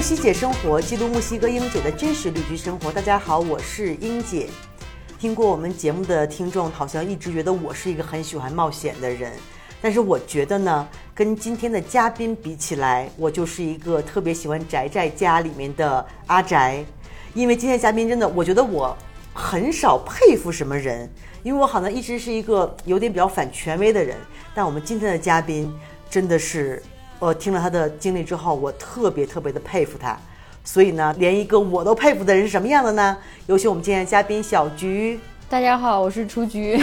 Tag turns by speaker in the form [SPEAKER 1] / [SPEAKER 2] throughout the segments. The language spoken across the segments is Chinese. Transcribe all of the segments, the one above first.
[SPEAKER 1] 西姐生活，记录墨西哥英姐的真实旅居生活。大家好，我是英姐。听过我们节目的听众，好像一直觉得我是一个很喜欢冒险的人，但是我觉得呢，跟今天的嘉宾比起来，我就是一个特别喜欢宅在家里面的阿宅。因为今天的嘉宾真的，我觉得我很少佩服什么人，因为我好像一直是一个有点比较反权威的人。但我们今天的嘉宾真的是，我听了他的经历之后，我特别特别的佩服他。所以呢，连一个我都佩服的人是什么样的呢？有请我们今天的嘉宾小菊。
[SPEAKER 2] 大家好，我是雏菊，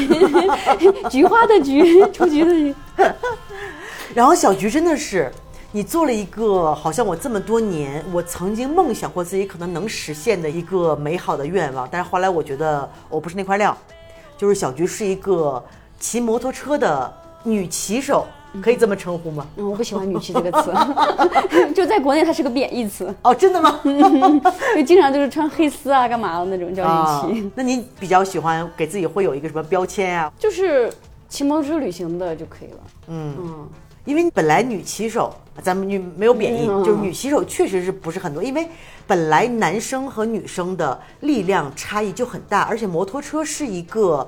[SPEAKER 2] 菊花的菊，雏菊的菊。
[SPEAKER 1] 然后小菊真的是，你做了一个好像我这么多年我曾经梦想过自己可能能实现的一个美好的愿望，但是后来我觉得我不是那块料，就是小菊是一个骑摩托车的女骑手，可以这么称呼吗？
[SPEAKER 2] 嗯，我不喜欢“女骑”这个 词，就在国内它是个贬义词，
[SPEAKER 1] 哦，真的吗？
[SPEAKER 2] 就经常就是穿黑丝啊、干嘛的那种叫女骑。
[SPEAKER 1] 啊那你比较喜欢给自己会有一个什么标签啊？
[SPEAKER 2] 就是骑摩托车旅行的就可以了。
[SPEAKER 1] 嗯
[SPEAKER 2] 嗯，
[SPEAKER 1] 因为本来女骑手，咱们女没有贬义，
[SPEAKER 2] 嗯
[SPEAKER 1] 就是女骑手确实是不是很多，因为本来男生和女生的力量差异就很大，而且摩托车是一个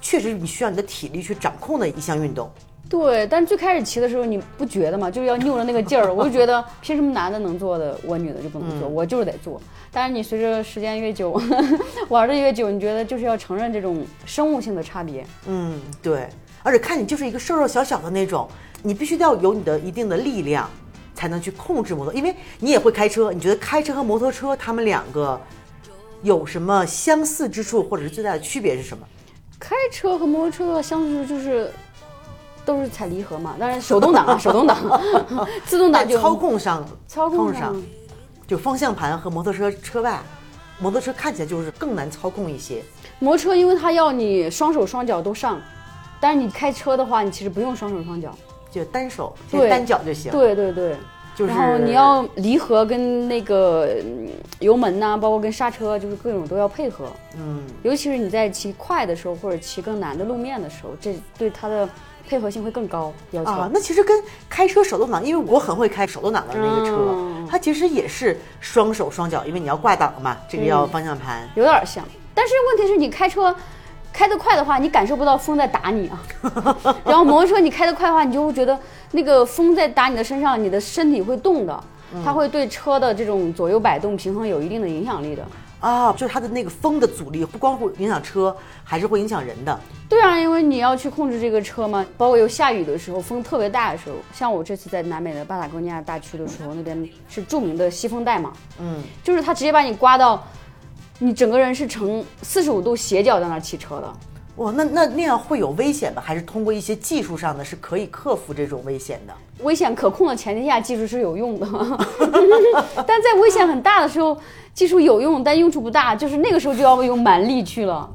[SPEAKER 1] 确实你需要你的体力去掌控的一项运动。
[SPEAKER 2] 对。但是最开始骑的时候你不觉得吗？就是要拗着那个劲儿，我就觉得凭什么男的能做的，我女的就不能做？我就是得做。但是你随着时间越久， 玩的越久，你觉得就是要承认这种生物性的差别。
[SPEAKER 1] 嗯，对，而且看你就是一个瘦瘦小小的那种，你必须得要有你的一定的力量，才能去控制摩托，因为你也会开车。你觉得开车和摩托车他们两个有什么相似之处，或者是最大的区别是什么？
[SPEAKER 2] 开车和摩托车的相似就是都是踩离合嘛，当然手动挡啊，手动挡， 自动
[SPEAKER 1] 在
[SPEAKER 2] 挡就
[SPEAKER 1] 哎操控上，
[SPEAKER 2] 操控上
[SPEAKER 1] 上，就方向盘和摩托车车外，摩托车看起来就是更难操控一些。
[SPEAKER 2] 摩托车，因为它要你双手双脚都上，但是你开车的话，你其实不用双手双脚。
[SPEAKER 1] 就单手，
[SPEAKER 2] 对
[SPEAKER 1] 就单脚就行。
[SPEAKER 2] 对对对，
[SPEAKER 1] 啊就是
[SPEAKER 2] 然后你要离合跟那个嗯油门呐、包括跟刹车，就是各种都要配合。
[SPEAKER 1] 嗯，
[SPEAKER 2] 尤其是你在骑快的时候，或者骑更难的路面的时候，这对它的配合性会更高要求。
[SPEAKER 1] 啊，那其实跟开车手动挡，因为我很会开手动挡的那个车，
[SPEAKER 2] 嗯
[SPEAKER 1] 它其实也是双手双脚，因为你要挂档嘛，这个要
[SPEAKER 2] 嗯
[SPEAKER 1] 方向盘。
[SPEAKER 2] 有点像。但是问题是你开车开得快的话，你感受不到风在打你啊。 然后摩托车你开得快的话，你就会觉得那个风在打你的身上，你的身体会动的，它会对车的这种左右摆动、平衡有一定的影响力的。
[SPEAKER 1] 啊，就是它的那个风的阻力，不光会影响车，还是会影响人的。
[SPEAKER 2] 对啊，因为你要去控制这个车嘛，包括有下雨的时候，风特别大的时候，像我这次在南美的巴塔哥尼亚大区的时候，那边是著名的西风带嘛，
[SPEAKER 1] 嗯，
[SPEAKER 2] 就是它直接把你刮到，你整个人是呈四十五度斜角在那儿骑车的。
[SPEAKER 1] 哇，那那那样会有危险吧？还是通过一些技术上的是可以克服这种危险的？
[SPEAKER 2] 危险可控的前提下，技术是有用的。 但在危险很大的时候，技术有用，但用处不大，就是那个时候就要用蛮力去了，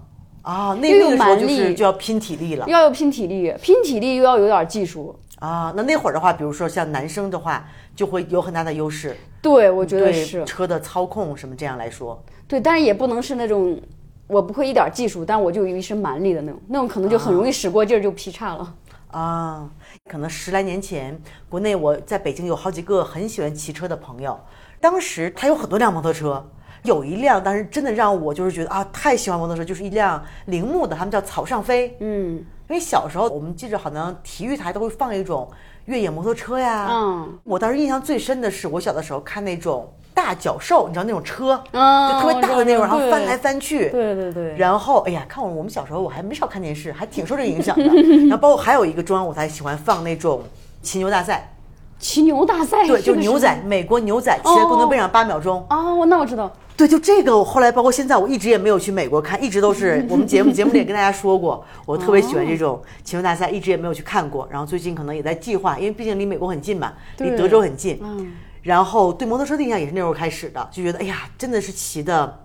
[SPEAKER 1] 啊，那
[SPEAKER 2] 又
[SPEAKER 1] 那
[SPEAKER 2] 有
[SPEAKER 1] 个时候
[SPEAKER 2] 蛮
[SPEAKER 1] 就
[SPEAKER 2] 力
[SPEAKER 1] 是就要拼体力了。
[SPEAKER 2] 要有拼体力，拼体力又要有点技术。
[SPEAKER 1] 啊，那那会儿的话，比如说像男生的话，就会有很大的优势，
[SPEAKER 2] 对，我觉得
[SPEAKER 1] 对
[SPEAKER 2] 是
[SPEAKER 1] 车的操控什么这样来说，
[SPEAKER 2] 对，但是也不能是那种我不会一点技术，但我就有一身蛮力的那种，那种可能就很容易使过劲儿就劈叉了。
[SPEAKER 1] 啊，可能十来年前，国内我在北京有好几个很喜欢骑车的朋友，当时他有很多辆摩托车，有一辆当时真的让我就是觉得啊，太喜欢摩托车，就是一辆铃木的，他们叫草上飞。
[SPEAKER 2] 嗯
[SPEAKER 1] 因为小时候我们记着好像体育台都会放一种越野摩托车呀，
[SPEAKER 2] 嗯
[SPEAKER 1] 我当时印象最深的是我小的时候看那种大角兽，你知道那种车，
[SPEAKER 2] 嗯
[SPEAKER 1] 就特别大的那种，
[SPEAKER 2] 我
[SPEAKER 1] 然
[SPEAKER 2] 知道
[SPEAKER 1] 后翻来翻去，
[SPEAKER 2] 哦对对对
[SPEAKER 1] 然后，哎呀，看我我们小时候，我还没少看电视，还挺受这个影响 的。然后包括还有一个中央舞台喜欢放那种骑牛大赛，
[SPEAKER 2] 骑牛大赛
[SPEAKER 1] 对，
[SPEAKER 2] 哎是
[SPEAKER 1] 就
[SPEAKER 2] 哦个
[SPEAKER 1] 牛
[SPEAKER 2] 什
[SPEAKER 1] 仔
[SPEAKER 2] 么。，
[SPEAKER 1] 美国牛仔骑在公牛背上八秒钟。
[SPEAKER 2] 哦，那我知道，
[SPEAKER 1] 对，就这个，我后来包括现在，我一直也没有去美国看，一直都 是我们节目节目里也跟大家说过，我特别喜欢这
[SPEAKER 2] 哦
[SPEAKER 1] 种骑牛大赛，一直也没有去看过。然后最近可能也在计划，因为毕竟离美国很近嘛，离
[SPEAKER 2] 对
[SPEAKER 1] 德州很近。
[SPEAKER 2] 嗯，
[SPEAKER 1] 然后对摩托车的印象也是那时候开始的，就觉得哎呀，真的是骑的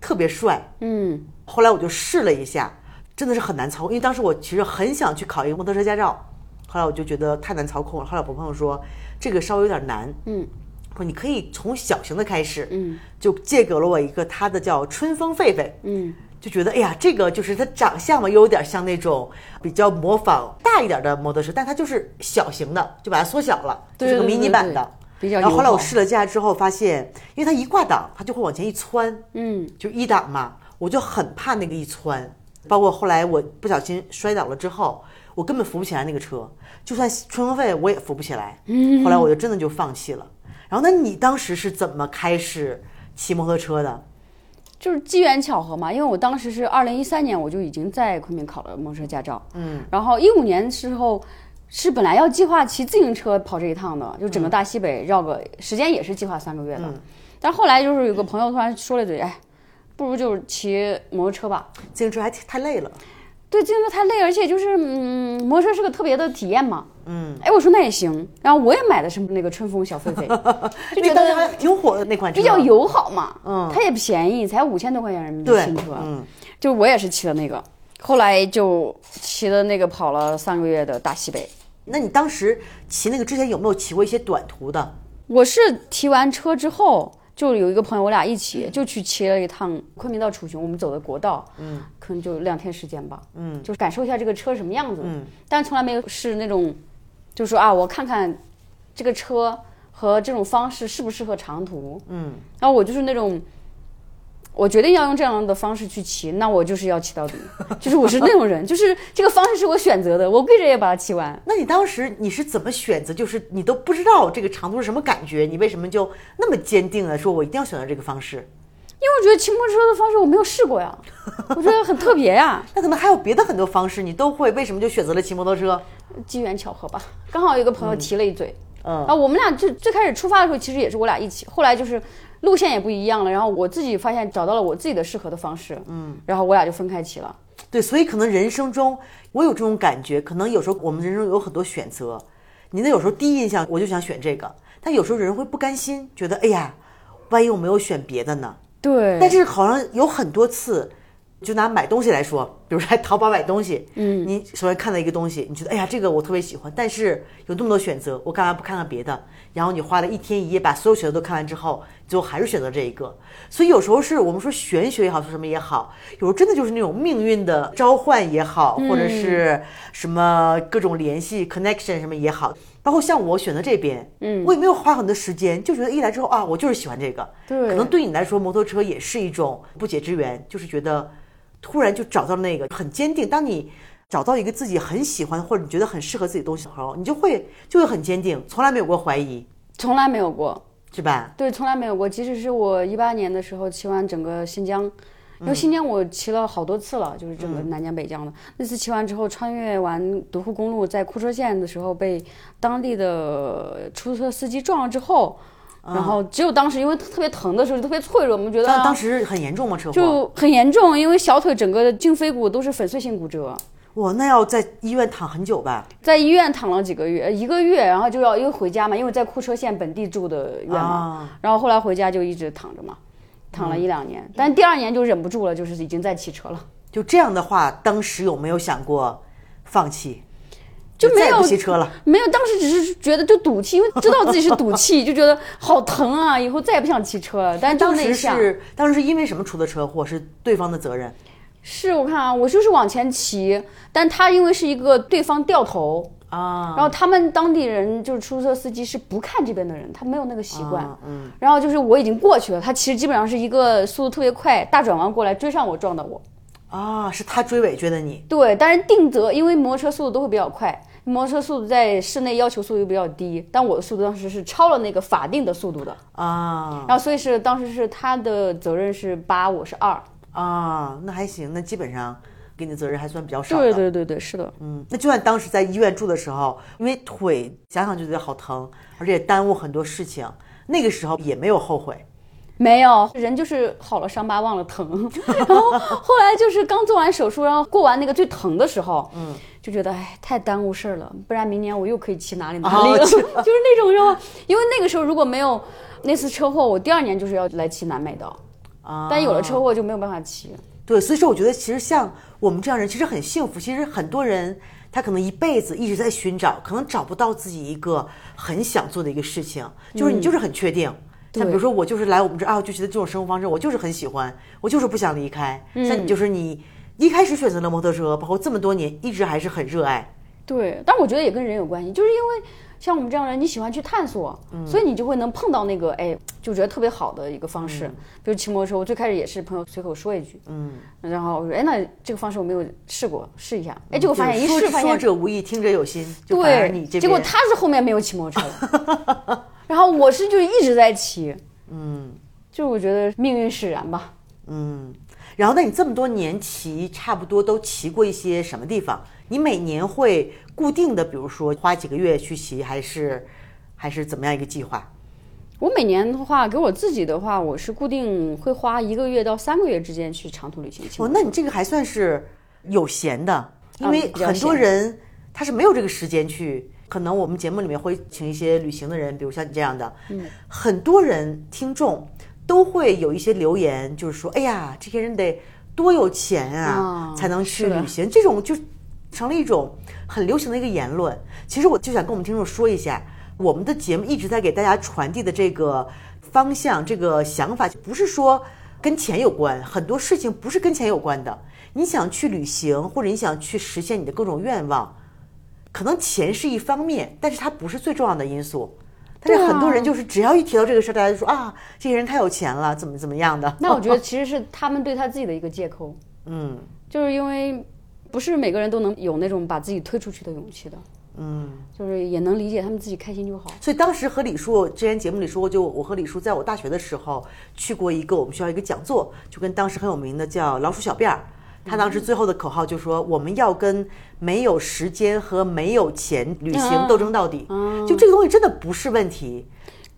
[SPEAKER 1] 特别帅，
[SPEAKER 2] 嗯，
[SPEAKER 1] 后来我就试了一下，真的是很难操控，因为当时我其实很想去考一个摩托车驾照，后来我就觉得太难操控了。后来我朋友说这个稍微有点难，
[SPEAKER 2] 嗯，
[SPEAKER 1] 说你可以从小型的开始，
[SPEAKER 2] 嗯，
[SPEAKER 1] 就借给了我一个他的叫春风狒狒，
[SPEAKER 2] 嗯，
[SPEAKER 1] 就觉得哎呀，这个就是它长相嘛，又有点像那种比较模仿大一点的摩托车，但它就是小型的，就把它缩小了，
[SPEAKER 2] 对
[SPEAKER 1] 就是个
[SPEAKER 2] 对
[SPEAKER 1] 迷你
[SPEAKER 2] 对
[SPEAKER 1] 版
[SPEAKER 2] 对
[SPEAKER 1] 的。
[SPEAKER 2] 比较
[SPEAKER 1] 然后后来
[SPEAKER 2] 友
[SPEAKER 1] 我
[SPEAKER 2] 好
[SPEAKER 1] 试了驾之后，发现因为它一挂档，它就会往前一窜，
[SPEAKER 2] 嗯，
[SPEAKER 1] 就一档嘛，我就很怕那个一窜。包括后来我不小心摔倒了之后，我根本扶不起来那个车，就算春风费我也扶不起 来。后来我就真的就放弃了。然后，那你当时是怎么开始骑摩托车的？
[SPEAKER 2] 就是机缘巧合嘛，因为我当时是二零一三年我就已经在昆明考了摩托车驾照，嗯，然后一五年时候是本来要计划骑自行车跑这一趟的，就
[SPEAKER 1] 嗯
[SPEAKER 2] 整个大西北绕个、时间也是计划三个月的，但后来就是有个朋友突然说了一嘴，哎，不如就是骑摩托车吧，
[SPEAKER 1] 自行车还挺太累了，
[SPEAKER 2] 对，自行车太累，而且就是嗯，摩托车是个特别的体验嘛，嗯，哎，我说那也行，然后我也买的是那个春风小 狒狒，就觉
[SPEAKER 1] 那当时
[SPEAKER 2] 得
[SPEAKER 1] 还挺火的那款车，
[SPEAKER 2] 比较友好嘛，嗯，它也便宜，才五千多块钱人民币
[SPEAKER 1] 对
[SPEAKER 2] 新车，
[SPEAKER 1] 嗯，
[SPEAKER 2] 就我也是骑的那个，后来就骑的那个跑了三个月的大西北。
[SPEAKER 1] 那你当时骑那个之前有没有骑过一些短途的？
[SPEAKER 2] 我是提完车之后，就有一个朋友，我俩一起就去骑了一趟昆明到楚雄，我们走的国道，嗯，可能就两天时间吧，嗯，就是感受一下这个车什么样子，嗯，但从来没有是那种，就说啊，我看看这个车和这种方式适不适合长途，嗯，然后我就是那种。我决定要用这样的方式去骑，那我就是要骑到底， 就是我是那种人，就是这个方式是我选择的，我跪着也把它骑完。
[SPEAKER 1] 那你当时你是怎么选择？就是你都不知道这个长途是什么感觉，你为什么就那么坚定的说我一定要选择这个方式？
[SPEAKER 2] 因为我觉得骑摩托车的方式我没有试过呀，我觉得很特别呀，
[SPEAKER 1] 那可能还有别的很多方式，你都会，为什么就选择了骑摩托车？
[SPEAKER 2] 机缘巧合吧。 刚好有一个朋友提了一嘴，
[SPEAKER 1] 嗯
[SPEAKER 2] 啊，我们俩就最开始出发的时候其实也是我俩一起，后来就是路线也不一样了，然后我自己发现找到了我自己的适合的方式，嗯，然后我俩就分开骑了。
[SPEAKER 1] 对，所以可能人生中我有这种感觉，可能有时候我们人生有很多选择，你的有时候第一印象我就想选这个，但有时候人会不甘心，觉得哎呀，万一我没有选别的呢？
[SPEAKER 2] 对，
[SPEAKER 1] 但是好像有很多次，就拿买东西来说，比如说在淘宝买东西，嗯，你首先看到一个东西，你觉得哎呀这个我特别喜欢，但是有那么多选择，我干嘛不看看别的？然后你花了一天一夜把所有选择都看完之后，最后还是选择这一个。所以有时候是我们说玄学也好，说什么也好，有时候真的就是那种命运的召唤也好，或者是什么各种联系 connection 什么也好。包括像我选择这边，嗯，我也没有花很多时间，就觉得一来之后啊，我就是喜欢这个，
[SPEAKER 2] 对
[SPEAKER 1] 可能对你来说，摩托车也是一种不解之缘，就是觉得突然就找到那个很坚定。当你找到一个自己很喜欢或者你觉得很适合自己的东西的时候，你就会就会很坚定，从来没有过怀疑，
[SPEAKER 2] 从来没有过，
[SPEAKER 1] 是吧？
[SPEAKER 2] 对，从来没有过。即使是我一八年的时候骑完整个新疆，因
[SPEAKER 1] 嗯
[SPEAKER 2] 为新疆我骑了好多次了，就是整个南疆北疆的。那次骑完之后，穿越完独库公路，在库车县的时候被当地的出租车司机撞了之后，然后只有当时因为特别疼的时候，特别脆弱，我们觉得
[SPEAKER 1] 啊当当
[SPEAKER 2] 啊
[SPEAKER 1] 时很严重吗？车祸？
[SPEAKER 2] 就很严重，因为小腿整个的胫腓骨都是粉碎性骨折。
[SPEAKER 1] 哇，那要在医院躺很久吧？
[SPEAKER 2] 在医院躺了几个月，呃一个月，然后就要又回家嘛，因为在库车县本地住的院
[SPEAKER 1] 啊
[SPEAKER 2] 嘛，然后后来回家就一直躺着嘛，躺
[SPEAKER 1] 嗯
[SPEAKER 2] 了一两年，但第二年就忍不住了，就是已经在骑车了，
[SPEAKER 1] 就这样的话，当时有没有想过放弃？
[SPEAKER 2] 就没
[SPEAKER 1] 再也
[SPEAKER 2] 有
[SPEAKER 1] 不骑车了。
[SPEAKER 2] 没有，当时只是觉得就赌气，因为知道自己是赌气，就觉得好疼啊，以后再也不想骑车了。但就
[SPEAKER 1] 当
[SPEAKER 2] 那一
[SPEAKER 1] 时
[SPEAKER 2] 下，
[SPEAKER 1] 是当时是因为什么出的车祸？是对方的责任？
[SPEAKER 2] 是我看啊，我就是往前骑，但他因为是一个对方掉头，
[SPEAKER 1] 啊，
[SPEAKER 2] 然后他们当地人就是出租车司机是不看这边的人，他没有那个习惯。
[SPEAKER 1] 啊嗯，
[SPEAKER 2] 然后就是我已经过去了，他其实基本上是一个速度特别快，大转弯过来追上我，撞到我。
[SPEAKER 1] 啊，是他追尾追的你。
[SPEAKER 2] 对，但是定责，因为摩托车速度都会比较快，摩托车速度在室内要求速度又比较低，但我的速度当时是超了那个法定的速度的，
[SPEAKER 1] 啊
[SPEAKER 2] 然后所以是当时是他的责任是八，我是二。
[SPEAKER 1] 啊，那还行，那基本上给你的责任还算比较少的。
[SPEAKER 2] 对对对对，是的，
[SPEAKER 1] 嗯，那就算当时在医院住的时候，因为腿想想就觉得好疼，而且耽误很多事情，那个时候也没有后悔。
[SPEAKER 2] 没有人就是好了伤疤忘了疼， 然后后来就是刚做完手术，然后过完那个最疼的时候，嗯，就觉得哎太耽误事儿了，不然明年我又可以骑哪里哪里了，
[SPEAKER 1] 哦
[SPEAKER 2] 就是那种时候，因为那个时候如果没有那次车祸，我第二年就是要来骑南美的，
[SPEAKER 1] 啊
[SPEAKER 2] 但有了车祸就没有办法骑，
[SPEAKER 1] 对，所以说我觉得其实像我们这样人其实很幸福。其实很多人他可能一辈子一直在寻找，可能找不到自己一个很想做的一个事情，就是你就是很确定。像比如说我就是来我们这儿啊，我就觉得这种生活方式我就是很喜欢，我就是不想离
[SPEAKER 2] 嗯
[SPEAKER 1] 开。像你就是你一开始选择了摩托车，包括这么多年一直还是很热爱，
[SPEAKER 2] 对，但我觉得也跟人有关系，就是因为像我们这样人，你喜欢去探索，
[SPEAKER 1] 嗯
[SPEAKER 2] 所以你就会能碰到那个哎，就觉得特别好的一个方
[SPEAKER 1] 嗯
[SPEAKER 2] 式。比如骑摩托车，我最开始也是朋友随口说一句，嗯，然后我说哎，那这个方式我没有试过，试一下。哎，结果发现一
[SPEAKER 1] 嗯就是
[SPEAKER 2] 试
[SPEAKER 1] 说
[SPEAKER 2] 发
[SPEAKER 1] 说
[SPEAKER 2] 现
[SPEAKER 1] 者无意，听者有心，就反而你
[SPEAKER 2] 对，
[SPEAKER 1] 这
[SPEAKER 2] 结果
[SPEAKER 1] 边
[SPEAKER 2] 他是后面没有骑摩托车，然后我是就一直在骑，嗯，就是我觉得命运使然吧。
[SPEAKER 1] 然后，那你这么多年骑，差不多都骑过一些什么地方？你每年会固定的，比如说花几个月去骑，还是还是怎么样一个计划？
[SPEAKER 2] 我每年的话，给我自己的话，我是固定会花一个月到三个月之间去长途旅行。骑摩
[SPEAKER 1] 哦，
[SPEAKER 2] 托车
[SPEAKER 1] 那你这个还算是有闲的，因为
[SPEAKER 2] 嗯比较
[SPEAKER 1] 很多
[SPEAKER 2] 闲
[SPEAKER 1] 人他是没有这个时间去。可能我们节目里面会请一些旅行的人，比如像你这样的，嗯，很多人听众都会有一些留言，就是说，哎呀，这些人得多有钱啊，
[SPEAKER 2] 啊
[SPEAKER 1] 才能去
[SPEAKER 2] 是的
[SPEAKER 1] 旅行，这种就成了一种很流行的一个言论。其实我就想跟我们听众说一下，我们的节目一直在给大家传递的这个方向、这个想法，不是说跟钱有关，很多事情不是跟钱有关的。你想去旅行，或者你想去实现你的各种愿望，可能钱是一方面，但是它不是最重要的因素。但是
[SPEAKER 2] 对啊
[SPEAKER 1] 很多人就是只要一提到这个事儿，大家就说啊，这些人太有钱了，怎么怎么样的。
[SPEAKER 2] 那我觉得其实是他们对他自己的一个借口。 嗯，就是因为不是每个人都能有那种把自己推出去的勇气的。嗯，就是也能理解他们自己开心就好。
[SPEAKER 1] 所以当时和李叔之前节目里说过，就我和李叔在我大学的时候去过一个我们学校一个讲座，就跟当时很有名的叫“老鼠小辫儿”。他当时最后的口号就说：“我们要跟没有时间和没有钱旅行
[SPEAKER 2] 嗯
[SPEAKER 1] 斗争到底。”就这个东西真的不是问题，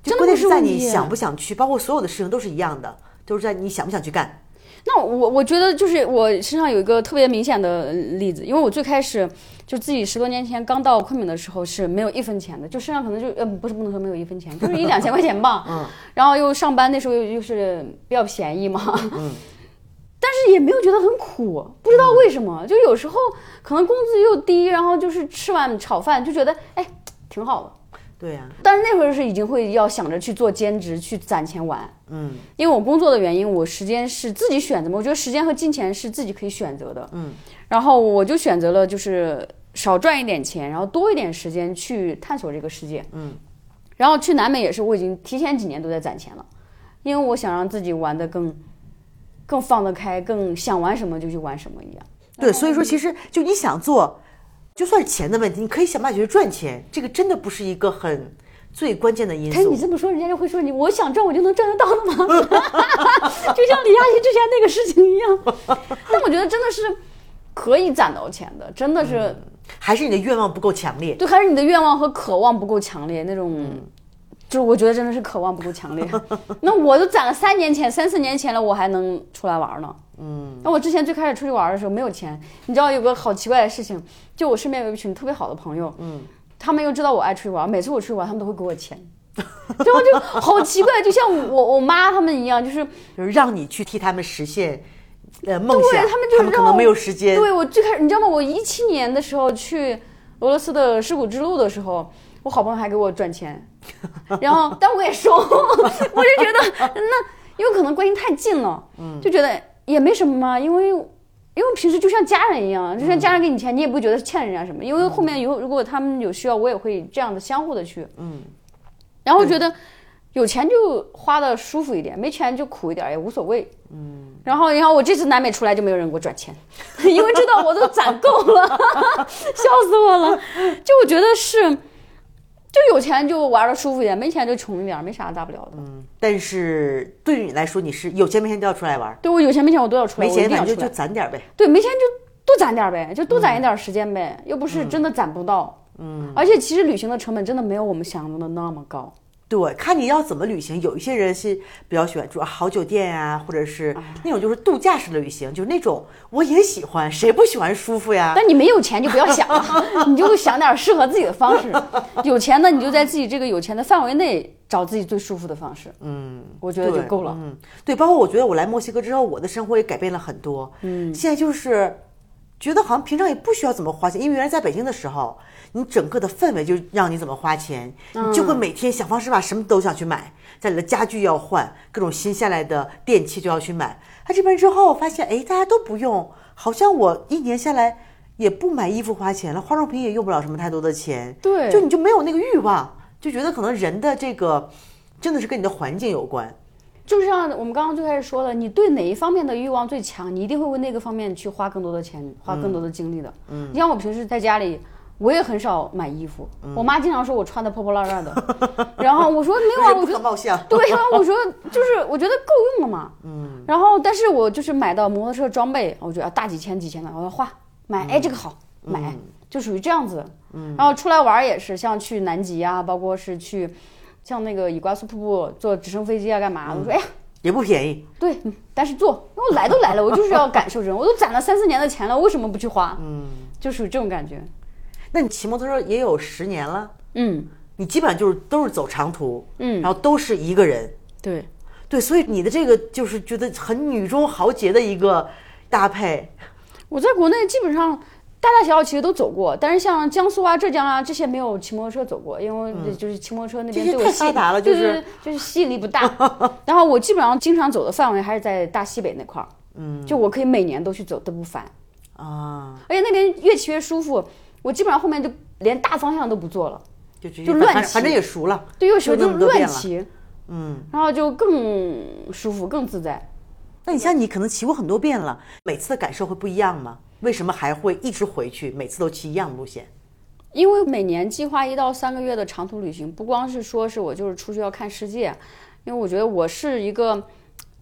[SPEAKER 1] 就
[SPEAKER 2] 真的
[SPEAKER 1] 关键
[SPEAKER 2] 不是
[SPEAKER 1] 在
[SPEAKER 2] 问
[SPEAKER 1] 你
[SPEAKER 2] 题
[SPEAKER 1] 想不想去，包括所有的事情都是一样的，都是在你想不想去干。
[SPEAKER 2] 那我我觉得就是我身上有一个特别明显的例子，因为我最开始就自己十多年前刚到昆明的时候是没有一分钱的，就身上可能就呃不是不能说没有一分钱，就是一两千块钱吧。嗯。 然后又上班那时候又又是比较便宜嘛。嗯。 但是也没有觉得很苦，不知道为什么，就有时候可能工资又低，然后就是吃碗炒饭就觉得哎挺好的。
[SPEAKER 1] 对啊呀、
[SPEAKER 2] 但是那会儿是已经会要想着去做兼职去攒钱玩，嗯，因为我工作的原因，我时间是自己选择嘛，我觉得时间和金钱是自己可以选择的，嗯，然后我就选择了就是少赚一点钱，然后多一点时间去探索这个世界，嗯，然后去南美也是，我已经提前几年都在攒钱了，因为我想让自己玩的更更放得开，更想玩什么就去玩什么一样。
[SPEAKER 1] 对，所以说其实就你想做，就算是钱的问题，你可以想办法去赚钱，这个真的不是一个很最关键的因
[SPEAKER 2] 但是
[SPEAKER 1] 素
[SPEAKER 2] 你。这么说，人家就会说你，我想赚我就能赚得到的吗？ 就像李佳琦之前那个事情一样。 但我觉得真的是可以攒到钱的，真的是、
[SPEAKER 1] 还是你的愿望不够强烈。
[SPEAKER 2] 就还是你的愿望和渴望不够强烈那种。就是我觉得真的是渴望不够强烈， 那我都攒了三年前、三四年前了，我还能出来玩呢。嗯，那我之前最开始出去玩的时候没有钱，你知道有个好奇怪的事情，就我身边有一群特别好的朋友，嗯，他们又知道我爱出去玩，每次我出去玩，他们都会给我钱， 然后就好奇怪，就像我我妈他们一样，就是
[SPEAKER 1] 就是让你去替他们实现呃梦
[SPEAKER 2] 对
[SPEAKER 1] 想，
[SPEAKER 2] 他们就让
[SPEAKER 1] 可能没有时间。
[SPEAKER 2] 对我最开始，你知道吗？我一七年的时候去俄罗斯的尸骨之路的时候，我好朋友还给我 转钱，然后但我也收， 我就觉得那因为可能关系太近了，
[SPEAKER 1] 嗯
[SPEAKER 2] 就觉得也没什么嘛，因为因为平时就像家人
[SPEAKER 1] 嗯
[SPEAKER 2] 一样，就像家人给你钱，你也不会觉得欠人家什么，因为后面以后如果他们有需要，我也会这样的相互的去，嗯，然后觉得。有钱就花的舒服一点，没钱就苦一点也无所谓。嗯，然后，然后我这次南美出来就没有人给我转钱， 因为知道我都攒够了， 笑死我了。就我觉得是，就有钱就玩的舒服一点，没钱就穷一点，没啥大不了的。
[SPEAKER 1] 但是对于你来说，你是有钱没钱都要出来玩儿，
[SPEAKER 2] 对我有钱没钱我都要出来，
[SPEAKER 1] 没钱
[SPEAKER 2] 我一定
[SPEAKER 1] 反
[SPEAKER 2] 要
[SPEAKER 1] 正
[SPEAKER 2] 出
[SPEAKER 1] 就
[SPEAKER 2] 来
[SPEAKER 1] 就攒点儿呗。
[SPEAKER 2] 对，没钱就多攒点儿呗，就多攒一点儿时间呗，
[SPEAKER 1] 嗯
[SPEAKER 2] 又不是真的攒不到。嗯，而且其实旅行的成本真的没有我们想象的那么高。
[SPEAKER 1] 对，看你要怎么旅行。有一些人是比较喜欢住好酒店啊，或者是那种就是度假式的旅行，就是那种我也喜欢，谁不喜欢舒服呀？
[SPEAKER 2] 但你没有钱就不要想 了，你就想点儿适合自己的方式。有钱呢，你就在自己这个有钱的范围内找自己最舒服的方式。嗯，我觉得就
[SPEAKER 1] 对
[SPEAKER 2] 够了。
[SPEAKER 1] 嗯，对，包括我觉得我来墨西哥之后，我的生活也改变了很多。嗯，现在就是觉得好像平常也不需要怎么花钱，因为原来在北京的时候，你整个的氛围就让你怎么花钱，你
[SPEAKER 2] 嗯
[SPEAKER 1] 就会每天想方设法什么都想去买，家里的家具要换，各种新下来的电器就要去买。他这边之后发现，哎，大家都不用，好像我一年下来。也不买衣服花钱了，化妆品也用不了什么太多的钱，
[SPEAKER 2] 对
[SPEAKER 1] 就你就没有那个欲望，就觉得可能人的这个真的是跟你的环境有关。
[SPEAKER 2] 就像我们刚刚最开始说了，你对哪一方面的欲望最强，你一定会为那个方面去花更多的钱，花更多的精力的。嗯，嗯你像我平时在家里，我也很少买衣服，我妈经常说我穿的破破烂烂的，然后我说没有 啊，
[SPEAKER 1] 不
[SPEAKER 2] 我觉
[SPEAKER 1] 可
[SPEAKER 2] 得。
[SPEAKER 1] 貌相。
[SPEAKER 2] 对啊，我说就是，我觉得够用了嘛。嗯。然后，但是我就是买到摩托车装备，我觉得啊大几千几千的，我要花买，哎，这个好买，就属于这样子。嗯。然后出来玩儿也是，像去南极啊，包括是去像那个伊瓜苏瀑布坐直升飞机啊，干嘛？我说哎呀，
[SPEAKER 1] 也不便宜，
[SPEAKER 2] 对，嗯但是做，因为我来都来了，我就是要感受人，我都攒了三四年的钱了，为什么不去花？嗯，就属于这种感觉。
[SPEAKER 1] 那你骑摩托车也有十年了，
[SPEAKER 2] 嗯，
[SPEAKER 1] 你基本上就是都是走长途，嗯，然后都是一个人，
[SPEAKER 2] 对，
[SPEAKER 1] 对，所以你的这个就是觉得很女中豪杰的一个搭配，
[SPEAKER 2] 我在国内基本上大大小小其实都走过，但是像江苏啊、浙江啊这些没有骑摩托车走过，因为就是骑摩托车那
[SPEAKER 1] 嗯
[SPEAKER 2] 边
[SPEAKER 1] 这些
[SPEAKER 2] 对我
[SPEAKER 1] 太
[SPEAKER 2] 吸
[SPEAKER 1] 发达了
[SPEAKER 2] 对
[SPEAKER 1] 就是
[SPEAKER 2] 对对就是吸引力不 大。然后我基本上经常走的范围还是在大西北那块儿，嗯，就我可以每年都去走，都不烦。
[SPEAKER 1] 啊，
[SPEAKER 2] 而且那边越骑越舒服，我基本上后面就连大方向都不做了。
[SPEAKER 1] 就直接
[SPEAKER 2] 就乱
[SPEAKER 1] 反正
[SPEAKER 2] 骑
[SPEAKER 1] 反正也熟了，
[SPEAKER 2] 对，又手
[SPEAKER 1] 就
[SPEAKER 2] 就
[SPEAKER 1] 那么多
[SPEAKER 2] 乱
[SPEAKER 1] 遍了
[SPEAKER 2] 骑，
[SPEAKER 1] 嗯。
[SPEAKER 2] 然后就更舒服、更自在。
[SPEAKER 1] 那你像你可能骑过很多遍了，每次的感受会不一样吗？为什么还会一直回去，每次都骑一样的路线？
[SPEAKER 2] 因为每年计划一到三个月的长途旅行，不光是说是我就是出去要看世界，因为我觉得我是一个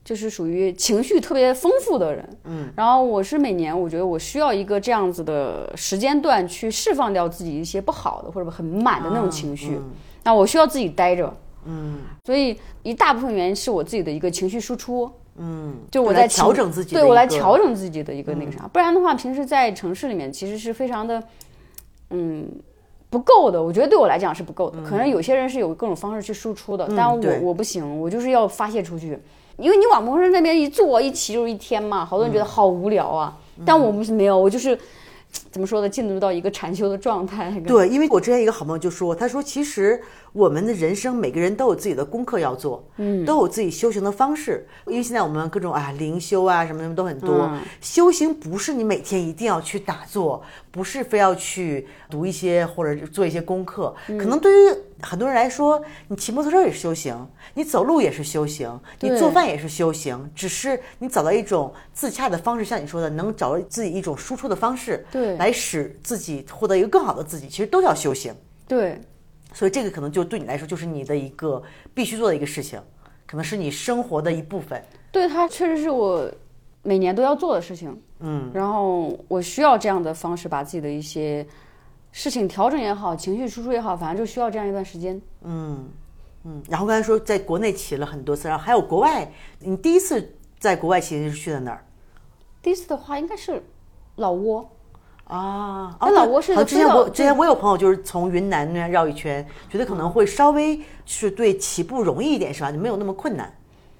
[SPEAKER 2] 就是属于情绪特别丰富的人，嗯，然后我是每年我觉得我需要一个这样子的时间段去释放掉自己一些不好的或者很满的那种情绪，那我需要自己待着，嗯，所以一大部分原因是我自己的一个情绪输出。嗯，就我
[SPEAKER 1] 来
[SPEAKER 2] 在
[SPEAKER 1] 调
[SPEAKER 2] 情
[SPEAKER 1] 整自己的
[SPEAKER 2] 对我
[SPEAKER 1] 一
[SPEAKER 2] 来
[SPEAKER 1] 个嗯
[SPEAKER 2] 调整自己的一个那个啥，不然的话，平时在城市里面其实是非常的，嗯，不够的，我觉得对我来讲是不够的。可能有些人是有各种方式去输出的，但
[SPEAKER 1] 嗯对
[SPEAKER 2] 我我不行，我就是要发泄出去。因为你往摩托车那边一坐一骑就是一天嘛，好多
[SPEAKER 1] 嗯
[SPEAKER 2] 人觉得好无聊啊，但我们是没有，我就是怎么说呢，进入到一个禅修的状态。
[SPEAKER 1] 对，因为我之前一个好朋友就说，他说其实我们的人生每个人都有自己的功课要做，嗯，都有自己修行的方式。因为现在我们各种啊灵修啊什么什么都很多，修行不是你每天一定要去打坐，不是非要去读一些或者做一些功课。可能对于很多人来说，你骑摩托车也是修行，你走路也是修行，你做
[SPEAKER 2] 对
[SPEAKER 1] 饭也是修行，只是你找到一种自洽的方式，像你说的，能找到自己一种输出的方式，
[SPEAKER 2] 对
[SPEAKER 1] 来使自己获得一个更好的自己，其实都叫修行。
[SPEAKER 2] 对
[SPEAKER 1] 所以这个可能就对你来说就是你的一个必须做的一个事情，可能是你生活的一部分。
[SPEAKER 2] 对，它确实是我每年都要做的事情。嗯，然后我需要这样的方式把自己的一些事情调整也好，情绪输出也好，反正就需要这样一段时间。
[SPEAKER 1] 嗯，然后刚才说在国内骑了很多次，然后还有国外，你第一次在国外骑是去的哪儿
[SPEAKER 2] 第一次的话应该是老挝，
[SPEAKER 1] 啊？
[SPEAKER 2] 那老挝是
[SPEAKER 1] 好，之前我
[SPEAKER 2] 非常
[SPEAKER 1] 之前我有朋友就是从云南那边绕一圈，觉得可能会稍微是对起步容易一点，是吧？就没有那么困难。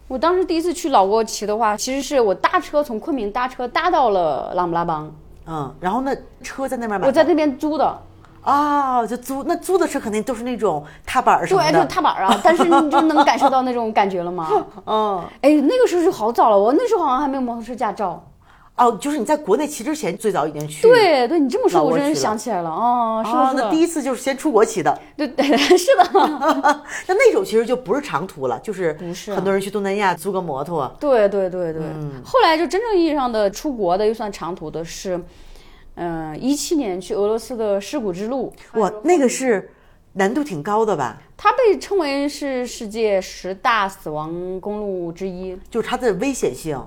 [SPEAKER 2] 我当时第一次去老挝骑的话，其实是我搭车从昆明搭车搭到了琅勃拉邦，
[SPEAKER 1] 嗯，然后呢，车在那边买的，
[SPEAKER 2] 我在那边租的，
[SPEAKER 1] 啊，就租那租的车肯定都是那种踏板儿什么
[SPEAKER 2] 对，
[SPEAKER 1] 的，
[SPEAKER 2] 就是踏板儿啊，但是你就能感受到那种感觉 了吗？
[SPEAKER 1] 嗯，
[SPEAKER 2] 哎，那个时候就好早了，我那时候好像还没有摩托车驾照。
[SPEAKER 1] 哦，就是你在国内骑之前最早已经去，
[SPEAKER 2] 对对，你这么说，
[SPEAKER 1] 老挝
[SPEAKER 2] 我真
[SPEAKER 1] 去
[SPEAKER 2] 是
[SPEAKER 1] 了
[SPEAKER 2] 想起来了，哦，是的，
[SPEAKER 1] 啊，
[SPEAKER 2] 是
[SPEAKER 1] 那
[SPEAKER 2] 的，
[SPEAKER 1] 第一次就是先出国骑的，
[SPEAKER 2] 对对 是的，
[SPEAKER 1] 那那种其实就不是长途了，就是
[SPEAKER 2] 不是啊哎
[SPEAKER 1] 很多人去东南亚租个摩托，
[SPEAKER 2] 对对对对。
[SPEAKER 1] 嗯
[SPEAKER 2] 后来就真正意义上的出国的又算长途的是，嗯、1一七年去俄罗斯的尸骨之路，
[SPEAKER 1] 哇，那个是难度挺高的吧？
[SPEAKER 2] 它被称为是世界十大死亡公路之一。
[SPEAKER 1] 就是它的危险性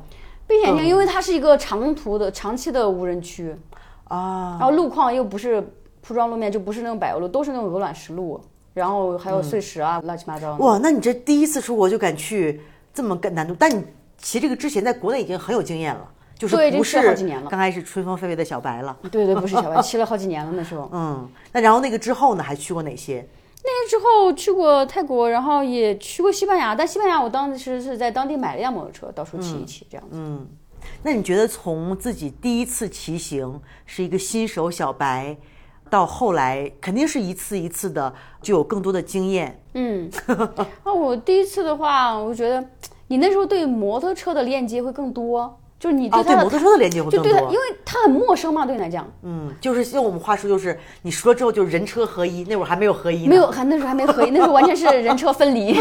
[SPEAKER 2] 危险
[SPEAKER 1] 嗯
[SPEAKER 2] 性，因为它是一个长途的、长期的无人区，
[SPEAKER 1] 啊，
[SPEAKER 2] 然后路况又不是铺装路面，就不是那种柏油路，都是那种鹅卵石路，然后还有碎石啊，乱七八糟的。
[SPEAKER 1] 哇，那你这第一次出国就敢去这么个难度，但你骑这个之前在国内已经很有经验了，就是
[SPEAKER 2] 对已经
[SPEAKER 1] 不
[SPEAKER 2] 骑了
[SPEAKER 1] 是
[SPEAKER 2] 好几年了
[SPEAKER 1] 刚开始春风飞飞的小白了，
[SPEAKER 2] 对对，不是小白， 骑了好几年了那时候。
[SPEAKER 1] 嗯，那然后那个之后呢，还去过哪些？
[SPEAKER 2] 那之后去过泰国，然后也去过西班牙，但西班牙我当时是在当地买了一辆摩托车，到
[SPEAKER 1] 嗯
[SPEAKER 2] 处骑一骑这样子。
[SPEAKER 1] 那你觉得从自己第一次骑行是一个新手小白，到后来肯定是一次一次的就有更多的经验，
[SPEAKER 2] 嗯，啊，我第一次的话，我觉得你那时候对摩托车的链接会更多，就是你
[SPEAKER 1] 哦，
[SPEAKER 2] 对
[SPEAKER 1] 对
[SPEAKER 2] 它
[SPEAKER 1] 摩
[SPEAKER 2] 的
[SPEAKER 1] 托车的连接会
[SPEAKER 2] 就
[SPEAKER 1] 更
[SPEAKER 2] 对它，
[SPEAKER 1] 多
[SPEAKER 2] 因。为它很陌生嘛，对你来讲，
[SPEAKER 1] 嗯，就是用我们话说，就是你说了之后，就是人车合一。那会儿还没有合一呢，
[SPEAKER 2] 没有，还那时候还没合一，那时候完全是人车 分离，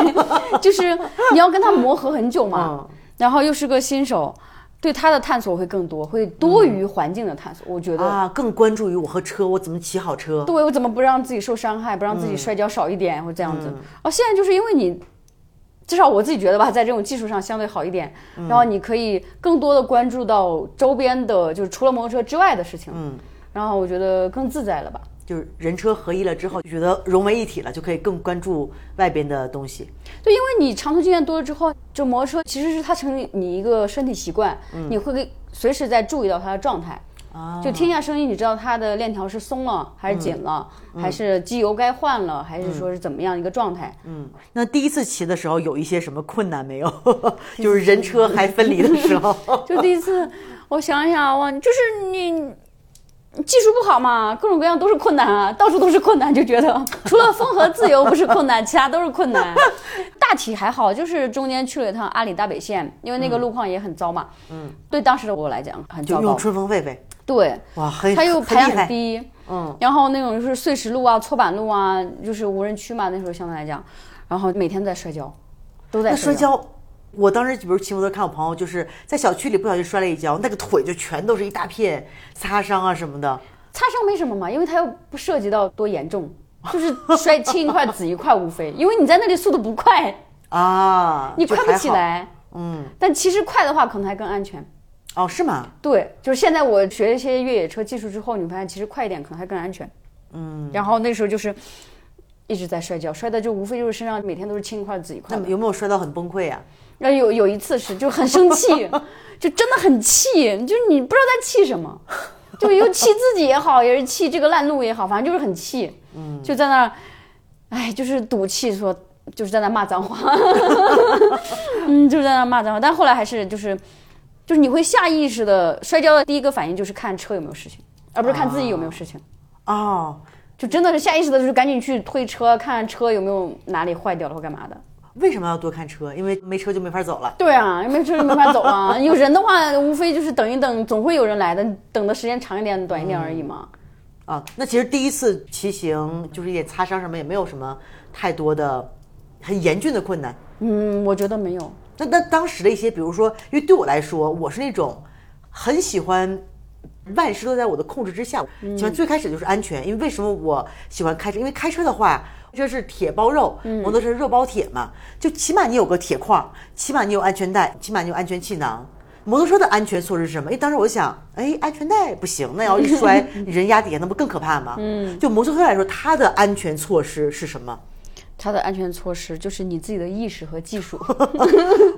[SPEAKER 2] 就是你要跟它磨合很久嘛。
[SPEAKER 1] 嗯
[SPEAKER 2] 然后又是个新手，对它的探索会更多，会
[SPEAKER 1] 嗯
[SPEAKER 2] 多于环境的探索。我觉得，
[SPEAKER 1] 啊，更关注于我和车，我怎么骑好车。
[SPEAKER 2] 对我怎么不让自己受伤害，不让自己摔跤少一点，或这样子。哦，现在就是因为你，至少我自己觉得吧，在这种技术上相对好一点，然后你可以更多的关注到周边的，就是除了摩托车之外的事情。嗯，然后我觉得更自在了吧。
[SPEAKER 1] 就是人车合一了之后，就觉得融为一体了，就可以更关注外边的东西。
[SPEAKER 2] 对，因为你长途经验多了之后，就摩托车其实是它成你一个身体习惯，你会给随时在注意到它的状态。
[SPEAKER 1] 啊
[SPEAKER 2] 就听一下声音，你知道它的链条是松了还是紧了，还是机油该换了，还是说是怎么样一个状态？
[SPEAKER 1] 嗯，那第一次骑的时候有一些什么困难没有？ 就是人车还分离的时候，
[SPEAKER 2] 就第一次，我想想哇，就是你技术不好嘛，各种各样都是困难啊，到处都是困难，就觉得 除了风和自由不是困难，其他都是困难。大体还好，就是中间去了一趟阿里大北线，因为那个路况也很糟嘛。嗯，对当时的我来讲很
[SPEAKER 1] 就
[SPEAKER 2] 糟
[SPEAKER 1] 用
[SPEAKER 2] 糕。
[SPEAKER 1] 春风狒狒，
[SPEAKER 2] 对，
[SPEAKER 1] 哇，很
[SPEAKER 2] 它
[SPEAKER 1] 哎
[SPEAKER 2] 又
[SPEAKER 1] 很
[SPEAKER 2] 排量
[SPEAKER 1] 厉害
[SPEAKER 2] 很低。
[SPEAKER 1] 嗯，
[SPEAKER 2] 然后那种就是碎石路啊、搓板路啊，就是无人区嘛，那时候相对来讲，然后每天都在摔跤，都在
[SPEAKER 1] 那摔
[SPEAKER 2] 摔。
[SPEAKER 1] 跤。我当时比如骑摩托看我朋友，就是在小区里不小心摔了一跤，那个腿就全都是一大片擦伤啊什么的。
[SPEAKER 2] 擦伤没什么嘛，因为它又不涉及到多严 重，就是摔青一块紫一块无非，因为你在那里速度不快，
[SPEAKER 1] 啊，
[SPEAKER 2] 你
[SPEAKER 1] 就
[SPEAKER 2] 快不
[SPEAKER 1] 还
[SPEAKER 2] 起
[SPEAKER 1] 好。
[SPEAKER 2] 来。
[SPEAKER 1] 嗯，
[SPEAKER 2] 但其实快的话可能还更安全。
[SPEAKER 1] 哦，是吗？
[SPEAKER 2] 对，就是现在我学一些越野车技术之后，你发现其实快一点可能还更安全。嗯，然后那时候就是一直在摔跤，摔的就无非就是身上每天都是青一块紫一块
[SPEAKER 1] 那
[SPEAKER 2] 的。
[SPEAKER 1] 有没有摔到很崩溃啊？
[SPEAKER 2] 然后有有一次是就很生气，就真的很气，就是你不知道在气什么，就又气自己也好，也是气这个烂路也好，反正就是很气，嗯，就在那儿，哎，就是赌气说，就是在那骂脏话，嗯，就是在那骂脏话，但后来还是就是就是你会下意识的摔跤的第一个反应就是看车有没有事情，而不是看自己有没有事情。
[SPEAKER 1] 哦，
[SPEAKER 2] 就真的是下意识的，就是赶紧去推车，看看车有没有哪里坏掉了或干嘛的。
[SPEAKER 1] 为什么要多看车？因为没车就没法走了。
[SPEAKER 2] 对啊，没车没法走啊。有人的话，无非就是等一等，总会有人来的，等的时间长一点、短一点而已嘛。
[SPEAKER 1] 啊，那其实第一次骑行就是也擦伤什么，也没有什么太多的很严峻的困难。
[SPEAKER 2] 嗯，我觉得没有。
[SPEAKER 1] 那那当时的一些，比如说，因为对我来说，我是那种很喜欢万事都在我的控制之下。
[SPEAKER 2] 嗯
[SPEAKER 1] 喜欢最开始就是安全，因为为什么我喜欢开车？因为开车的话，这是铁包肉，
[SPEAKER 2] 嗯
[SPEAKER 1] 摩托车是肉包铁嘛，就起码你有个铁框，起码你有安全带，起码你有安全气囊。摩托车的安全措施是什么？因为当时我想，哎，安全带不行，那要一摔， 人压底下，那不更可怕吗？嗯，就摩托车来说，它的安全措施是什么？
[SPEAKER 2] 它的安全措施就是你自己的意识和技术，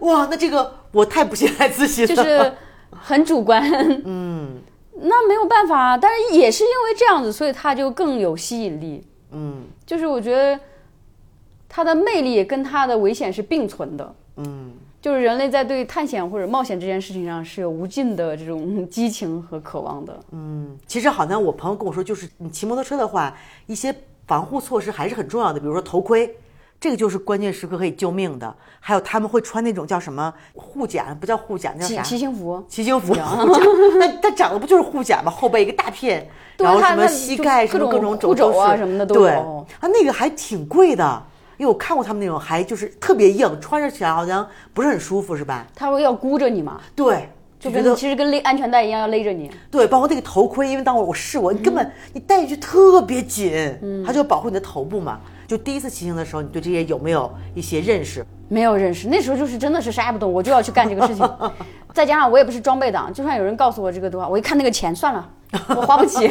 [SPEAKER 1] 哇，那这个我太不信赖自己了。
[SPEAKER 2] 就是很主观。嗯，那没有办法啊，但是也是因为这样子，所以它就更有吸引力。
[SPEAKER 1] 嗯。
[SPEAKER 2] 就是我觉得它的魅力跟它的危险是并存的。
[SPEAKER 1] 嗯，
[SPEAKER 2] 就是人类在对探险或者冒险这件事情上是有无尽的这种激情和渴望的。
[SPEAKER 1] 其实好像我朋友跟我说，就是你骑摩托车的话，一些防护措施还是很重要的，比如说头盔，这个就是关键时刻可以救命的。还有他们会穿那种叫什么护甲，不叫护甲，那
[SPEAKER 2] 骑
[SPEAKER 1] 叫啥
[SPEAKER 2] 骑？行服，
[SPEAKER 1] 骑行服、护甲， 那它长得不就是护甲吗？后背一个大片，
[SPEAKER 2] 对
[SPEAKER 1] 然后
[SPEAKER 2] 它
[SPEAKER 1] 什么
[SPEAKER 2] 它
[SPEAKER 1] 膝
[SPEAKER 2] 就
[SPEAKER 1] 盖什
[SPEAKER 2] 各
[SPEAKER 1] 么各
[SPEAKER 2] 种
[SPEAKER 1] 种
[SPEAKER 2] 护
[SPEAKER 1] 肘
[SPEAKER 2] 肘啊
[SPEAKER 1] 是
[SPEAKER 2] 什么的都
[SPEAKER 1] 对
[SPEAKER 2] 有
[SPEAKER 1] 啊，那个还挺贵的，因为我看过他们那种，还就是特别硬，穿着起来好像不是很舒服，是吧？
[SPEAKER 2] 它会要箍着你嘛，
[SPEAKER 1] 对，
[SPEAKER 2] 就
[SPEAKER 1] 觉
[SPEAKER 2] 跟
[SPEAKER 1] 得
[SPEAKER 2] 其实跟勒安全带一样要勒着你。
[SPEAKER 1] 对，包括那个头盔，因为当我我试过，你根本你戴上去特别紧，它就保护你的头部嘛。就第一次骑行的时候，你对这些有没有一些认识？
[SPEAKER 2] 没有认识，那时候就是真的是啥也不懂，我就要去干这个事情。 再加上我也不是装备党，就算有人告诉我这个多少，我一看那个钱，算 了，我花不起，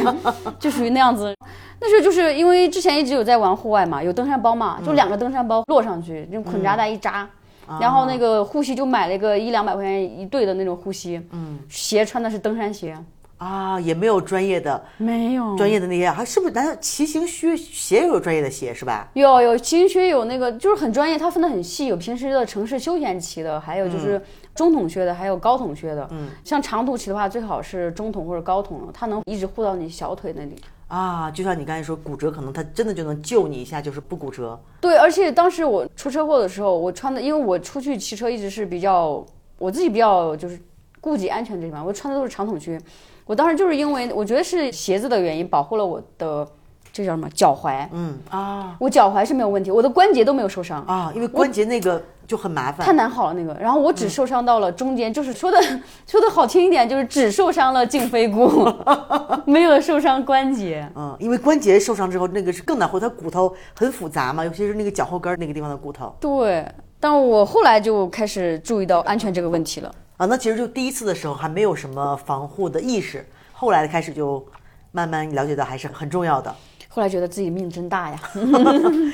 [SPEAKER 2] 就属于那样子。那时候就是因为之前一直有在玩户外嘛，有登山包嘛，就两个登山包摞上去，用捆扎带一扎。然后那个护膝就买了一个一两百块钱一对的那种护膝，嗯，鞋穿的是登山鞋，
[SPEAKER 1] 啊，也没有专业的
[SPEAKER 2] 没有
[SPEAKER 1] 专业的那些，还是不是？难道骑行靴鞋也有专业的鞋是吧？
[SPEAKER 2] 有有骑行靴有那个就是很专业，它分得很细，有平时的城市休闲骑的，还有就是中筒靴的，还有高筒靴的。嗯，像长途骑的话，最好是中筒或者高筒，它能一直护到你小腿那里。
[SPEAKER 1] 啊，就像你刚才说，骨折可能它真的就能救你一下，就是不骨折。
[SPEAKER 2] 对，而且当时我出车祸的时候，我穿的，因为我出去骑车一直是比较我自己比较就是顾及安全这地方，我穿的都是长筒靴。我当时就是因为我觉得是鞋子的原因，保护了我的这叫什么脚踝。
[SPEAKER 1] 嗯啊
[SPEAKER 2] 我脚踝是没有问题，我的关节都没有受伤，
[SPEAKER 1] 啊，因为关节那个就很麻
[SPEAKER 2] 太
[SPEAKER 1] 烦。
[SPEAKER 2] 难好了那个。然后我只受伤到了中间，就是说的 说的好听一点，就是只受伤了颈椎 骨，没有受伤关节。
[SPEAKER 1] 嗯，因为关节受伤之后，那个是更难活，它骨头很复杂嘛，尤其是那个脚后跟儿那个地方的骨头
[SPEAKER 2] 对，但我后来就开始注意到安全这个问题了。
[SPEAKER 1] 啊。那其实就第一次的时候还没有什么防护的意识，后来开始就慢慢了解到还是很重要的。
[SPEAKER 2] 后来觉得自己命真大呀，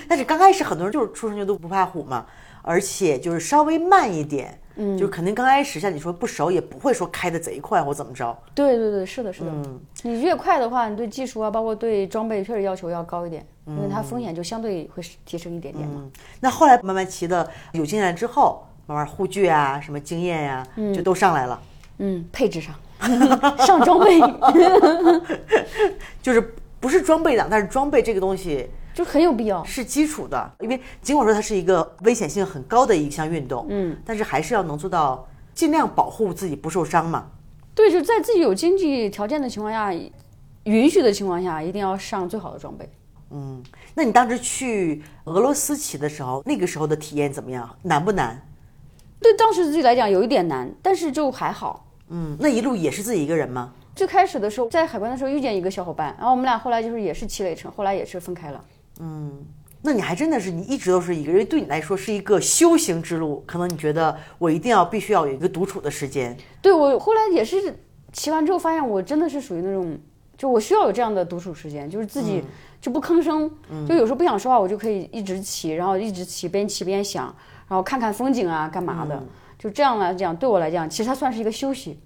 [SPEAKER 1] 但是刚开始很多人就是初生牛犊不怕虎嘛，而且就是稍微慢一点，嗯，就肯定刚开始像你说不熟，也不会说开的贼快或怎么着。
[SPEAKER 2] 对对对，是的，是的。你越快的话，你对技术啊，包括对装备确实要求要高一点，因为它风险就相对会提升一点点嘛。
[SPEAKER 1] 那后来慢慢骑的有经验之后，慢慢护具啊、什么经验呀、就都上来了。
[SPEAKER 2] 嗯，配置上， 上装备
[SPEAKER 1] 就是不是装备党，但是装备这个东西
[SPEAKER 2] 就很有必要。
[SPEAKER 1] 是基础的，因为尽管说它是一个危险性很高的一项运动，嗯，但是还是要能做到尽量保护自己不受伤嘛。
[SPEAKER 2] 对，就在自己有经济条件的情况下，允许的情况下，一定要上最好的装备。
[SPEAKER 1] 那你当时去俄罗斯骑的时候，那个时候的体验怎么样？难不难？
[SPEAKER 2] 对当时自己来讲有一点难，但是就还好。
[SPEAKER 1] 嗯，那一路也是自己一个人吗？
[SPEAKER 2] 最开始的时候，在海关的时候遇见一个小伙伴，然后我们俩后来就是也是骑了一程，后来也是分开了。
[SPEAKER 1] 那你还真的是，你一直都是一个人，因为对你来说是一个修行之路。可能你觉得我一定要必须要有一个独处的时间，
[SPEAKER 2] 对我后来也是骑完之后发现，我真的是属于那种，就我需要有这样的独处时间，就是自己就不吭声，就有时候不想说话，我就可以一直骑，然后一直骑，边骑边想，然后看看风景啊，干嘛的，就这样来讲，对我来讲，其实它算是一个休息。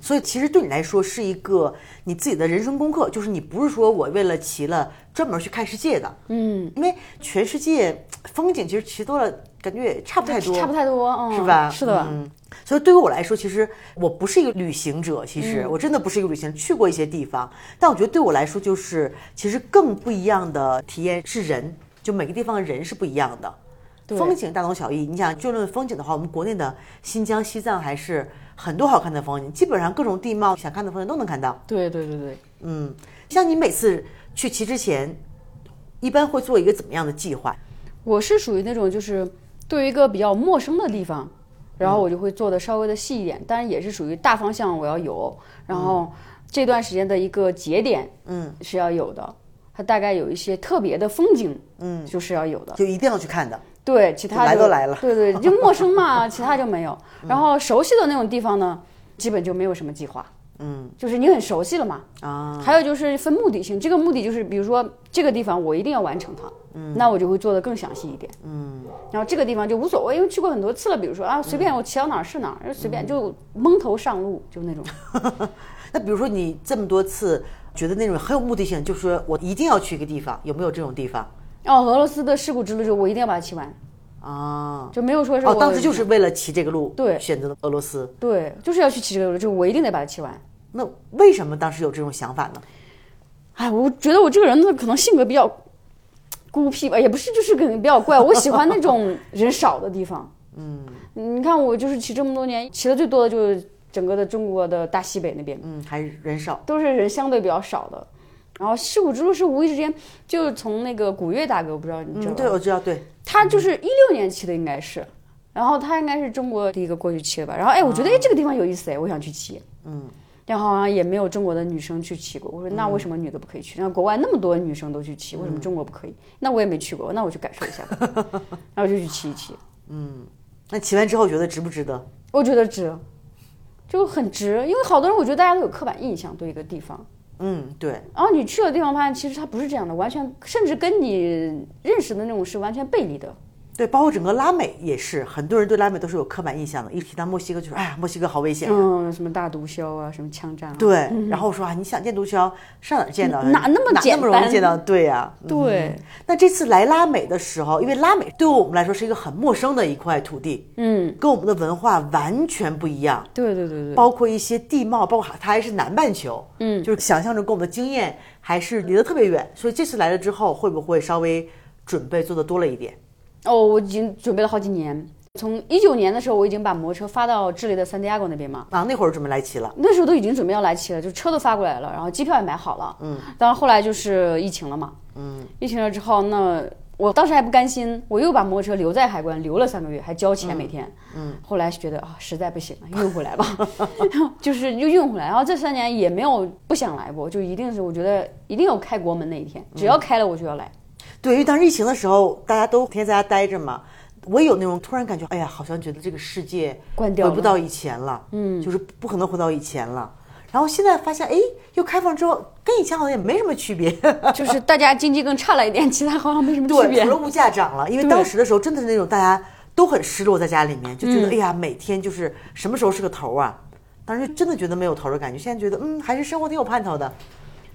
[SPEAKER 1] 所以其实对你来说是一个你自己的人生功课，就是你不是说我为了骑了专门去看世界的，嗯，因为全世界风景其实骑多了，感觉也差不太多，
[SPEAKER 2] 差不太多，嗯，
[SPEAKER 1] 是吧？
[SPEAKER 2] 是的，
[SPEAKER 1] 嗯。所以对于我来说，其实我不是一个旅行者，其实、
[SPEAKER 2] 嗯
[SPEAKER 1] 我真的不是一个旅行，去过一些地方，但我觉得对我来说，就是其实更不一样的体验是人，就每个地方的人是不一样的。风景大同小异，你想就论风景的话，我们国内的新疆、西藏还是很多好看的风景，基本上各种地貌想看的风景都能看到。
[SPEAKER 2] 对对对对。
[SPEAKER 1] 嗯，像你每次去骑之前，一般会做一个怎么样的计划？
[SPEAKER 2] 我是属于那种就是对于一个比较陌生的地方，然
[SPEAKER 1] 嗯
[SPEAKER 2] 后我就会做的稍微的细一点，当然也是属于大方向我要有，然后这段时间的一个节点，
[SPEAKER 1] 嗯，
[SPEAKER 2] 是要有的。它大概有一些特别的风景，嗯，就是要有的。
[SPEAKER 1] 就一定要去看的。
[SPEAKER 2] 对，其他
[SPEAKER 1] 来
[SPEAKER 2] 就
[SPEAKER 1] 都来了
[SPEAKER 2] 对 对，就陌生嘛，其他就没有。然后熟悉的那种地方呢，基本就没有什么计划。
[SPEAKER 1] 嗯，
[SPEAKER 2] 就是你很熟悉了嘛。
[SPEAKER 1] 啊，
[SPEAKER 2] 还有就是分目的性，这个目的就是比如说这个地方我一定要完成它，嗯，那我就会做的更详细一点，嗯。然后这个地方就无所谓，因为去过很多次了，比如说啊，随
[SPEAKER 1] 嗯
[SPEAKER 2] 便我骑到哪儿是哪儿，就随便就蒙头上路，就那种。
[SPEAKER 1] 那比如说你这么多次觉得那种很有目的性，就是说我一定要去一个地方，有没有这种地方
[SPEAKER 2] 然哦后俄罗斯的事故之路就我一定要把它骑完，
[SPEAKER 1] 啊？
[SPEAKER 2] 就没有说是我
[SPEAKER 1] 哦，当时就是为了骑这个路，
[SPEAKER 2] 对
[SPEAKER 1] 选择了俄罗斯。
[SPEAKER 2] 对，就是要去骑这个路，就我一定得把它骑完。
[SPEAKER 1] 那为什么当时有这种想法呢？
[SPEAKER 2] 哎，我觉得我这个人呢，可能性格比较孤僻吧，也不是，就是可能比较怪。我喜欢那种人少的地 方。嗯，你看我就是骑这么多年，骑的最多的就是整个的中国的大西北那边，
[SPEAKER 1] 嗯，还是人少。
[SPEAKER 2] 都是人相对比较少的。然后事故之路是无意之间，就是从那个古月大哥，我不知道你知道
[SPEAKER 1] 嗯，
[SPEAKER 2] 吧？
[SPEAKER 1] 对，我知道，对，
[SPEAKER 2] 他就是一六年骑的，应该是，然后他应该是中国第一个过去骑的吧。然后哎，我觉得哎这个地方有意思哎，我想去骑。嗯。然后好像也没有中国的女生去骑过。我说那为什么女的不可以去？然后国外那么多女生都去骑，为什么中国不可以？那我也没去过，那我去感受一下吧。 然后就去骑一骑，
[SPEAKER 1] 那骑完之后觉得值不值得？
[SPEAKER 2] 我觉得值，就很值。因为好多人我觉得大家都有刻板印象对一个地方，
[SPEAKER 1] 嗯，对，
[SPEAKER 2] 然后你去了地方发现其实它不是这样的，完全甚至跟你认识的那种是完全背离的。
[SPEAKER 1] 对，包括整个拉美也是，很多人对拉美都是有刻板印象的，一提到墨西哥就说，哎呀，墨西哥好危险。
[SPEAKER 2] 嗯，什么大毒枭啊，什么枪战啊。
[SPEAKER 1] 对，然后说啊，你想见毒枭，上哪儿见到？
[SPEAKER 2] 哪那么
[SPEAKER 1] 哪那
[SPEAKER 2] 简
[SPEAKER 1] 么容易
[SPEAKER 2] 单
[SPEAKER 1] 见到？对呀、嗯
[SPEAKER 2] 对，
[SPEAKER 1] 那这次来拉美的时候，因为拉美对我们来说是一个很陌生的一块土地，
[SPEAKER 2] 嗯，
[SPEAKER 1] 跟我们的文化完全不一样，
[SPEAKER 2] 对对对对，
[SPEAKER 1] 包括一些地貌，包括它还是南半球，嗯，就是想象着跟我们的经验还是离得特别远，所以这次来了之后，会不会稍微准备做的多了一点？
[SPEAKER 2] 哦，我已经准备了好几年，从一九年的时候，我已经把摩托车发到智利的 Santiago 那边嘛，
[SPEAKER 1] 啊，那会儿准备来齐了，
[SPEAKER 2] 那时候都已经准备要来齐了，就车都发过来了，然后机票也买好了。嗯，当然后来就是疫情了嘛。嗯，疫情了之后，那我当时还不甘心，我又把摩托车留在海关留了三个月，还交钱每天。嗯，后来觉得啊，实在不行了，运回来 吧，就是又运回来。然后这三年也没有不想来过，就一定是我觉得一定有开国门那一天，只要开了我就要来。
[SPEAKER 1] 对，因为当时疫情的时候，大家都天天在家待着嘛，我也有那种突然感觉，哎呀，好像觉得这个世界
[SPEAKER 2] 关掉了
[SPEAKER 1] 回不到以前了，嗯，就是不可能回到以前了。然后现在发现，哎，又开放之后，跟以前好像也没什么区 别，
[SPEAKER 2] 就是大家经济更差了一点， 其他好像没什么区
[SPEAKER 1] 对，
[SPEAKER 2] 别
[SPEAKER 1] 除。了物价涨了，因为
[SPEAKER 2] 对
[SPEAKER 1] 当时的时候真的是那种大家都很失落，在家里面就觉得、哎呀，每天就是什么时候是个头啊？当时就真的觉得没有头的感觉，现在觉得嗯，还是生活挺有盼头的，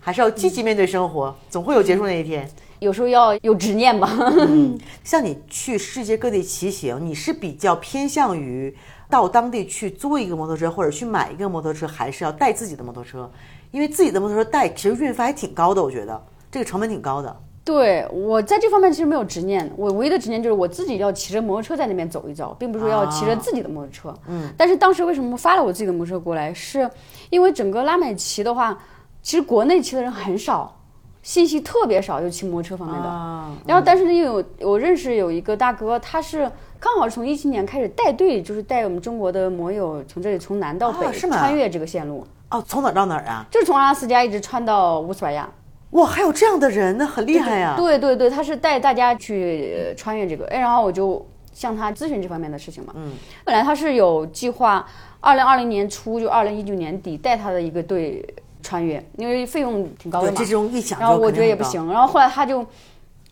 [SPEAKER 1] 还是要积极面对生活，总会有结束那一天。
[SPEAKER 2] 有时候要有执念吧。
[SPEAKER 1] 嗯像你去世界各地骑行，你是比较偏向于到当地去租一个摩托车，或者去买一个摩托车，还是要带自己的摩托车？因为自己的摩托车带其实运费还挺高的，我觉得这个成本挺高的。
[SPEAKER 2] 对我在这方面其实没有执念，我唯一的执念就是我自己要骑着摩托车在那边走一走，并不是说要
[SPEAKER 1] 啊
[SPEAKER 2] 骑着自己的摩托车。嗯，但是当时为什么发了我自己的摩托车过来，是因为整个拉美骑的话，其实国内骑的人很少，信息特别少，就骑摩托车方面的。
[SPEAKER 1] 啊，
[SPEAKER 2] 然后，但是呢，又有我认识有一个大哥，他是刚好从一七年开始带队，就是带我们中国的摩友从这里从南到北、
[SPEAKER 1] 啊是吗
[SPEAKER 2] 穿越这个线路，
[SPEAKER 1] 哦，从哪儿到哪儿啊？
[SPEAKER 2] 就是从阿拉斯加一直穿到乌斯怀亚。
[SPEAKER 1] 哇，还有这样的人，那很厉害呀、
[SPEAKER 2] 对对对，他是带大家去呃穿越这个，哎，然后我就向他咨询这方面的事情嘛。嗯，本来他是有计划，二零二零年初就二零一九年底带他的一个队穿越，因为费用挺高的
[SPEAKER 1] 对，
[SPEAKER 2] 嘛
[SPEAKER 1] 这。种一想，
[SPEAKER 2] 然后我觉得也不。行，然后后来他就。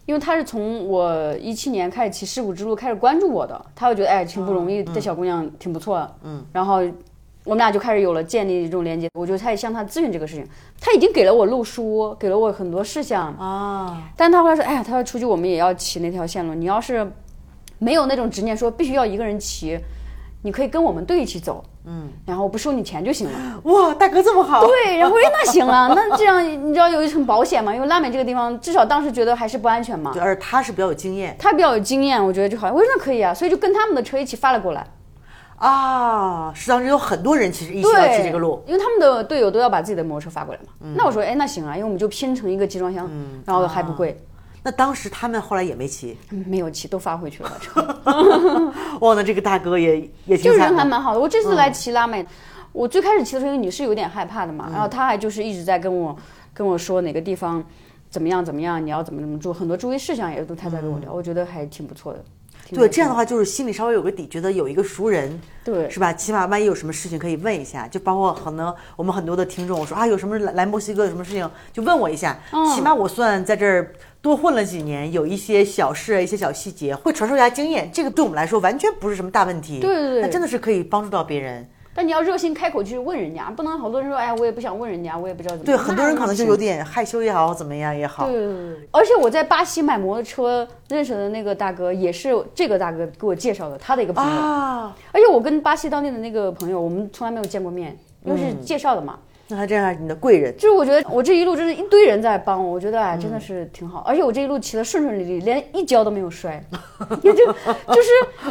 [SPEAKER 2] 因为他是从我一七年开始骑世谷之路开始关注我的，他就觉得哎挺不容易，这小姑娘挺不错，嗯，然后我们俩就开始有了建立这种连接，我就开始向他咨询这个事情，他已经给了我路书，给了我很多事项，
[SPEAKER 1] 啊，
[SPEAKER 2] 但他后来说，哎呀，他要出去，我们也要骑那条线路。你要是没有那种执念，说必须要一个人骑，你可以跟我们队一起走，嗯，然后不收你钱就行了。
[SPEAKER 1] 哇，大哥这么好，
[SPEAKER 2] 对，然后我说哎那行了， 那这样你知道有一层保险嘛？因为拉美这个地方，至少当时觉得还是不安全嘛
[SPEAKER 1] 对，。而且他是比较有经验
[SPEAKER 2] 他比较有经验，我觉得就好。我说那可以啊，所以就跟他们的车一起发了过来。
[SPEAKER 1] 啊。实际上是有很多人其实一起要
[SPEAKER 2] 对，
[SPEAKER 1] 骑这个路，嗯
[SPEAKER 2] 因为他们的队友都要把自己的摩托车发过来嘛。那我说，哎，那行啊，因为我们就拼成一个集装箱，然后还
[SPEAKER 1] 啊
[SPEAKER 2] 不贵，
[SPEAKER 1] 那当时他们后来也没骑。
[SPEAKER 2] 没有骑，都发回去了。
[SPEAKER 1] 哇，那这个大哥也也挺
[SPEAKER 2] 就
[SPEAKER 1] 惨
[SPEAKER 2] 人还
[SPEAKER 1] 的。
[SPEAKER 2] 蛮好的。我这次
[SPEAKER 1] 嗯
[SPEAKER 2] 来骑拉美，我最开始骑的时候你是有点害怕的嘛，
[SPEAKER 1] 嗯
[SPEAKER 2] 然后他还就是一直在跟我跟我说哪个地方怎么样怎么样，你要怎么怎么做，很多注意事项也都他在跟我聊，我觉得还挺不错的。
[SPEAKER 1] 嗯
[SPEAKER 2] 挺
[SPEAKER 1] 对，
[SPEAKER 2] 不
[SPEAKER 1] 这样的
[SPEAKER 2] 错
[SPEAKER 1] 话就是心里稍微有个底，觉得有一个熟人，
[SPEAKER 2] 对
[SPEAKER 1] 是吧？起码万一有什么事情可以问一下，就包括可能我们很多的听众，我说啊，有什么来来墨西哥有什么事情，就问我一下，
[SPEAKER 2] 嗯
[SPEAKER 1] 起码我算在这儿多混了几年，有一些小事、啊一些小细节会传授一下经验，这个对我们来说完全不是什么大问题。
[SPEAKER 2] 对对对
[SPEAKER 1] 那真的是可以帮助到别人。
[SPEAKER 2] 但你要热心开口去问人家，不能好多人说，哎呀，我也不想问人家，我也不知道怎么
[SPEAKER 1] 对，
[SPEAKER 2] 样。
[SPEAKER 1] 很多人
[SPEAKER 2] 那
[SPEAKER 1] 可能就
[SPEAKER 2] 不
[SPEAKER 1] 有
[SPEAKER 2] 行
[SPEAKER 1] 点害羞也好，怎么样也好。
[SPEAKER 2] 对对对对，而且我在巴西买摩托车认识的那个大哥，也是这个大哥给我介绍的，他的一个朋友。
[SPEAKER 1] 啊，
[SPEAKER 2] 而且我跟巴西当地的那个朋友，我们从来没有见过面，因为
[SPEAKER 1] 嗯
[SPEAKER 2] 是介绍的嘛。
[SPEAKER 1] 那他这样你的贵人，
[SPEAKER 2] 就是我觉得我这一路真是一堆人在帮我，我觉得哎，真的是挺
[SPEAKER 1] 嗯
[SPEAKER 2] 好。而且我这一路骑得顺顺利利，连一跤都没有摔， 就就是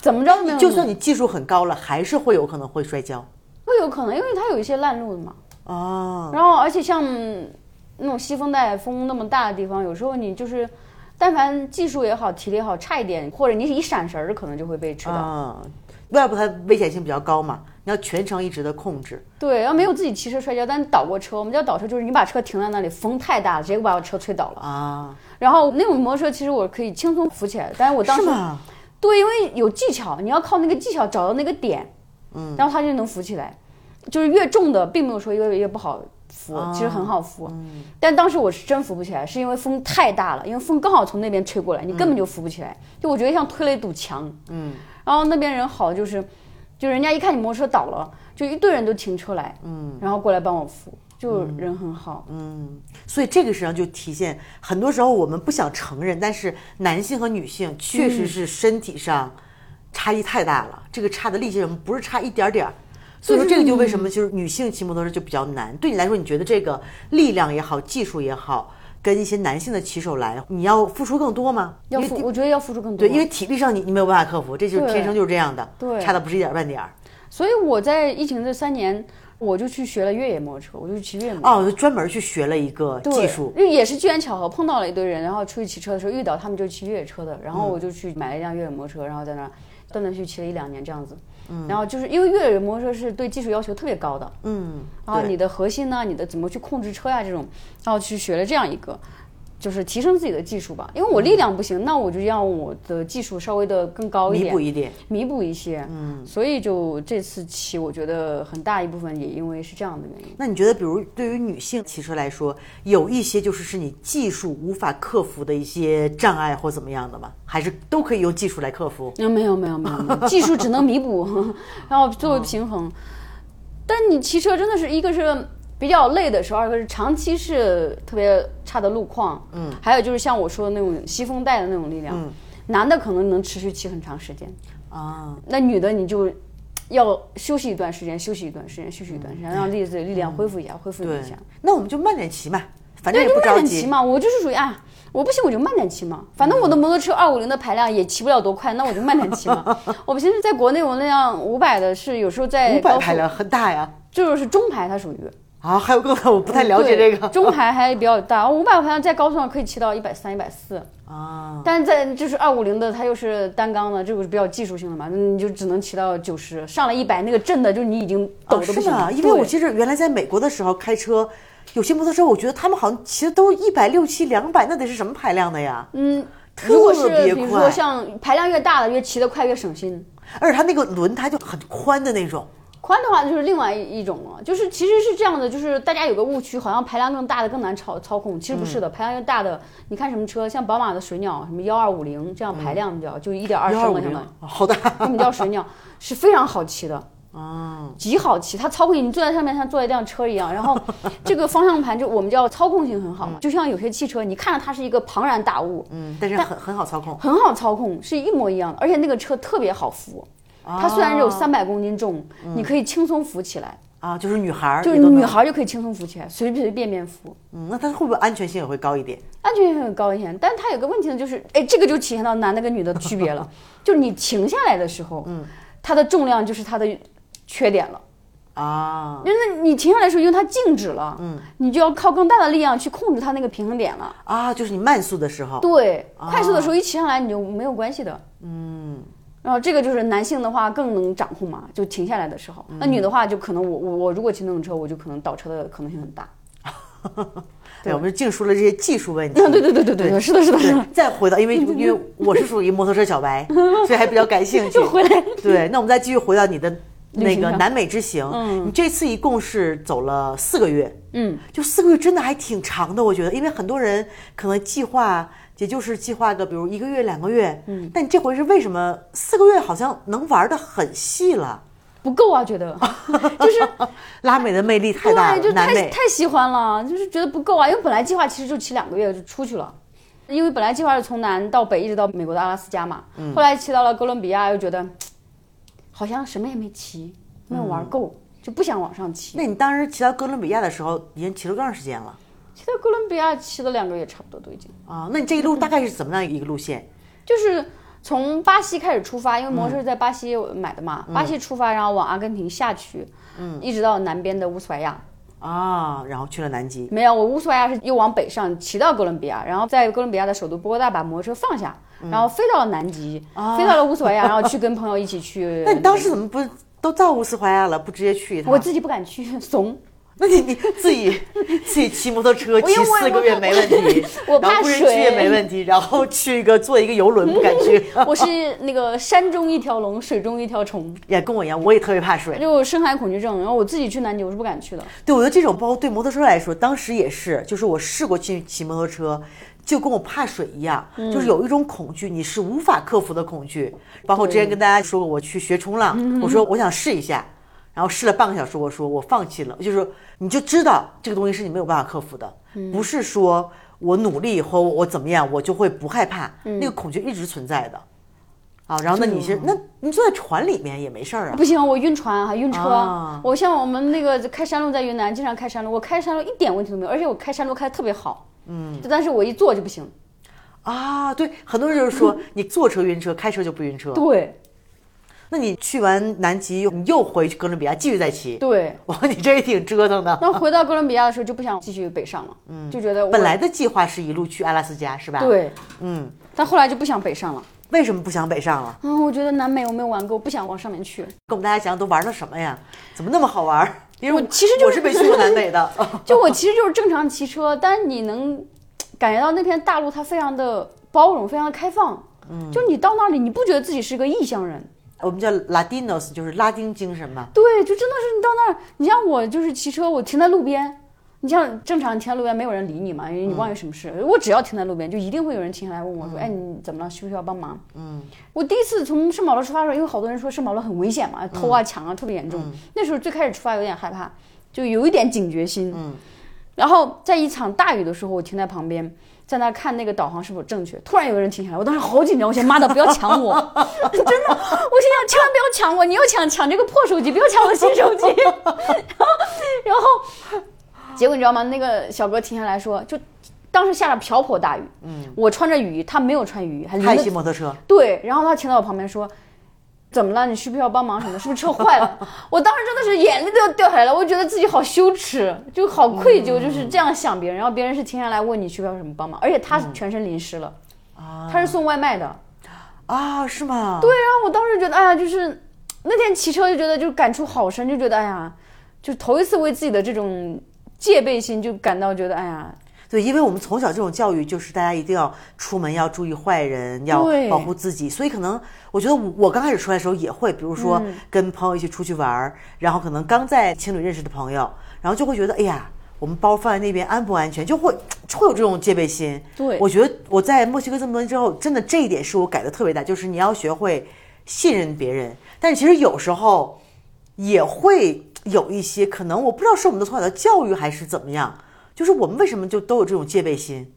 [SPEAKER 2] 怎么着都没有，
[SPEAKER 1] 就算你技术很高了，还是会有可能会摔跤。
[SPEAKER 2] 会有可能，因为它有一些烂路的嘛。
[SPEAKER 1] 哦，
[SPEAKER 2] 然后而且像那种西风带风那么大的地方，有时候你就是。但凡技术也好，体力也好，差一点，或者你一闪神儿，可能就会被吃到。
[SPEAKER 1] 啊，外部它危险性比较高嘛，你要全程一直的控制。
[SPEAKER 2] 对，然后没有自己骑车摔跤，但是倒过车。我们叫倒车，就是你把车停在那里，风太大了，直接把我车吹倒了。
[SPEAKER 1] 啊，
[SPEAKER 2] 然后那种摩托车其实我可以轻松扶起来，但是我当
[SPEAKER 1] 是
[SPEAKER 2] 时
[SPEAKER 1] 吗？
[SPEAKER 2] 对，因为有技巧，你要靠那个技巧找到那个点，嗯，然后它就能浮起来。就是越重的，并没有说越越不好浮，其实很好浮。但当时我是真浮不起来，是因为风太大了，因为风刚好从那边吹过来，你根本就浮不起来。就我觉得像推了一堵墙。嗯。然后那边人好就是，就人家一看你摩托车倒了，就一堆人都停车来，嗯，然后过来帮我扶，就人很好。
[SPEAKER 1] 所以这个实际上就体现，很多时候我们不想承认，但是男性和女性确
[SPEAKER 2] 嗯
[SPEAKER 1] 实是身体上差异太大了，这个差的力气什么不是差一点点儿。所以说这
[SPEAKER 2] 嗯
[SPEAKER 1] 个就为什么就是女性骑摩托车就比较难，对你来说，你觉得这个力量也好，技术也好，跟一些男性的骑手来，你要付出更多吗？
[SPEAKER 2] 要
[SPEAKER 1] 因为
[SPEAKER 2] 付，
[SPEAKER 1] 体
[SPEAKER 2] 我觉得要付出更多。
[SPEAKER 1] 对，因为体力上你你没有办法克服，这就是
[SPEAKER 2] 对
[SPEAKER 1] 天生就是这样的，
[SPEAKER 2] 对
[SPEAKER 1] 差的不是一点儿半点儿。
[SPEAKER 2] 所以我在疫情这三年，我就去学了越野摩托车，我就去骑越野摩托车。
[SPEAKER 1] 哦，我就专门去学了一个
[SPEAKER 2] 对
[SPEAKER 1] 技术，
[SPEAKER 2] 那也是机缘巧合碰到了一堆人，然后出去骑车的时候遇到他们就是骑越野车的，然
[SPEAKER 1] 嗯
[SPEAKER 2] 后我就去买了一辆越野摩托车，然后在那儿断断续续骑了一两年这样子。嗯，然后就是因为越野摩托车是对技术要求特别高的，
[SPEAKER 1] 嗯，
[SPEAKER 2] 然后
[SPEAKER 1] 对
[SPEAKER 2] 你的核心呢，你的怎么去控制车呀、这种，然后去学了这样一个，就是提升自己的技术吧。因为我
[SPEAKER 1] 嗯
[SPEAKER 2] 力量不行，那我就让我的技术稍微的更高一
[SPEAKER 1] 弥
[SPEAKER 2] 点，
[SPEAKER 1] 补一点。
[SPEAKER 2] 弥补一些。嗯，所以就这次骑，我觉得很大一部分也因为是这样的原因。
[SPEAKER 1] 那你觉得，比如对于女性骑车来说，有一些就是是你技术无法克服的一些障碍或怎么样的吗？还是都可以用技术来克服？
[SPEAKER 2] 嗯，没有没有没有没有，技术只能弥补， 然后作为平衡。但你骑车真的是一个是比较累的时候，二个是长期是特别差的路况，嗯，还有就是像我说的那种吸风带的那种力量，男的可能能持续骑很长时间，
[SPEAKER 1] 啊，
[SPEAKER 2] 那女的你就。要休息一段时间，休息一段时间，休息一段时间，让自己的力量恢复一下，恢复
[SPEAKER 1] 对
[SPEAKER 2] 一下。，
[SPEAKER 1] 那我们就慢点骑嘛，反正
[SPEAKER 2] 对，
[SPEAKER 1] 也
[SPEAKER 2] 就
[SPEAKER 1] 不
[SPEAKER 2] 慢
[SPEAKER 1] 着
[SPEAKER 2] 点骑
[SPEAKER 1] 急。嗯
[SPEAKER 2] 嘛，我就是属于啊，我不行我就慢点骑嘛，反正我的摩托车二五零的排量也骑不了多快，那我就慢点 骑嘛。我平时在国内我那辆五百的是有时候在
[SPEAKER 1] 五
[SPEAKER 2] 高
[SPEAKER 1] 百
[SPEAKER 2] 速，
[SPEAKER 1] 排量很大呀，
[SPEAKER 2] 就是中排它属于
[SPEAKER 1] 啊，还有更大，我不太了解这
[SPEAKER 2] 对
[SPEAKER 1] 个
[SPEAKER 2] 中排还比较大，五百排量在高速上可以骑到一百三、一百四，
[SPEAKER 1] 啊。
[SPEAKER 2] 但是在就是二五零的它又是单缸的，这个是比较技术性的嘛，你就只能骑到九十，上了一百那个震的就你已经抖
[SPEAKER 1] 哦，
[SPEAKER 2] 的
[SPEAKER 1] 是
[SPEAKER 2] 不行了，
[SPEAKER 1] 吗？因为我
[SPEAKER 2] 对
[SPEAKER 1] 记着原来在美国的时候开车，有些摩托车，我觉得他们好像骑的都一百六七、两百，那得是什么排量的呀？
[SPEAKER 2] 嗯。
[SPEAKER 1] 特
[SPEAKER 2] 如果是
[SPEAKER 1] 别
[SPEAKER 2] 比如
[SPEAKER 1] 快
[SPEAKER 2] 说像排量越大的，越骑得快越省心。
[SPEAKER 1] 而且它那个轮胎就很宽的那种。
[SPEAKER 2] 宽的话就是另外一一种了，就是其实是这样的，就是大家有个误区，好像排量更大的更难操操控，其实不是的，排量越大的，你看什么车，像宝马的水鸟，什么幺二五零这样排量比较，就一点二
[SPEAKER 1] 幺二
[SPEAKER 2] 升
[SPEAKER 1] 五
[SPEAKER 2] 的相
[SPEAKER 1] 零
[SPEAKER 2] 当于，，
[SPEAKER 1] 好大
[SPEAKER 2] 我们叫水鸟，是非常好骑的，
[SPEAKER 1] 啊！
[SPEAKER 2] 极好骑，它操控你，你坐在上面像坐一辆车一样，然后这个方向盘就我们叫操控性很好嘛，就像有些汽车，你看着它是一个庞然大物，
[SPEAKER 1] 嗯，但是很很好操控。
[SPEAKER 2] 很好操控，是一模一样的，而且那个车特别好扶。它虽然只有三百公斤重，你可以轻松扶起来，
[SPEAKER 1] 啊，就是女孩儿
[SPEAKER 2] 就是
[SPEAKER 1] 也都能，
[SPEAKER 2] 女孩儿就可以轻松扶起来，随随便便扶，
[SPEAKER 1] 嗯，那它会不会安全性也会高一点？
[SPEAKER 2] 安全性很高一些。但它有个问题呢，就是，哎，这个就体现到男的跟女的区别了，就是你停下来的时候，嗯，它的重量就是它的缺点了。
[SPEAKER 1] 啊，
[SPEAKER 2] 因为你停下来的时候，因为它静止了，嗯，你就要靠更大的力量去控制它那个平衡点了。
[SPEAKER 1] 啊，就是你慢速的时候，
[SPEAKER 2] 对，快速的时候一骑上来你就没有关系的，嗯。然后这个就是男性的话更能掌控嘛，就停下来的时候。那女的话就可能我我我如果骑那种车，我就可能倒车的可能性很大。
[SPEAKER 1] 对，哎我们就净说了这些技术问题。
[SPEAKER 2] 对对对对对，是的是的是的。
[SPEAKER 1] 嗯 对，再回到，因为因为我是属于摩托车小白，所以还比较感 兴趣。
[SPEAKER 2] 又回来了
[SPEAKER 1] 对，那我们再继续回到你的那
[SPEAKER 2] 旅行
[SPEAKER 1] 个
[SPEAKER 2] 上
[SPEAKER 1] 南美之行，你这次一共是走了四个月，
[SPEAKER 2] 嗯，
[SPEAKER 1] 就四个月真的还挺长的，我觉得，因为很多人可能计划也就是计划个比如一个月、两个月，嗯，但你这回是为什么四个月好像能玩的很细了？
[SPEAKER 2] 不够啊，觉得就是
[SPEAKER 1] 拉美的魅力 太大
[SPEAKER 2] 对，
[SPEAKER 1] 了，
[SPEAKER 2] 就
[SPEAKER 1] 南
[SPEAKER 2] 太
[SPEAKER 1] 美
[SPEAKER 2] 太喜欢了，就是觉得不够啊，因为本来计划其实就骑两个月就出去了。因为本来计划是从南到北一直到美国的阿拉斯加嘛，
[SPEAKER 1] 嗯
[SPEAKER 2] 后来骑到了哥伦比亚，又觉得好像什么也没骑，没有玩够，
[SPEAKER 1] 嗯
[SPEAKER 2] 就不想往上骑。
[SPEAKER 1] 那你当时骑到哥伦比亚的时候，已经骑了多长时间了
[SPEAKER 2] 骑到哥伦比亚骑了两个月差不多都已经，
[SPEAKER 1] 啊？那你这一路大概是怎么样一个路线？
[SPEAKER 2] 就是从巴西开始出发，因为摩托车在巴西买的嘛，
[SPEAKER 1] 嗯
[SPEAKER 2] 巴西出发，然后往阿根廷下去，一直到南边的乌苏莱亚，
[SPEAKER 1] 啊，然后去了南极，
[SPEAKER 2] 没有，我乌苏莱亚是又往北上骑到哥伦比亚，然后在哥伦比亚的首都波哥大把摩托车放下，然后飞到了南极，飞到了乌苏莱亚，然后去跟朋友一起
[SPEAKER 1] 啊
[SPEAKER 2] 去。
[SPEAKER 1] 那你当时怎么不都到乌斯怀亚了，不直接去一趟？啊
[SPEAKER 2] 我自己不敢去，怂。
[SPEAKER 1] 那你你自己自己骑摩托车
[SPEAKER 2] 我
[SPEAKER 1] 骑
[SPEAKER 2] 因为我
[SPEAKER 1] 四个月没问题，
[SPEAKER 2] 我怕
[SPEAKER 1] 然后无人区也
[SPEAKER 2] 水
[SPEAKER 1] 没问题，然后去一个坐一个游轮不敢 去，
[SPEAKER 2] 我是那个山中一条龙，水中一条虫，
[SPEAKER 1] 也跟我一样，我也特别怕水。
[SPEAKER 2] 就深海恐惧症。然后我自己去南极，我是不敢去的。
[SPEAKER 1] 对，我觉得这种包括对摩托车来说，当时也是，就是我试过去骑摩托车，就跟我怕水一样，就是有一种恐惧，你是无法克服的恐惧。包括之前跟大家说过，我去学冲浪，我说我想试一下，然后试了半个小时，我说我放弃了，就是你就知道这个东西是你没有办法克服的，不是说我努力以后我怎么样，我就会不害怕，那个恐惧一直存在的。啊，然后那你是那你坐在船里面也没事儿啊，
[SPEAKER 2] 不行，我晕船还晕车。
[SPEAKER 1] 啊
[SPEAKER 2] 我像我们那个开山路在云南，经常开山路，我开山路一点问题都没有，而且我开山路开的特别好。嗯，但是我一坐就不行。
[SPEAKER 1] 啊，对，很多人就是说你坐车晕车，开车就不晕车。
[SPEAKER 2] 对
[SPEAKER 1] 那你去完南极，你又回去哥伦比亚继续再骑，
[SPEAKER 2] 对。
[SPEAKER 1] 哇，你这也挺折腾的。
[SPEAKER 2] 那回到哥伦比亚的时候就不想继续北上了，就觉得我
[SPEAKER 1] 嗯本来的计划是一路去阿拉斯加，是吧？，
[SPEAKER 2] 对，
[SPEAKER 1] 嗯，
[SPEAKER 2] 但后来就不想北上了。
[SPEAKER 1] 为什么不想北上了？
[SPEAKER 2] 嗯，我觉得南美我没有玩够，不想往上面去。
[SPEAKER 1] 跟我们大家讲都玩了什么呀？怎么那么好玩儿？因为
[SPEAKER 2] 我其实就
[SPEAKER 1] 我是没去过南北的。
[SPEAKER 2] 就我其实就是正常骑车，但是你能感觉到那片大陆它非常的包容，非常的开放。嗯，就你到那里，你不觉得自己是个异乡人？
[SPEAKER 1] 我们叫 Latinos，就是拉丁精神嘛。
[SPEAKER 2] 对，就真的是你到那儿，你像我就是骑车，我停在路边，你像正常停在路边没有人理你嘛，因为你忘记什么事。我只要停在路边，就一定会有人停下来问我说：“哎，你怎么了？需不需要帮忙？”嗯，我第一次从圣保罗出发的时候，因为好多人说圣保罗很危险嘛，偷啊抢啊特别严重。
[SPEAKER 1] 嗯
[SPEAKER 2] 那时候最开始出发有点害怕，就有一点警觉心。嗯，然后在一场大雨的时候，我停在旁边。在那儿看那个导航是否正确，突然有个人停下来，我当时好紧张，我想妈的不要抢我， 真的，我心想千万不要抢我，你要抢抢这个破手机，不要抢我的新手机。 然后，然后，结果你知道吗？那个小哥停下来说，就当时下着瓢泼大雨，嗯，我穿着雨衣，他没有穿雨衣，还
[SPEAKER 1] 还
[SPEAKER 2] 淋
[SPEAKER 1] 骑
[SPEAKER 2] 着
[SPEAKER 1] 摩托车，
[SPEAKER 2] 对，然后他停在我旁边说：“怎么了？你需不需要帮忙什么的？是不是车坏了？” 我当时真的是眼泪都要掉下来了，我觉得自己好羞耻，就好愧疚，就是这样想别人。然后别人是停下来问你需不需要什么帮忙，而且他全身淋湿了，
[SPEAKER 1] 嗯
[SPEAKER 2] 他是送外卖的。
[SPEAKER 1] 啊，是吗？
[SPEAKER 2] 对，然后我当时觉得，哎呀，就是那天骑车就觉得就感触好深，就觉得哎呀，就头一次为自己的这种戒备心就感到觉得哎呀，
[SPEAKER 1] 对，因为我们从小这种教育就是大家一定要出门要注意坏人，要
[SPEAKER 2] 对
[SPEAKER 1] 保护自己，所以可能我觉得我我刚开始出来的时候也会，比如说跟朋友一起出去玩儿，然后可能刚在情侣认识的朋友，然后就会觉得哎呀，我们包放在那边安不安全，就会会有这种戒备心。
[SPEAKER 2] 对
[SPEAKER 1] 我觉得我在墨西哥这么多年之后，真的这一点是我改的特别大，就是你要学会信任别人，但是其实有时候也会有一些可能，我不知道是我们的从小的教育还是怎么样，就是我们为什么就都有这种戒备心？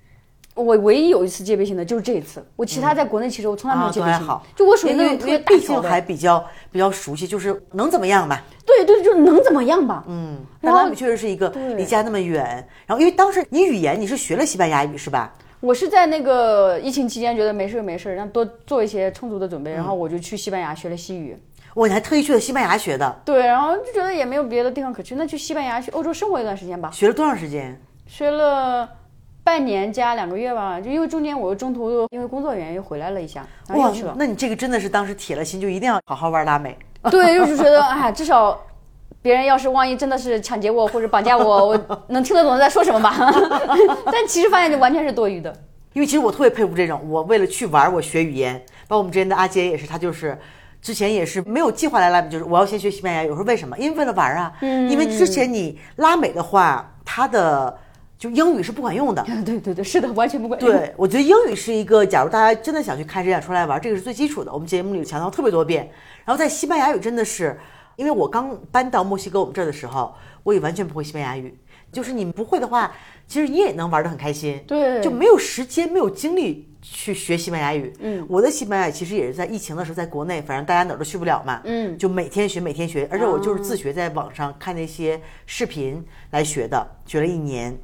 [SPEAKER 2] 我唯一有一次戒备心的就是这一次，我其他在国内骑车我从来没有
[SPEAKER 1] 嗯啊
[SPEAKER 2] 戒
[SPEAKER 1] 都
[SPEAKER 2] 备
[SPEAKER 1] 还
[SPEAKER 2] 心，
[SPEAKER 1] 好，
[SPEAKER 2] 就我属于
[SPEAKER 1] 因
[SPEAKER 2] 那
[SPEAKER 1] 为
[SPEAKER 2] 种特
[SPEAKER 1] 因为
[SPEAKER 2] 别大
[SPEAKER 1] 毕
[SPEAKER 2] 条
[SPEAKER 1] 竟
[SPEAKER 2] 的，
[SPEAKER 1] 还比较比较熟悉，就是能怎么样吧？
[SPEAKER 2] 对对，就是能怎么样吧？嗯，
[SPEAKER 1] 但
[SPEAKER 2] 然
[SPEAKER 1] 拉
[SPEAKER 2] 后
[SPEAKER 1] 美确实是一个
[SPEAKER 2] 对
[SPEAKER 1] 离家那么远，然后因为当时你语言你是学了西班牙语是吧？
[SPEAKER 2] 我是在那个疫情期间觉得没事儿没事儿，让多做一些充足的准
[SPEAKER 1] 嗯
[SPEAKER 2] 备，然后我就去西班牙学了西语。
[SPEAKER 1] 我你还特意去了西班牙学的，
[SPEAKER 2] 对，然后就觉得也没有别的地方可去，那去西班牙去欧洲生活一段时间吧。
[SPEAKER 1] 学了多长时间？
[SPEAKER 2] 学了半年加两个月吧，就因为中间我又中途又因为工作原因又回来了一下，然后又去了。
[SPEAKER 1] 哦那你这个真的是当时铁了心就一定要好好玩拉美。
[SPEAKER 2] 对，就是觉得哎，至少别人要是万一真的是抢劫我或者绑 架我，我能听得懂他在说什么吧。 但其实发现这完全是多余的。
[SPEAKER 1] 因为其实我特别佩服这种，我为了去玩儿，我学语言，包括我们之前的阿杰也是，他就是。之前也是没有计划来拉美，就是我要先学西班牙语。我说为什么？因为为了玩儿啊。嗯。因为之前你拉美的话，它的就英语是不管用的。
[SPEAKER 2] 对对对，是的，完全不管用。
[SPEAKER 1] 对，我觉得英语是一个，假如大家真的想去看谁想出来玩，这个是最基础的。我们节目里强调特别多遍。然后在西班牙语真的是，因为我刚搬到墨西哥我们这儿的时候，我也完全不会西班牙语。就是你不会的话，其实你也能玩得很开心。
[SPEAKER 2] 对
[SPEAKER 1] 就没有时间、没有精力去学西班牙语。嗯，我的西班牙语其实也是在疫情的时候，在国内，反正大家哪儿都去不了嘛。嗯，就每天学，每天学，而且我就是自学，在网上看那些视频来学的，学了一年。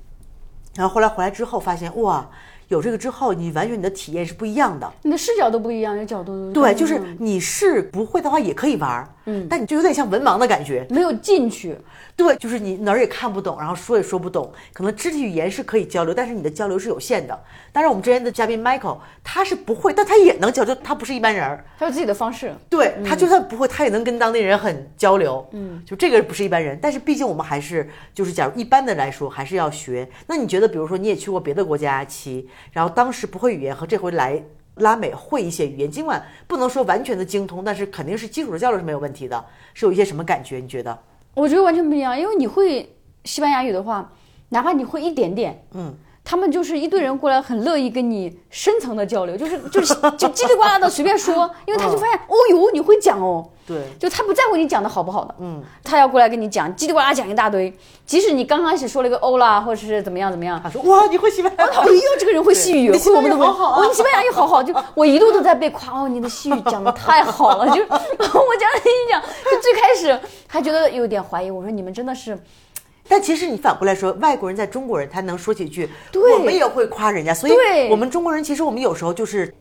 [SPEAKER 1] 然后后来回来之后发现，哇，有这个之后，你完全你的体验是不一样的。
[SPEAKER 2] 你的视角都不一样，你的角度都
[SPEAKER 1] 对，就是你是不会的话也可以玩儿，嗯，但你就有点像文盲的感觉。
[SPEAKER 2] 没有进去。
[SPEAKER 1] 对，就是你哪儿也看不懂，然后说也说不懂，可能肢体语言是可以交流，但是你的交流是有限的。当然，我们之前的嘉宾 Michael 他是不会，但他也能交流，他不是一般人儿。
[SPEAKER 2] 他有自己的方式，
[SPEAKER 1] 对他就算不会，他也能跟当地人很交流。嗯，就这个不是一般人，但是毕竟我们还是就是，假如一般的来说，还是要学。那你觉得，比如说你也去过别的国家骑，然后当时不会语言和这回来拉美会一些语言，尽管不能说完全的精通，但是肯定是基础的交流是没有问题的，是有一些什么感觉？你觉得？
[SPEAKER 2] 我觉得完全不一样。因为你会西班牙语的话，哪怕你会一点点，嗯，他们就是一堆人过来，很乐意跟你深层的交流， 就是就是就叽里呱啦的随便说，因为他就发现，哦哟，你会讲哦。
[SPEAKER 1] 对，
[SPEAKER 2] 就他不在乎你讲的好不好的，嗯，他要过来跟你讲，叽里呱啦讲一大堆，即使你刚开始说了一个欧啦，或者是怎么样怎么样，
[SPEAKER 1] 啊他说哇，你会西班牙
[SPEAKER 2] 哎呦，这个人会西语，
[SPEAKER 1] 对
[SPEAKER 2] 会我们的
[SPEAKER 1] 你西班牙语好好啊
[SPEAKER 2] 哦，你西班牙语好好，就我一路都在被夸哦，你的西语讲的太好了，就我讲了一讲，就最开始还觉得有点怀疑，我说你们真的是。
[SPEAKER 1] 但其实你反过来说，外国人在中国人，他能说几句，
[SPEAKER 2] 对
[SPEAKER 1] 我们也会夸人家。所以
[SPEAKER 2] 对
[SPEAKER 1] 我们中国人其实我们有时候就是。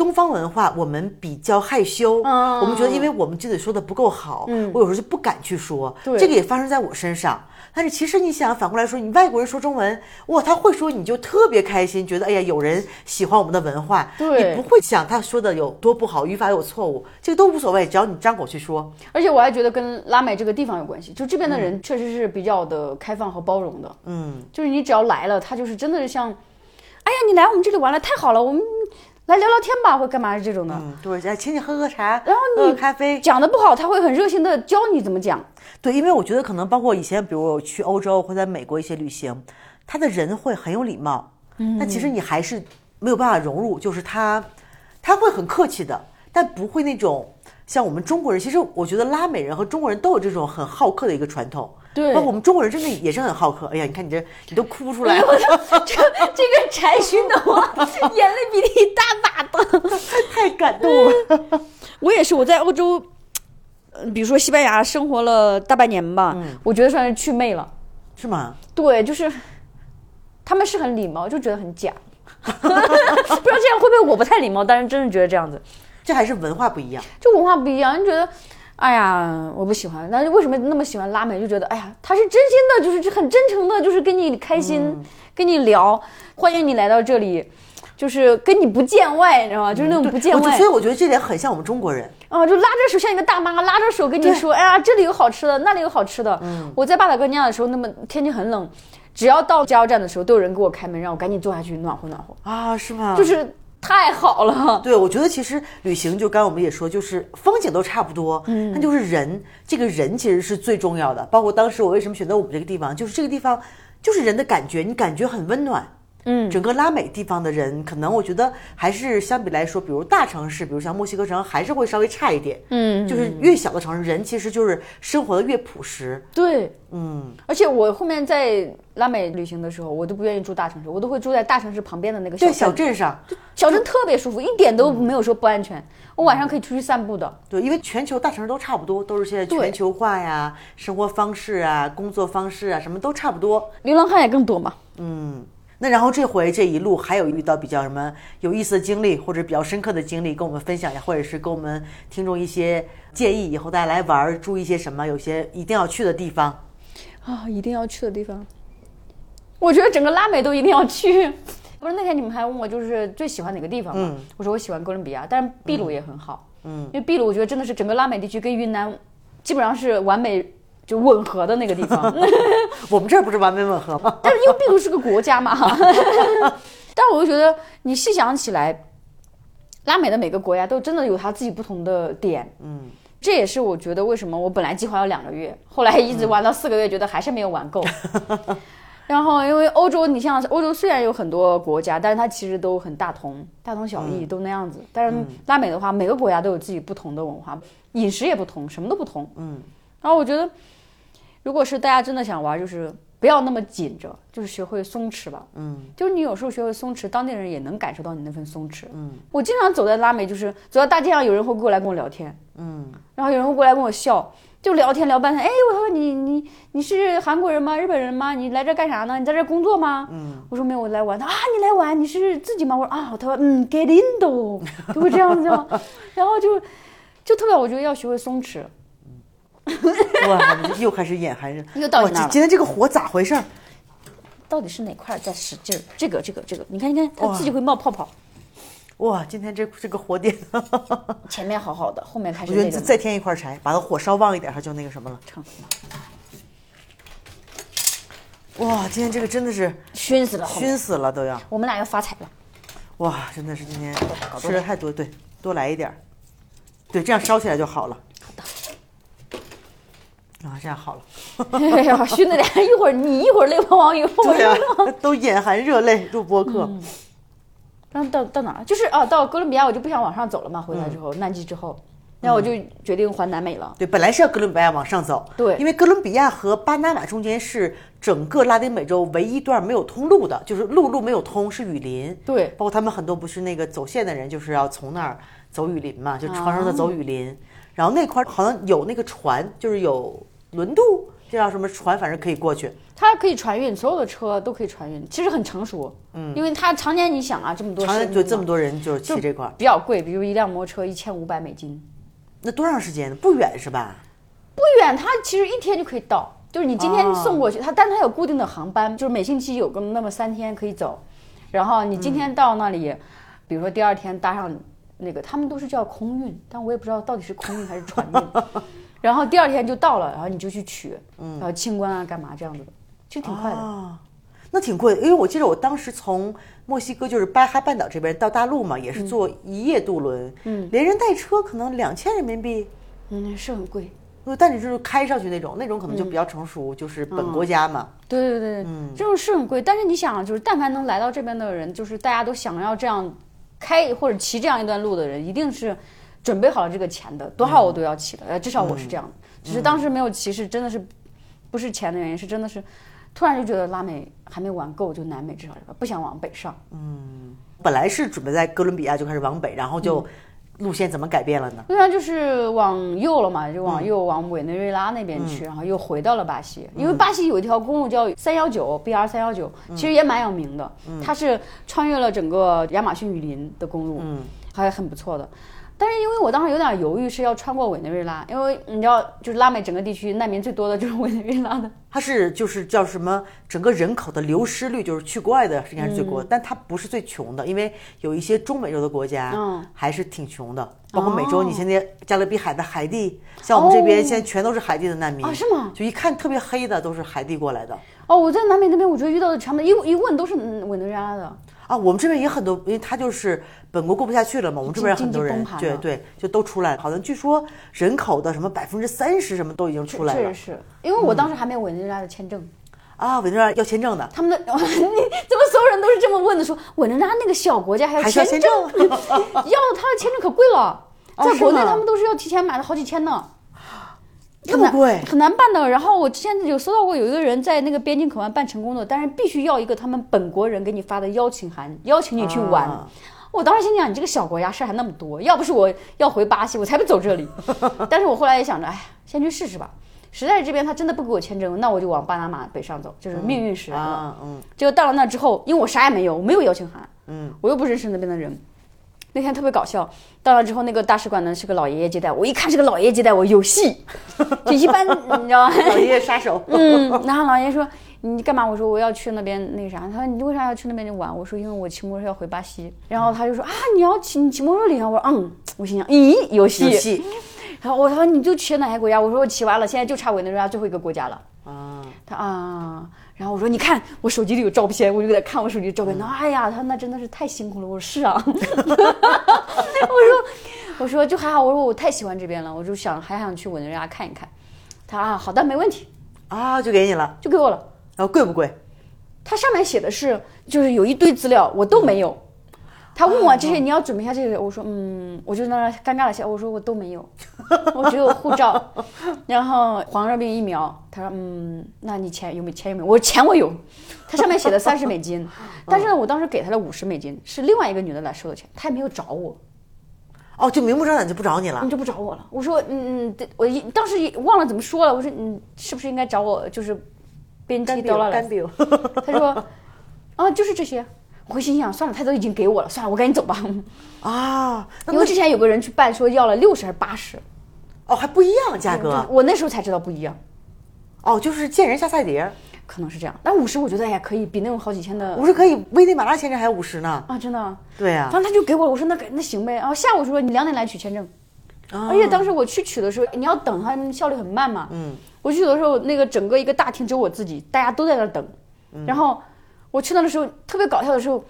[SPEAKER 1] 东方文化，我们比较害羞，
[SPEAKER 2] 嗯
[SPEAKER 1] 我们觉得，因为我们自己说的不够好，
[SPEAKER 2] 嗯
[SPEAKER 1] 我有时候就不敢去说。
[SPEAKER 2] 对
[SPEAKER 1] 这个也发生在我身上。但是其实你想，反过来说，你外国人说中文，哇，他会说，你就特别开心，觉得哎呀，有人喜欢我们的文化，
[SPEAKER 2] 对
[SPEAKER 1] 你不会想他说的有多不好，语法有错误，这个都无所谓，只要你张口去说。
[SPEAKER 2] 而且我还觉得跟拉美这个地方有关系，就这边的人确实是比较的开放和包容的，
[SPEAKER 1] 嗯，
[SPEAKER 2] 就是你只要来了，他就是真的是像，哎呀，你来我们这里玩了，太好了，我们来聊聊天吧，或干嘛这种的。
[SPEAKER 1] 嗯，对，哎，请你喝喝茶，
[SPEAKER 2] 然后你
[SPEAKER 1] 喝喝咖啡，
[SPEAKER 2] 讲的不好，他会很热心的教你怎么讲。
[SPEAKER 1] 对，因为我觉得可能包括以前，比如我去欧洲或在美国一些旅行，他的人会很有礼貌，嗯，但其实你还是没有办法融入，就是他他会很客气的，但不会那种像我们中国人。其实我觉得拉美人和中国人都有这种很好客的一个传统，
[SPEAKER 2] 对
[SPEAKER 1] 包括我们中国人真的也是很好客。哎呀，你看你这你都哭出来了，
[SPEAKER 2] 这这个柴熏的我眼泪鼻涕一大把的。
[SPEAKER 1] 太感动了。
[SPEAKER 2] 我也是，我在欧洲，呃比如说西班牙生活了大半年吧，我觉得算是祛魅了。
[SPEAKER 1] 是吗？
[SPEAKER 2] 对，就是他们是很礼貌，就觉得很假。 不知道这样会不会我不太礼貌，但是真的觉得这样子，
[SPEAKER 1] 这还是文化不一样。
[SPEAKER 2] 就文化不一样，就觉得，哎呀，我不喜欢。但是为什么那么喜欢拉美？就觉得，哎呀，他是真心的，就是很真诚的，就是跟你开心，跟你聊，欢迎你来到这里，就是跟你不见外，你知道吗？就是那种不见
[SPEAKER 1] 我就
[SPEAKER 2] 外
[SPEAKER 1] 所以我觉得这点很像我们中国人。
[SPEAKER 2] 啊，就拉着手像一个大妈拉着手跟你说，哎呀，这里有好吃的，那里有好吃的。
[SPEAKER 1] 嗯
[SPEAKER 2] 我在巴塔哥尼亚的时候，那么天气很冷，只要到加油站的时候，都有人给我开门，让我赶紧坐下去暖和暖和，
[SPEAKER 1] 啊，是吗？
[SPEAKER 2] 就是太好了。
[SPEAKER 1] 对，我觉得其实旅行就刚才我们也说，就是风景都差不多，嗯，那就是人，这个人其实是最重要的。包括当时我为什么选择我们这个地方，就是这个地方就是人的感觉，你感觉很温暖。
[SPEAKER 2] 嗯，
[SPEAKER 1] 整个拉美地方的人，可能我觉得还是相比来说，比如大城市，比如像墨西哥城，还是会稍微差一点。
[SPEAKER 2] 嗯，
[SPEAKER 1] 就是越小的城市，人其实就是生活的越朴实。
[SPEAKER 2] 对，
[SPEAKER 1] 嗯，
[SPEAKER 2] 而且我后面在拉美旅行的时候，我都不愿意住大城市，我都会住在大城市旁边的那个小
[SPEAKER 1] 对，
[SPEAKER 2] 镇，
[SPEAKER 1] 小镇上，
[SPEAKER 2] 小镇特别舒服，一点都没有说不安全。我晚上可以出去散步的。
[SPEAKER 1] 对，因为全球大城市都差不多，都是现在
[SPEAKER 2] 对
[SPEAKER 1] 全球化呀，生活方式啊，工作方式啊，什么都差不多。
[SPEAKER 2] 流浪汉也更多嘛？
[SPEAKER 1] 那然后这回这一路还有遇到比较什么有意思的经历，或者比较深刻的经历，跟我们分享一下，或者是给我们听众一些建议，以后大家来玩儿注意些什么，有些一定要去的地方。
[SPEAKER 2] 啊，一定要去的地方，我觉得整个拉美都一定要去。 不是那天你们还问我就是最喜欢哪个地方嘛？我说我喜欢哥伦比亚，但是秘鲁也很好。嗯，因为秘鲁我觉得真的是整个拉美地区跟云南基本上是完美就吻合的那个地方。
[SPEAKER 1] 我们这儿不是完美吻合吗？
[SPEAKER 2] 但是因为秘鲁是个国家嘛，哈， 但我就觉得你细想起来，拉美的每个国家都真的有它自己不同的点，嗯，这也是我觉得为什么我本来计划要两个月，后来一直玩到四个月，觉得还是没有玩够。 然后，因为欧洲，你像欧洲虽然有很多国家，但是它其实都很大同，大同小异，都那样子。但是拉美的话，每个国家都有自己不同的文化，饮食也不同，什么都不同。嗯。然后我觉得，如果是大家真的想玩，就是不要那么紧着，就是学会松弛吧。嗯，就是你有时候学会松弛，当地人也能感受到你那份松弛。嗯，我经常走在拉美，就是走在大街上，有人会过来跟我聊天。嗯，然后有人会过来跟我笑，就聊天聊半天。哎，我说你你你是韩国人吗？日本人吗？你来这儿干啥呢？你在这儿工作吗？嗯，我说没有，我来玩。他啊，你来玩，你是自己吗？我说啊，他说嗯，get in 都， 就会这样子吗？然后就就特别，我觉得要学会松弛。
[SPEAKER 1] 哇，你这又开始眼含热，
[SPEAKER 2] 又到你
[SPEAKER 1] 哇
[SPEAKER 2] 那儿了
[SPEAKER 1] 这今天这个火咋回事儿？
[SPEAKER 2] 到底是哪块儿在使劲儿？这个这个这个，你看你看，它自己会冒泡泡。
[SPEAKER 1] 哇，今天这这个火点，我
[SPEAKER 2] 前面好好的，后面开始
[SPEAKER 1] 觉得
[SPEAKER 2] 那
[SPEAKER 1] 你再
[SPEAKER 2] 种
[SPEAKER 1] 再添一块柴，把它火烧旺一点，它就那个什么了。
[SPEAKER 2] 成
[SPEAKER 1] 哇，今天这个真的是
[SPEAKER 2] 熏死了。后面
[SPEAKER 1] 熏死了都要。
[SPEAKER 2] 我们俩要发财了。
[SPEAKER 1] 哇，真的是今天吃的太多，对，多来一点儿，对，这样烧起来就好了。好的。啊，这样好了。
[SPEAKER 2] 哎呀，熏的脸，一会儿你一会儿泪汪汪，一会儿我
[SPEAKER 1] 对啊呀、
[SPEAKER 2] 又。
[SPEAKER 1] 都眼含热泪录播客。
[SPEAKER 2] 然后到到哪儿了？就是哦，到哥伦比亚我就不想往上走了嘛。回来之后，南极之
[SPEAKER 1] 嗯
[SPEAKER 2] 后，那我就决定环南美了。
[SPEAKER 1] 对，本来是要哥伦比亚往上走，
[SPEAKER 2] 对
[SPEAKER 1] 因为哥伦比亚和巴拿马中间是整个拉丁美洲唯一一段没有通路的，就是陆路没有通，是雨林。
[SPEAKER 2] 对
[SPEAKER 1] 包括他们很多不是那个走线的人，就是要从那儿走雨林嘛，
[SPEAKER 2] 啊
[SPEAKER 1] 就船上的走雨林。然后那块儿好像有那个船，就是有轮渡，这叫什么船，反正可以过去。
[SPEAKER 2] 它可以船运，所有的车都可以船运，其实很成熟。嗯，因为它常年你想啊，这么多
[SPEAKER 1] 长
[SPEAKER 2] 生
[SPEAKER 1] 安
[SPEAKER 2] 意
[SPEAKER 1] 就这
[SPEAKER 2] 嘛
[SPEAKER 1] 么多人就是骑这块儿，
[SPEAKER 2] 比较贵，比如一辆摩托车一千五百美金，
[SPEAKER 1] 那多长时间呢？不远是吧？
[SPEAKER 2] 不远，它其实一天就可以到。就是你今天
[SPEAKER 1] 哦
[SPEAKER 2] 送过去，它但它有固定的航班，就是每星期有个那么三天可以走，然后你今天到那里，比如说第二天搭上那个，他们都是叫空运，但我也不知道到底是空运还是船运。然后第二天就到了，然后你就去取，然后清关啊干嘛这样子的，其实挺快的。
[SPEAKER 1] 那挺贵的，因为我记得我当时从墨西哥就是巴哈半岛这边到大陆嘛，也是坐一夜渡轮，嗯，连人带车可能两千人民币，
[SPEAKER 2] 嗯，是很贵。
[SPEAKER 1] 呃但你就是开上去那种，那种可能就比较成熟，就是本国家嘛。
[SPEAKER 2] 对对对，这种是很贵。但是你想啊，就是但凡能来到这边的人，就是大家都想要这样开或者骑这样一段路的人，一定是准备好了这个钱的，多少我都要骑的。呃，至少我是这样的。只是当时没有骑，是真的是不是钱的原因，是真的是突然就觉得拉美还没玩够，就南美至少这块不想往北上。
[SPEAKER 1] 本来是准备在哥伦比亚就开始往北，然后就路线怎么改变了呢？
[SPEAKER 2] 对啊，就是往右了嘛，就往右往委内瑞拉那边去，然后又回到了巴西，因为巴西有一条公路叫三幺九 BR 三幺九，其实也蛮有名的，它是穿越了整个亚马逊雨林的公路，还很不错的。但是因为我当时有点犹豫，是要穿过委内瑞拉，因为你知道，就是拉美整个地区难民最多的就是委内瑞拉的，
[SPEAKER 1] 它是就是叫什么？整个人口的流失率就是去国外的应该是最
[SPEAKER 2] 嗯
[SPEAKER 1] 多，但它不是最穷的，因为有一些中美洲的国家
[SPEAKER 2] 嗯
[SPEAKER 1] 还是挺穷的，包括美洲。你现在加勒比海的海地，像我们这边现在全哦都是海地的难民
[SPEAKER 2] 啊是吗？
[SPEAKER 1] 就一看特别黑的都是海地过来的
[SPEAKER 2] 哦，我在南美那边，我觉得遇到的全部一一问都是嗯委内瑞拉的，
[SPEAKER 1] 啊。我们这边也很多，因为他就是本国过不下去了嘛，我们这边
[SPEAKER 2] 经
[SPEAKER 1] 很多
[SPEAKER 2] 经济
[SPEAKER 1] 人
[SPEAKER 2] 崩盘，
[SPEAKER 1] 对
[SPEAKER 2] 了
[SPEAKER 1] 对，就都出来了。好像据说人口的什么百分之三十什么都已经出来
[SPEAKER 2] 确
[SPEAKER 1] 了
[SPEAKER 2] 实是因为我当时还没有委内瑞拉的签证。
[SPEAKER 1] 啊，委内瑞拉要签证的。
[SPEAKER 2] 他们的 你怎么所有人都是这么问的？说委内瑞拉那个小国家还
[SPEAKER 1] 还
[SPEAKER 2] 要
[SPEAKER 1] 需要签
[SPEAKER 2] 签证， 要他的签证可贵了，
[SPEAKER 1] 哦
[SPEAKER 2] 在
[SPEAKER 1] 是
[SPEAKER 2] 国内
[SPEAKER 1] 吗
[SPEAKER 2] 他们都是要提前买的好几千呢。
[SPEAKER 1] 这么
[SPEAKER 2] 很难
[SPEAKER 1] 贵
[SPEAKER 2] 很难办的。然后我之前有搜到过，有一个人在那个边境口岸办成功的，但是必须要一个他们本国人给你发的邀请函，邀请你去玩。
[SPEAKER 1] 啊
[SPEAKER 2] 我当时心想，你这个小国家事儿还那么多，要不是我要回巴西，我才不走这里。 但是我后来也想着，哎，先去试试吧。实在是这边他真的不给我签证，那我就往巴拿马北上走，就是命运使然了。
[SPEAKER 1] 啊，嗯，
[SPEAKER 2] 结果到了那之后，因为我啥也没有，我没有邀请函，
[SPEAKER 1] 嗯，
[SPEAKER 2] 我又不认识那边的人。那天特别搞笑，到了之后，那个大使馆呢是个老爷爷接待我，一看是个老爷爷接待我，有戏。就一般你知道吗？
[SPEAKER 1] 老爷爷杀手。
[SPEAKER 2] 嗯，然后老爷爷说你干嘛？我说我要去那边那个啥。他说你为啥要去那边玩？我说因为我骑摩托车要回巴西。然后他就说啊，你要骑你骑摩托车旅游？我说嗯，我心想咦有戏。
[SPEAKER 1] 有戏
[SPEAKER 2] 然后我说你就骑哪些国家？我说我骑完了，现在就差委内瑞拉最后一个国家了。
[SPEAKER 1] 啊，
[SPEAKER 2] 他啊，然后我说你看我手机里有照片，我就给他看我手机的照片。他说哎呀，他说那真的是太辛苦了。我说是啊，我 说我说就还好，我说我太喜欢这边了，我就想还想去委内瑞拉看一看。他啊好的没问题，
[SPEAKER 1] 啊，就给你了。
[SPEAKER 2] 就给我了。
[SPEAKER 1] 然后贵不贵？
[SPEAKER 2] 他上面写的是就是有一堆资料我都没有。他问我这些你要准备一下这些，我说嗯，我就在那儿尴尬了一下，我说我都没有，我只有护照，然后黄热病疫苗。他说嗯，那你钱有没有钱有没有？我说钱我有，他上面写的三十美金，但是呢，我当时给他了五十美金，是另外一个女的来收的钱，他也没有找我，
[SPEAKER 1] 哦，就明目张胆就不找你了
[SPEAKER 2] 你。就不找我了。我说嗯嗯，对我一当时也忘了怎么说了，我说嗯，是不是应该找我就是边踢刀了来
[SPEAKER 1] 干饼，
[SPEAKER 2] 他说，啊，就是这些。我心想，算了，他都已经给我了，算了，我赶紧走吧。
[SPEAKER 1] 啊，那
[SPEAKER 2] 因为之前有个人去办，说要了六十还是八十，
[SPEAKER 1] 哦还不一样价
[SPEAKER 2] 就是
[SPEAKER 1] 格
[SPEAKER 2] 我那时候才知道不一样，
[SPEAKER 1] 哦，就是见人下菜碟儿，
[SPEAKER 2] 可能是这样。但五十我觉得也可以，比那种好几千的
[SPEAKER 1] 五十可以，危地马拉签证还有五十呢。
[SPEAKER 2] 啊，真的。
[SPEAKER 1] 对呀、
[SPEAKER 2] 反正他就给我了，我说那给那行呗。然后下午说你两点来取签证，而且当时我去取的时候，你要等，他们效率很慢嘛。嗯，我去取的时候，那个整个一个大厅只有我自己，大家都在那儿等。然后我去那的时候，特别搞笑的时候，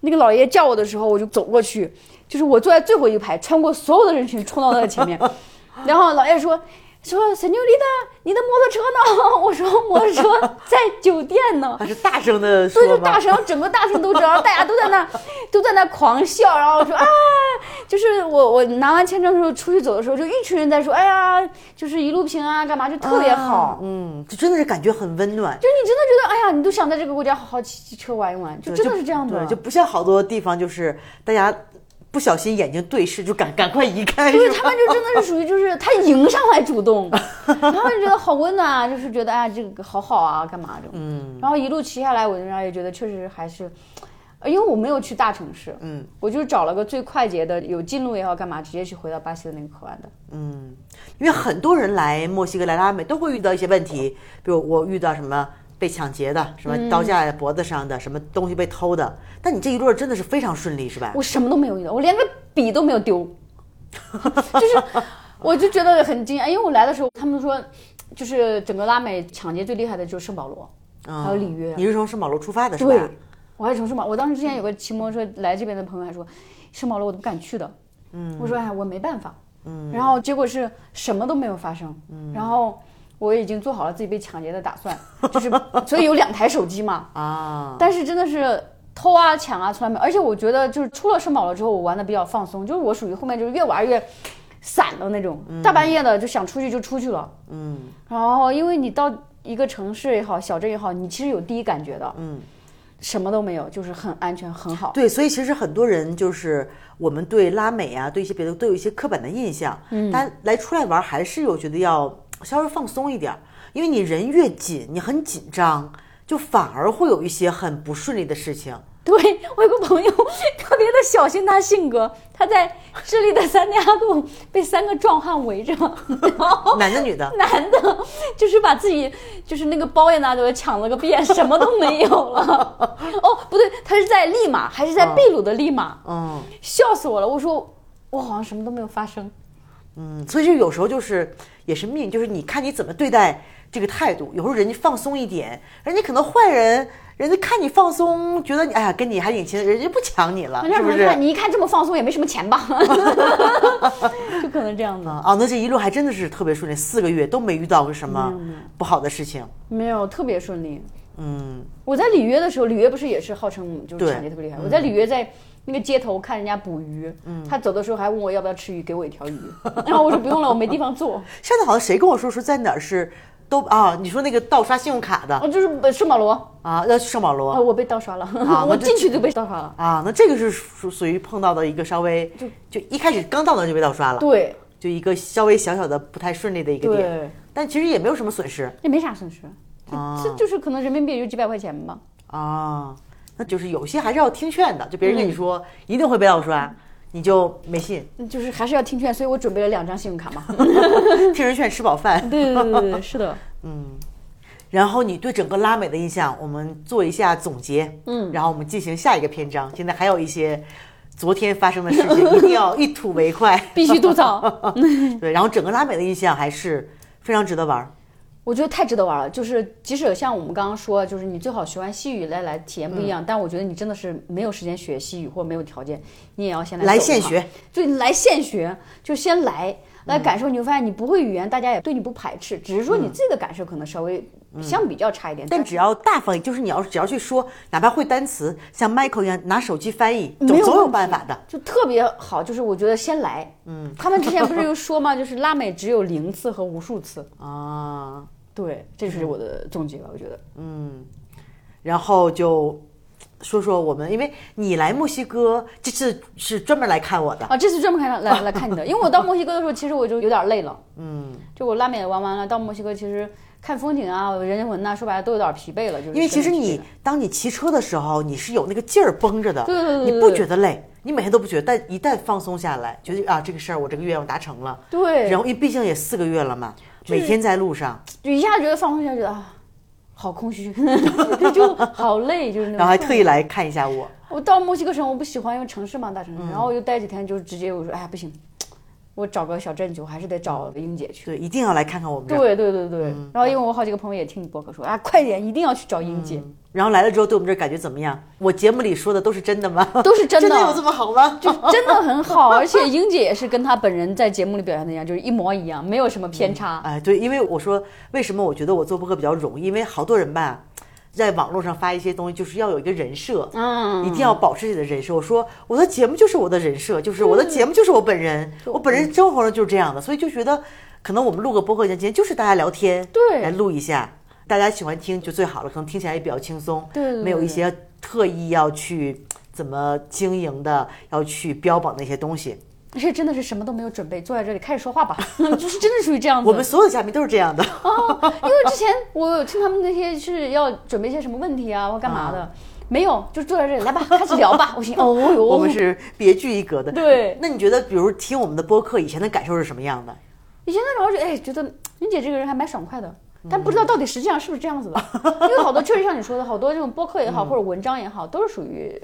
[SPEAKER 2] 那个老爷爷叫我的时候，我就走过去，就是我坐在最后一排，穿过所有的人群，冲到他的前面。然后老爷说说 s e n o r i t 你的摩托车呢？ 我说摩托车在酒店呢。
[SPEAKER 1] 还是大声的
[SPEAKER 2] 对，就
[SPEAKER 1] 说吧
[SPEAKER 2] 大。声，然后整个大厅都知道，然后大家都在那都在那狂笑，然后说啊，就是我我拿完签证的时候出去走的时候，就一群人在说，哎呀，就是一路平安啊干嘛，就特别好。
[SPEAKER 1] 嗯，就真的是感觉很温暖，
[SPEAKER 2] 就你真的觉得，哎呀，你都想在这个国家好好骑骑车玩一玩，就真的是这样的。
[SPEAKER 1] 对，就不像好多地方就是大家不小心眼睛对视，就赶赶快移开，
[SPEAKER 2] 就是
[SPEAKER 1] 吧
[SPEAKER 2] 他们就真的是属于就是他迎上来主动，然后就觉得好温暖啊，就是觉得啊这个好好啊，干嘛这种。嗯。然后一路骑下来，我就也觉得确实还是，呃因为我没有去大城市，嗯，我就找了个最快捷的，有近路也好干嘛，直接去回到巴西的那个河岸的。
[SPEAKER 1] 因为很多人来墨西哥、来拉美都会遇到一些问题，
[SPEAKER 2] 嗯
[SPEAKER 1] 比如我遇到什么被抢劫的，什么刀架在脖子上的，什么东西被偷的。但你这一路真的是非常顺利，是吧？
[SPEAKER 2] 我什么都没有遇到，我连个笔都没有丢， 就是我就觉得很惊讶，因为我来的时候他们说，就是整个拉美抢劫最厉害的就是圣保罗，嗯还有里约，
[SPEAKER 1] 嗯你是从圣保罗出发的，是吧？
[SPEAKER 2] 对，我还从圣保，我当时之前有个骑摩托车来这边的朋友还说，圣保罗我都不敢去的，嗯，我说哎我没办法，嗯，然后结果是什么都没有发生，嗯，然后。我已经做好了自己被抢劫的打算，就是所以有两台手机嘛，
[SPEAKER 1] 啊，
[SPEAKER 2] 但是真的是偷啊抢啊，从来没有。而且我觉得就是出了圣保罗之后，我玩的比较放松，就是我属于后面就是越玩越散的那种，大半夜的就想出去就出去了。
[SPEAKER 1] 嗯，
[SPEAKER 2] 然后因为你到一个城市也好，小镇也好，你其实有第一感觉的。嗯。什么都没有，就是很安全，很好。
[SPEAKER 1] 对，所以其实很多人就是我们对拉美啊，对一些别的都有一些刻板的印象。嗯，但来出来玩还是有觉得要稍微放松一点儿，因为你人越紧，你很紧张，就反而会有一些很不顺利的事情。
[SPEAKER 2] 对我有个朋友特别的小心他性格，他在智利的三峡谷被三个壮汉围着，然后
[SPEAKER 1] 男的女的，
[SPEAKER 2] 男的，就是把自己就是那个包也拿走了，抢了个遍，什么都没有了。哦，不对，他是在利马，还是在秘鲁的利马？
[SPEAKER 1] 嗯
[SPEAKER 2] 笑死我了！我说我好像什么都没有发生。
[SPEAKER 1] 嗯，所以就有时候就是也是命，就是你看你怎么对待这个态度。有时候人家放松一点，人家可能坏人，人家看你放松，觉得你哎呀跟你还挺亲，人家不抢你了，是
[SPEAKER 2] 那让
[SPEAKER 1] 不
[SPEAKER 2] 人
[SPEAKER 1] 是？
[SPEAKER 2] 看你一看这么放松，也没什么钱吧？ 就可能这样的。
[SPEAKER 1] 啊，那这一路还真的是特别顺利，四个月都没遇到过什么
[SPEAKER 2] 嗯
[SPEAKER 1] 不好的事情。
[SPEAKER 2] 没有，特别顺利。
[SPEAKER 1] 嗯，
[SPEAKER 2] 我在里约的时候，里约不是也是号称就是
[SPEAKER 1] 对嗯
[SPEAKER 2] 抢劫特别厉害。我在里约在那个街头看人家捕鱼，他走的时候还问我要不要吃鱼，给我一条鱼， 然后我说不用了，我没地方坐。
[SPEAKER 1] 上次好像谁跟我说说在哪儿是都啊？你说那个盗刷信用卡的
[SPEAKER 2] 我哦就是圣保罗，
[SPEAKER 1] 啊，要去圣保罗
[SPEAKER 2] 啊，我被盗刷了， 我进去就被盗刷了。
[SPEAKER 1] 啊，那这个是属属于碰到的一个稍微就就一开始刚到那就被盗刷了，
[SPEAKER 2] 对
[SPEAKER 1] 就一个稍微小小的不太顺利的一个点，
[SPEAKER 2] 对，
[SPEAKER 1] 但其实也没有什么损失
[SPEAKER 2] 也没啥损失，就
[SPEAKER 1] 啊
[SPEAKER 2] 这就是可能人民币也就几百块钱吧。
[SPEAKER 1] 啊。那就是有些还是要听劝的，就别人跟你说、一定会被盗刷，你就没信，
[SPEAKER 2] 嗯就是还是要听劝，所以我准备了两张信用卡 嘛。
[SPEAKER 1] 听人劝吃饱饭。
[SPEAKER 2] 嗯对对对对对，是 的，
[SPEAKER 1] 然后你对整个拉美的印象，我们做一下总结，嗯，然后我们进行下一个篇章。现在还有一些昨天发生的事情，一定要一吐为 快。
[SPEAKER 2] 必须吐槽。
[SPEAKER 1] 对，然后整个拉美的印象还是非常值得玩儿。
[SPEAKER 2] 我觉得太值得玩了，就是即使像我们刚刚说，就是你最好学完西语来来体验不
[SPEAKER 1] 嗯
[SPEAKER 2] 一样，但我觉得你真的是没有时间学西语或没有条件，你也要先来
[SPEAKER 1] 来
[SPEAKER 2] 走一
[SPEAKER 1] 现
[SPEAKER 2] 趟
[SPEAKER 1] 学，嗯
[SPEAKER 2] 对，你来现学，就先来来感受，你会发现你不会语言，大家也对你不排斥，只是说你自己的感受可能稍微相比较差一点，
[SPEAKER 1] 嗯但只要大方，就是你要只要去说，哪怕会单词，像 Michael 一样拿手机翻译，
[SPEAKER 2] 没
[SPEAKER 1] 总
[SPEAKER 2] 有
[SPEAKER 1] 总有
[SPEAKER 2] 问
[SPEAKER 1] 办
[SPEAKER 2] 题
[SPEAKER 1] 法的。
[SPEAKER 2] 就特别好，就是我觉得先来，嗯，他们之前不是又说嘛， 就是拉美只有零次和无数次，
[SPEAKER 1] 啊，
[SPEAKER 2] 对，这是我的总结吧，我觉得。
[SPEAKER 1] 然后就说说我们，因为你来墨西哥这次是专门来看我的，
[SPEAKER 2] 啊，这次专门看来来 看你的，因为我到墨西哥的时候，其实我就有点累了，嗯，就我拉美玩完了，到墨西哥其实看风景啊、人文呐、说白了都有点疲惫了，就是
[SPEAKER 1] 因为其实
[SPEAKER 2] 身体疲惫
[SPEAKER 1] 你
[SPEAKER 2] 了
[SPEAKER 1] 当你骑车的时候，你是有那个劲儿绷着的，
[SPEAKER 2] 对对对对
[SPEAKER 1] 你不觉得累，你每天都不觉得，但一旦放松下来，觉得啊这个事儿我这个愿望达成了，
[SPEAKER 2] 对，
[SPEAKER 1] 然后因为毕竟也四个月了嘛，每天在路上，
[SPEAKER 2] 就一下觉得放松一下，觉得啊，好空虚， 就好累，就是那种。
[SPEAKER 1] 然后还特意来看一下我，
[SPEAKER 2] 我到墨西哥城，我不喜欢因为城市嘛，大城
[SPEAKER 1] 嗯
[SPEAKER 2] 市，然后我就待几天，就直接我说，哎呀不行，我找个小镇去，我还是得找英姐去。
[SPEAKER 1] 对，一定要来看看我们这儿。
[SPEAKER 2] 对对对对，
[SPEAKER 1] 嗯
[SPEAKER 2] 然后因为我好几个朋友也听你播客说，啊，快点，一定要去找英姐，
[SPEAKER 1] 然后来了之后对我们这儿感觉怎么样？我节目里说的都是真的吗？
[SPEAKER 2] 都是真 的，
[SPEAKER 1] 真的有这么好吗？
[SPEAKER 2] 就真的很好， 而且英姐也是跟她本人在节目里表现的一样，就是一模一样，没有什么偏差。
[SPEAKER 1] 哎，对，因为我说为什么我觉得我做播客比较容易，因为好多人吧，在网络上发一些东西，就是要有一个人设，
[SPEAKER 2] 嗯
[SPEAKER 1] 一定要保持自己的人设。我说我的节目就是我的人设，就是
[SPEAKER 2] 嗯
[SPEAKER 1] 我的节目就是我本人，我本人生活上就是这样的，所以就觉得可能我们录个播客节目，今天就是大家聊天，
[SPEAKER 2] 对
[SPEAKER 1] 来录一下，大家喜欢听就最好了，可能听起来也比较轻松，
[SPEAKER 2] 对对对
[SPEAKER 1] 没有一些特意要去怎么经营的，要去标榜那些东西。
[SPEAKER 2] 这真的是什么都没有准备，坐在这里开始 说话吧，就是真的属于这样子。
[SPEAKER 1] 我们所有嘉宾都是这样的，
[SPEAKER 2] 哦，因为之前我有听他们那些是要准备一些什么问题啊，或干嘛的，没有，就坐在这里，来吧，开始聊吧。我心 哦哟，
[SPEAKER 1] 我们是别具一格的。
[SPEAKER 2] 对
[SPEAKER 1] 那你觉得，比如听我们的播客以前的感受是什么样的？
[SPEAKER 2] 以前那种，哎，觉得云姐这个人还蛮爽快的，
[SPEAKER 1] 嗯
[SPEAKER 2] 但不知道到底实际上是不是这样子的， 因为好多确实像你说的，好多这种播客也
[SPEAKER 1] 嗯
[SPEAKER 2] 好，或者文章也好，都是属于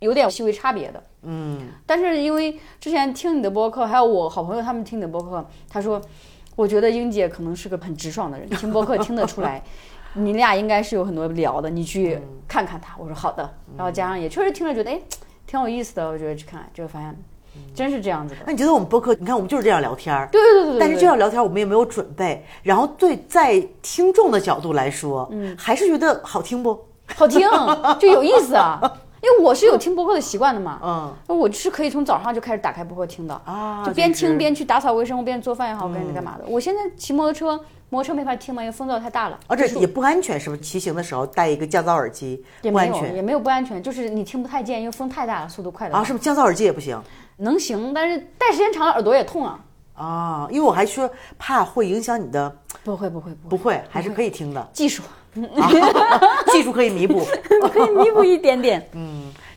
[SPEAKER 2] 有点细微差别的。嗯，但是因为之前听你的播客，还有我好朋友他们听你的播客，他说，我觉得英姐可能是个很直爽的人，听播客听得出来。你俩应该是有很多聊的，你
[SPEAKER 1] 嗯
[SPEAKER 2] 去看看他。我说好的，然后加上也确实听着觉得哎，挺有意思的，我觉得去看看这个方向，
[SPEAKER 1] 嗯
[SPEAKER 2] 真是这样子的。
[SPEAKER 1] 那你觉得我们播客，你看我们就是这样聊天儿，
[SPEAKER 2] 对对对对对。
[SPEAKER 1] 哎但是
[SPEAKER 2] 对
[SPEAKER 1] 这样聊天我们也没有准备，然后对在听众的角度来说，
[SPEAKER 2] 嗯
[SPEAKER 1] 还是觉得好听不？
[SPEAKER 2] 好听，就有意思啊。因为我是有听播客的习惯的嘛，
[SPEAKER 1] 嗯，
[SPEAKER 2] 我是可以从早上就开始打开播客听的
[SPEAKER 1] 啊
[SPEAKER 2] 就边
[SPEAKER 1] 就
[SPEAKER 2] 听
[SPEAKER 1] 是嗯
[SPEAKER 2] 边去打扫卫生，边做饭也好，边干嘛的。我现在骑摩托车，摩托车没法听嘛，因为风噪太大了，
[SPEAKER 1] 而且哦也不安全，是不是？骑行的时候戴一个降噪耳机
[SPEAKER 2] 也
[SPEAKER 1] 不
[SPEAKER 2] 没
[SPEAKER 1] 安
[SPEAKER 2] 有
[SPEAKER 1] 全
[SPEAKER 2] 也没有不安全，就是你听不太见，因为风太大了，速度快的话
[SPEAKER 1] 啊？是不是降噪耳机也不行
[SPEAKER 2] 能行，但是戴时间长了耳朵也痛啊。
[SPEAKER 1] 啊？因为我还说怕会影响你的，
[SPEAKER 2] 不会不会不
[SPEAKER 1] 不
[SPEAKER 2] 会，
[SPEAKER 1] 会，还
[SPEAKER 2] 嗯
[SPEAKER 1] 是可以听的，
[SPEAKER 2] 技术
[SPEAKER 1] 技术可以弥补。
[SPEAKER 2] 可以弥补一点点。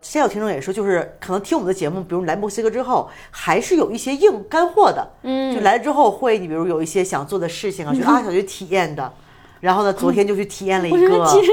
[SPEAKER 1] 之前有听众也说，就是可能听我们的节目，比如来墨西哥之后，还是有一些硬干货的。嗯，就来了之后会，你比如有一些想做的事情 啊，觉得啊想去体验的。然后呢，昨天就去体验了一
[SPEAKER 2] 我觉得
[SPEAKER 1] 个。
[SPEAKER 2] 其实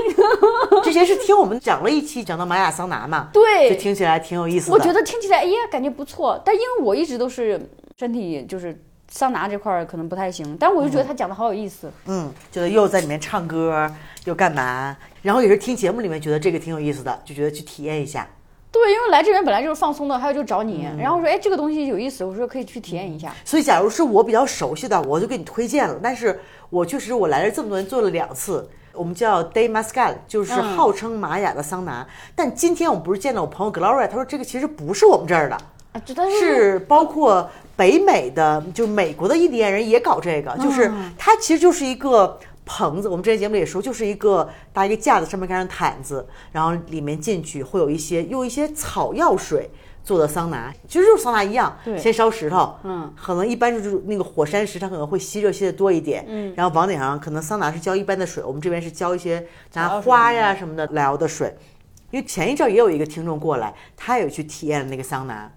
[SPEAKER 1] 之前是听我们讲了一期讲到玛雅桑拿嘛，
[SPEAKER 2] 对
[SPEAKER 1] 就听起来挺有意思的。
[SPEAKER 2] 我觉得听起来哎呀，感觉不错，但因为我一直都是嗯身体就是桑拿这块儿可能不太行，但我就觉得他讲的好有意思。
[SPEAKER 1] 嗯，觉得又在里面唱歌，又干嘛，然后也是听节目里面觉得这个挺有意思的，就觉得去体验一下。
[SPEAKER 2] 对，因为来这边本来就是放松的，还有就找你，然后我说哎这个东西有意思，我说可以去体验一下。
[SPEAKER 1] 所以，假如是我比较熟悉的，我就给你推荐了。但是我确实我来了这么多年，做了两次，我们叫 Day Mascal，就是
[SPEAKER 2] 嗯
[SPEAKER 1] 号称玛雅的桑拿。但今天我们不是见到我朋友 Gloria，她说这个其实不是我们这儿的，
[SPEAKER 2] 啊，这但是
[SPEAKER 1] 是包括北美的，就是美国的印第安人也搞这个，就是它其实就是一个棚子。我们之前节目里也说，就是一个搭一个架子，上面盖上毯子，然后里面进去会有一些用一些草药水。做的桑拿其实就是桑拿一样，
[SPEAKER 2] 对
[SPEAKER 1] 先烧石头，
[SPEAKER 2] 嗯，
[SPEAKER 1] 可能一般就是那个火山石，它可能会吸热吸的多一点，嗯，然后往顶上可能桑拿是浇一般的水，我们这边是浇一些拿
[SPEAKER 2] 药水
[SPEAKER 1] 花呀什么的来熬的水，因为前一阵儿也有一个听众过来，他也去体验了那个桑拿。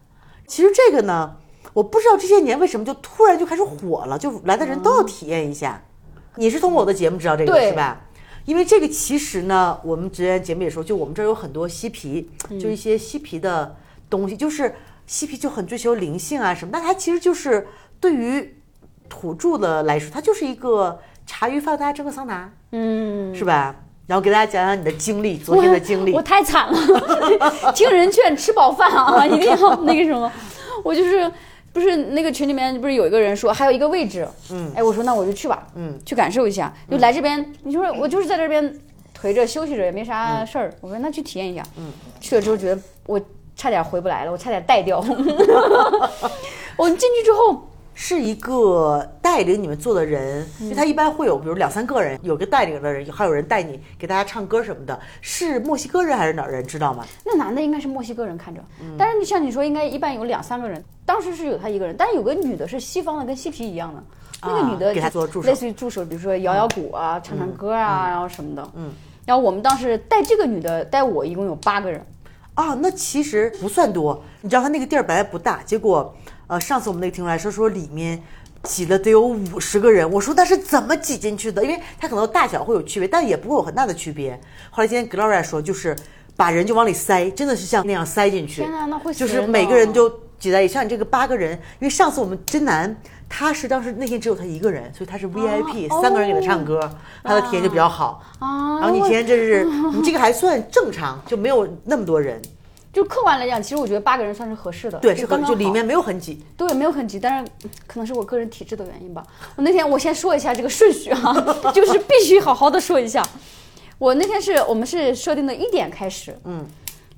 [SPEAKER 1] 其实这个呢，我不知道这些年为什么就突然就开始火了，就来的人都要体验一下。你是通过我的节目知道这个的
[SPEAKER 2] 嗯对
[SPEAKER 1] 是吧？因为这个其实呢，我们之前节目也说，就我们这儿有很多嬉皮，
[SPEAKER 2] 嗯
[SPEAKER 1] 就一些嬉皮的东西，就是嬉皮就很追求灵性啊什么，但它其实就是对于土著的来说，它就是一个茶余饭后大家蒸个桑拿，
[SPEAKER 2] 嗯，
[SPEAKER 1] 是吧？然后给大家讲讲你的经历，昨
[SPEAKER 2] 我
[SPEAKER 1] 天的经历
[SPEAKER 2] 我。太惨了， 听人劝吃饱饭啊，一定要那个什么，我就是。不是那个群里面不是有一个人说还有一个位置，嗯，哎，我说那我就去吧，
[SPEAKER 1] 嗯，
[SPEAKER 2] 去感受一下，就来这边，你说我就是在这边颓着休息着也没啥事儿，我说那去体验一下，嗯，去了之后觉得我差点回不来了，我差点带掉， 我进去之后，
[SPEAKER 1] 是一个带领你们做的人，因为他一般会有，比如两三个人，有个带领的人，还有人带你给大家唱歌什么的。是墨西哥人还是哪儿人？知道吗？
[SPEAKER 2] 那男的应该是墨西哥人看着，
[SPEAKER 1] 嗯
[SPEAKER 2] 但是你像你说，应该一般有两三个人，当时是有他一个人，但是有个女的是西方的，跟嬉皮一样的，那个
[SPEAKER 1] 啊
[SPEAKER 2] 女的
[SPEAKER 1] 给他
[SPEAKER 2] 就
[SPEAKER 1] 做助手嗯
[SPEAKER 2] 类似于助手，比如说摇摇鼓啊、唱唱歌啊，然后什么的。嗯，然后我们当时带这个女的，带我一共有八个人，
[SPEAKER 1] 啊，那其实不算多。你知道他那个地儿本来不大，结果，呃，上次我们那个听众来说说里面挤了得有五十个人。我说那是怎么挤进去的？因为它可能大小会有区别，但也不会有很大的区别。后来今天 Gloria 说，就是把人就往里塞，真的是像那样塞进去。
[SPEAKER 2] 天哪那会死
[SPEAKER 1] 就
[SPEAKER 2] 人
[SPEAKER 1] 是
[SPEAKER 2] 的
[SPEAKER 1] 每个人就挤在一起。像你这个八个人，因为上次我们真南。他是当时那天只有他一个人，所以他是 VIP，、三个人给他唱
[SPEAKER 2] 哦
[SPEAKER 1] 歌，他的体验就比较好。
[SPEAKER 2] 啊
[SPEAKER 1] 然后你今天这是，
[SPEAKER 2] 哦
[SPEAKER 1] 你这个还算正常，就没有那么多人。
[SPEAKER 2] 就客观来讲，其实我觉得八个人算是合适的，
[SPEAKER 1] 对，是
[SPEAKER 2] 刚
[SPEAKER 1] 很
[SPEAKER 2] 刚
[SPEAKER 1] 就里
[SPEAKER 2] 好
[SPEAKER 1] 面没有很挤，
[SPEAKER 2] 对，没有很急，但是嗯可能是我个人体质的原因吧。我那天我先说一下这个顺序 啊，就是必须好好的说一下。我那天是我们是设定的一点开始，嗯，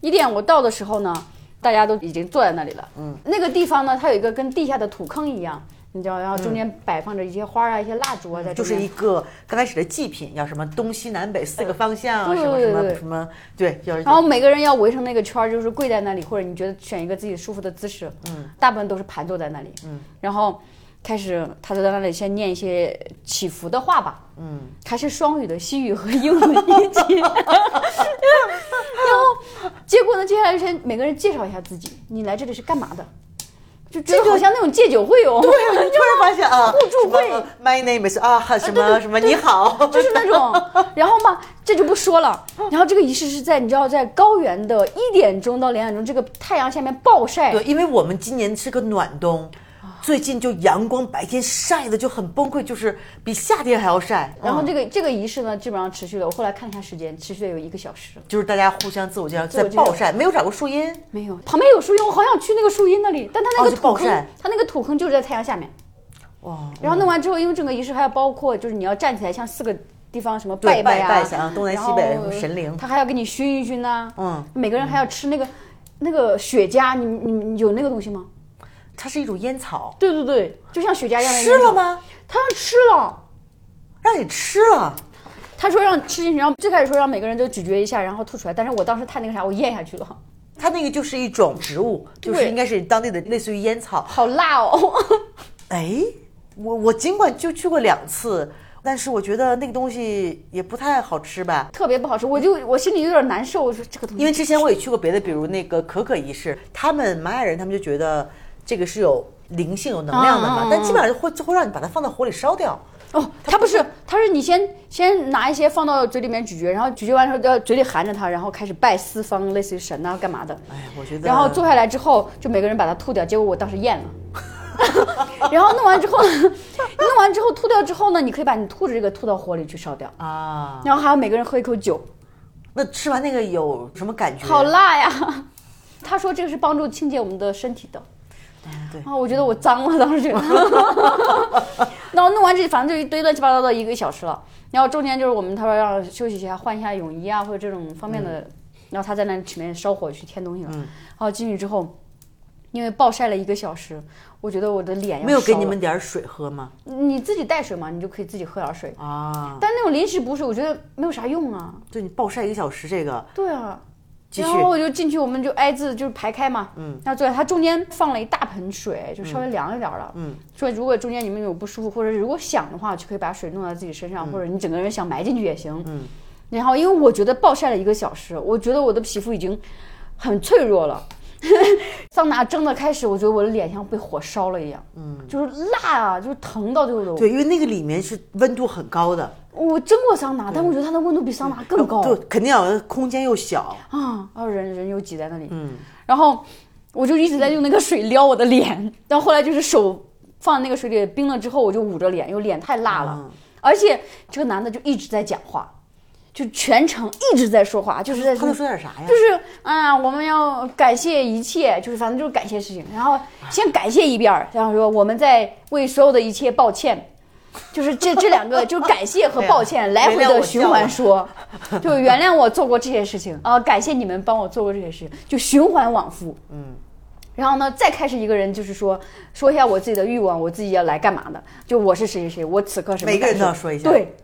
[SPEAKER 2] 一点我到的时候呢，大家都已经坐在那里了，嗯，那个地方呢，它有一个跟地下的土坑一样，你知道，然后中间摆放着一些花儿啊、一些蜡烛啊，在
[SPEAKER 1] 嗯就
[SPEAKER 2] 中
[SPEAKER 1] 是
[SPEAKER 2] 间
[SPEAKER 1] 一个刚开始的祭品，要什么东西南北四个方向，
[SPEAKER 2] 呃对
[SPEAKER 1] 什么什
[SPEAKER 2] 对
[SPEAKER 1] 么
[SPEAKER 2] 对哦
[SPEAKER 1] 什么，对，要是
[SPEAKER 2] 然后每个人要围成那个圈儿，就是跪在那里，或者你觉得选一个自己舒服的姿势，嗯，大部分都是盘坐在那里，嗯，然后开始他就在那里先念一些祈福的话吧，嗯，还是双语的西语和英语一起，然后结果呢，接下来先每个人介绍一下自己，你来这里是干嘛的，就觉
[SPEAKER 1] 这
[SPEAKER 2] 得
[SPEAKER 1] 个
[SPEAKER 2] 好像那种戒酒会哦，
[SPEAKER 1] 对啊， 你突然发现啊，
[SPEAKER 2] 互助会呃
[SPEAKER 1] 什么，My name is 啊，什么什么你好，
[SPEAKER 2] 就是那种，然后嘛，这就不说了。然后这个仪式是在你知道，在高原的一点钟到两点钟，这个太阳下面暴晒，
[SPEAKER 1] 对，因为我们今年是个暖冬，最近就阳光白天晒的就很崩溃，就是比夏天还要晒。
[SPEAKER 2] 然后
[SPEAKER 1] 嗯
[SPEAKER 2] 这个这个仪式呢，基本上持续了，我后来看了一下时间，持续了有一个小时。
[SPEAKER 1] 就是大家互相自我介绍，
[SPEAKER 2] 我
[SPEAKER 1] 在
[SPEAKER 2] 介绍
[SPEAKER 1] 暴晒，没有找过树荫，
[SPEAKER 2] 没有，旁边有树荫，我好想去那个树荫那里，但它
[SPEAKER 1] 哦
[SPEAKER 2] 那个
[SPEAKER 1] 就
[SPEAKER 2] 土
[SPEAKER 1] 暴
[SPEAKER 2] 坑，
[SPEAKER 1] 晒
[SPEAKER 2] 它那个土坑就是在太阳下面。
[SPEAKER 1] 哇，
[SPEAKER 2] 然后弄完之后，因为整个仪式还要包括，就是你要站起来向四个地方什么
[SPEAKER 1] 对
[SPEAKER 2] 拜拜啊，
[SPEAKER 1] 拜拜一下啊东南西北
[SPEAKER 2] 然
[SPEAKER 1] 什
[SPEAKER 2] 后
[SPEAKER 1] 么神灵
[SPEAKER 2] 他还要给你熏一熏呐、
[SPEAKER 1] 嗯，
[SPEAKER 2] 每个人还要吃那个那个雪茄，你你你有那个东西吗？
[SPEAKER 1] 它是一种烟草，
[SPEAKER 2] 对对对，就像雪茄一样的。
[SPEAKER 1] 吃了？吗？
[SPEAKER 2] 他让吃了。
[SPEAKER 1] 让你吃了，
[SPEAKER 2] 他说让吃进去，然后最开始说让每个人都咀嚼一下，然后吐出来。但是我当时太那个啥，我咽下去了，
[SPEAKER 1] 它那个就是一种植物，就是
[SPEAKER 2] 对
[SPEAKER 1] 应该是当地的类似于烟草。
[SPEAKER 2] 好辣哦！
[SPEAKER 1] 哎，我我尽管就去过两次，但是我觉得那个东西也不太好吃吧。
[SPEAKER 2] 特别不好吃，我就我心里有点难受。我说这个东
[SPEAKER 1] 嗯
[SPEAKER 2] 西，
[SPEAKER 1] 因为之前我也去过别的，比如那个可可仪式，他们玛雅人他们就觉得这个是有灵性、有能量的嘛，
[SPEAKER 2] 嗯嗯嗯
[SPEAKER 1] 但基本上会就会让你把它放到火里烧掉。
[SPEAKER 2] 哦，它不是，它是你先先拿一些放到嘴里面咀嚼，然后咀嚼完之后要嘴里含着它，然后开始拜四方，类似于神呐、啊干嘛的。
[SPEAKER 1] 哎呀，我觉得。
[SPEAKER 2] 然后坐下来之后，就每个人把它吐掉。结果我当时咽了， 然后弄完之后， 弄完之后吐掉之后呢，你可以把你吐的这个吐到火里去烧掉，
[SPEAKER 1] 啊，
[SPEAKER 2] 然后还要每个人喝一口酒，
[SPEAKER 1] 那吃完那个有什么感觉？
[SPEAKER 2] 好辣呀！ 他说这个是帮助清洁我们的身体的。
[SPEAKER 1] 嗯对
[SPEAKER 2] 啊，我觉得我脏了，当时觉得。 然后弄完这，反正就一堆乱七八糟的一个小时了。然后中间就是我们他说让休息一下，换一下泳衣啊，或者这种方面的。
[SPEAKER 1] 嗯
[SPEAKER 2] 然后他在那里面烧火去添东西了。然后进去之后，因为暴晒了一个小时，我觉得我的脸要
[SPEAKER 1] 没有给
[SPEAKER 2] 烧
[SPEAKER 1] 你
[SPEAKER 2] 了
[SPEAKER 1] 们点儿水喝吗？
[SPEAKER 2] 你自己带水嘛，你就可以自己喝点水。
[SPEAKER 1] 啊，
[SPEAKER 2] 但那种临时补水，我觉得没有啥用啊。
[SPEAKER 1] 对你暴晒一个小时，这个
[SPEAKER 2] 对啊，
[SPEAKER 1] 继续
[SPEAKER 2] 然后我就进去，我们就挨字就是排开嘛，嗯，然后对，它中间放了一大盆水，就稍微凉一点了，嗯，所以如果中间你们有不舒服，或者如果想的话，就可以把水弄到自己身上，或者你整个人想埋进去也行，嗯，然后因为我觉得暴晒了一个小时，我觉得我的皮肤已经很脆弱了。 桑拿蒸的开始，我觉得我的脸像被火烧了一样，嗯，就是辣啊，就是疼到最后的我。
[SPEAKER 1] 对，因为那个里面是温度很高的，
[SPEAKER 2] 我蒸过桑拿，但我觉得它的温度比桑拿更高。
[SPEAKER 1] 就肯定要空间又小，
[SPEAKER 2] 啊，然后人人又挤在那里，
[SPEAKER 1] 嗯
[SPEAKER 2] 然后我就一直在用那个水撩我的脸，然后后来就是手放在那个水里冰了之后，我就捂着脸，因为脸太辣了，
[SPEAKER 1] 嗯
[SPEAKER 2] 而且这个男的就一直在讲话，就全程一直在说话，就是在
[SPEAKER 1] 他能说点啥哎呀
[SPEAKER 2] 就？是啊、我们要感谢一切，就是反正就是感谢事情，然后先感谢一遍儿，然后说我们在为所有的一切抱歉，就是这 这两个就是感谢和抱歉来
[SPEAKER 1] 哎呀
[SPEAKER 2] 回
[SPEAKER 1] 原谅
[SPEAKER 2] 的
[SPEAKER 1] 我
[SPEAKER 2] 循 环说，就原谅我做过这些事情啊、感谢你们帮我做过这些事情，就循环往复，嗯。然后呢，再开始一个人就是说说一下我自己的欲望，我自己要来干嘛的，就我是谁谁谁，我此刻什么
[SPEAKER 1] 每个人
[SPEAKER 2] 感
[SPEAKER 1] 都要
[SPEAKER 2] 受
[SPEAKER 1] 说一下
[SPEAKER 2] 对，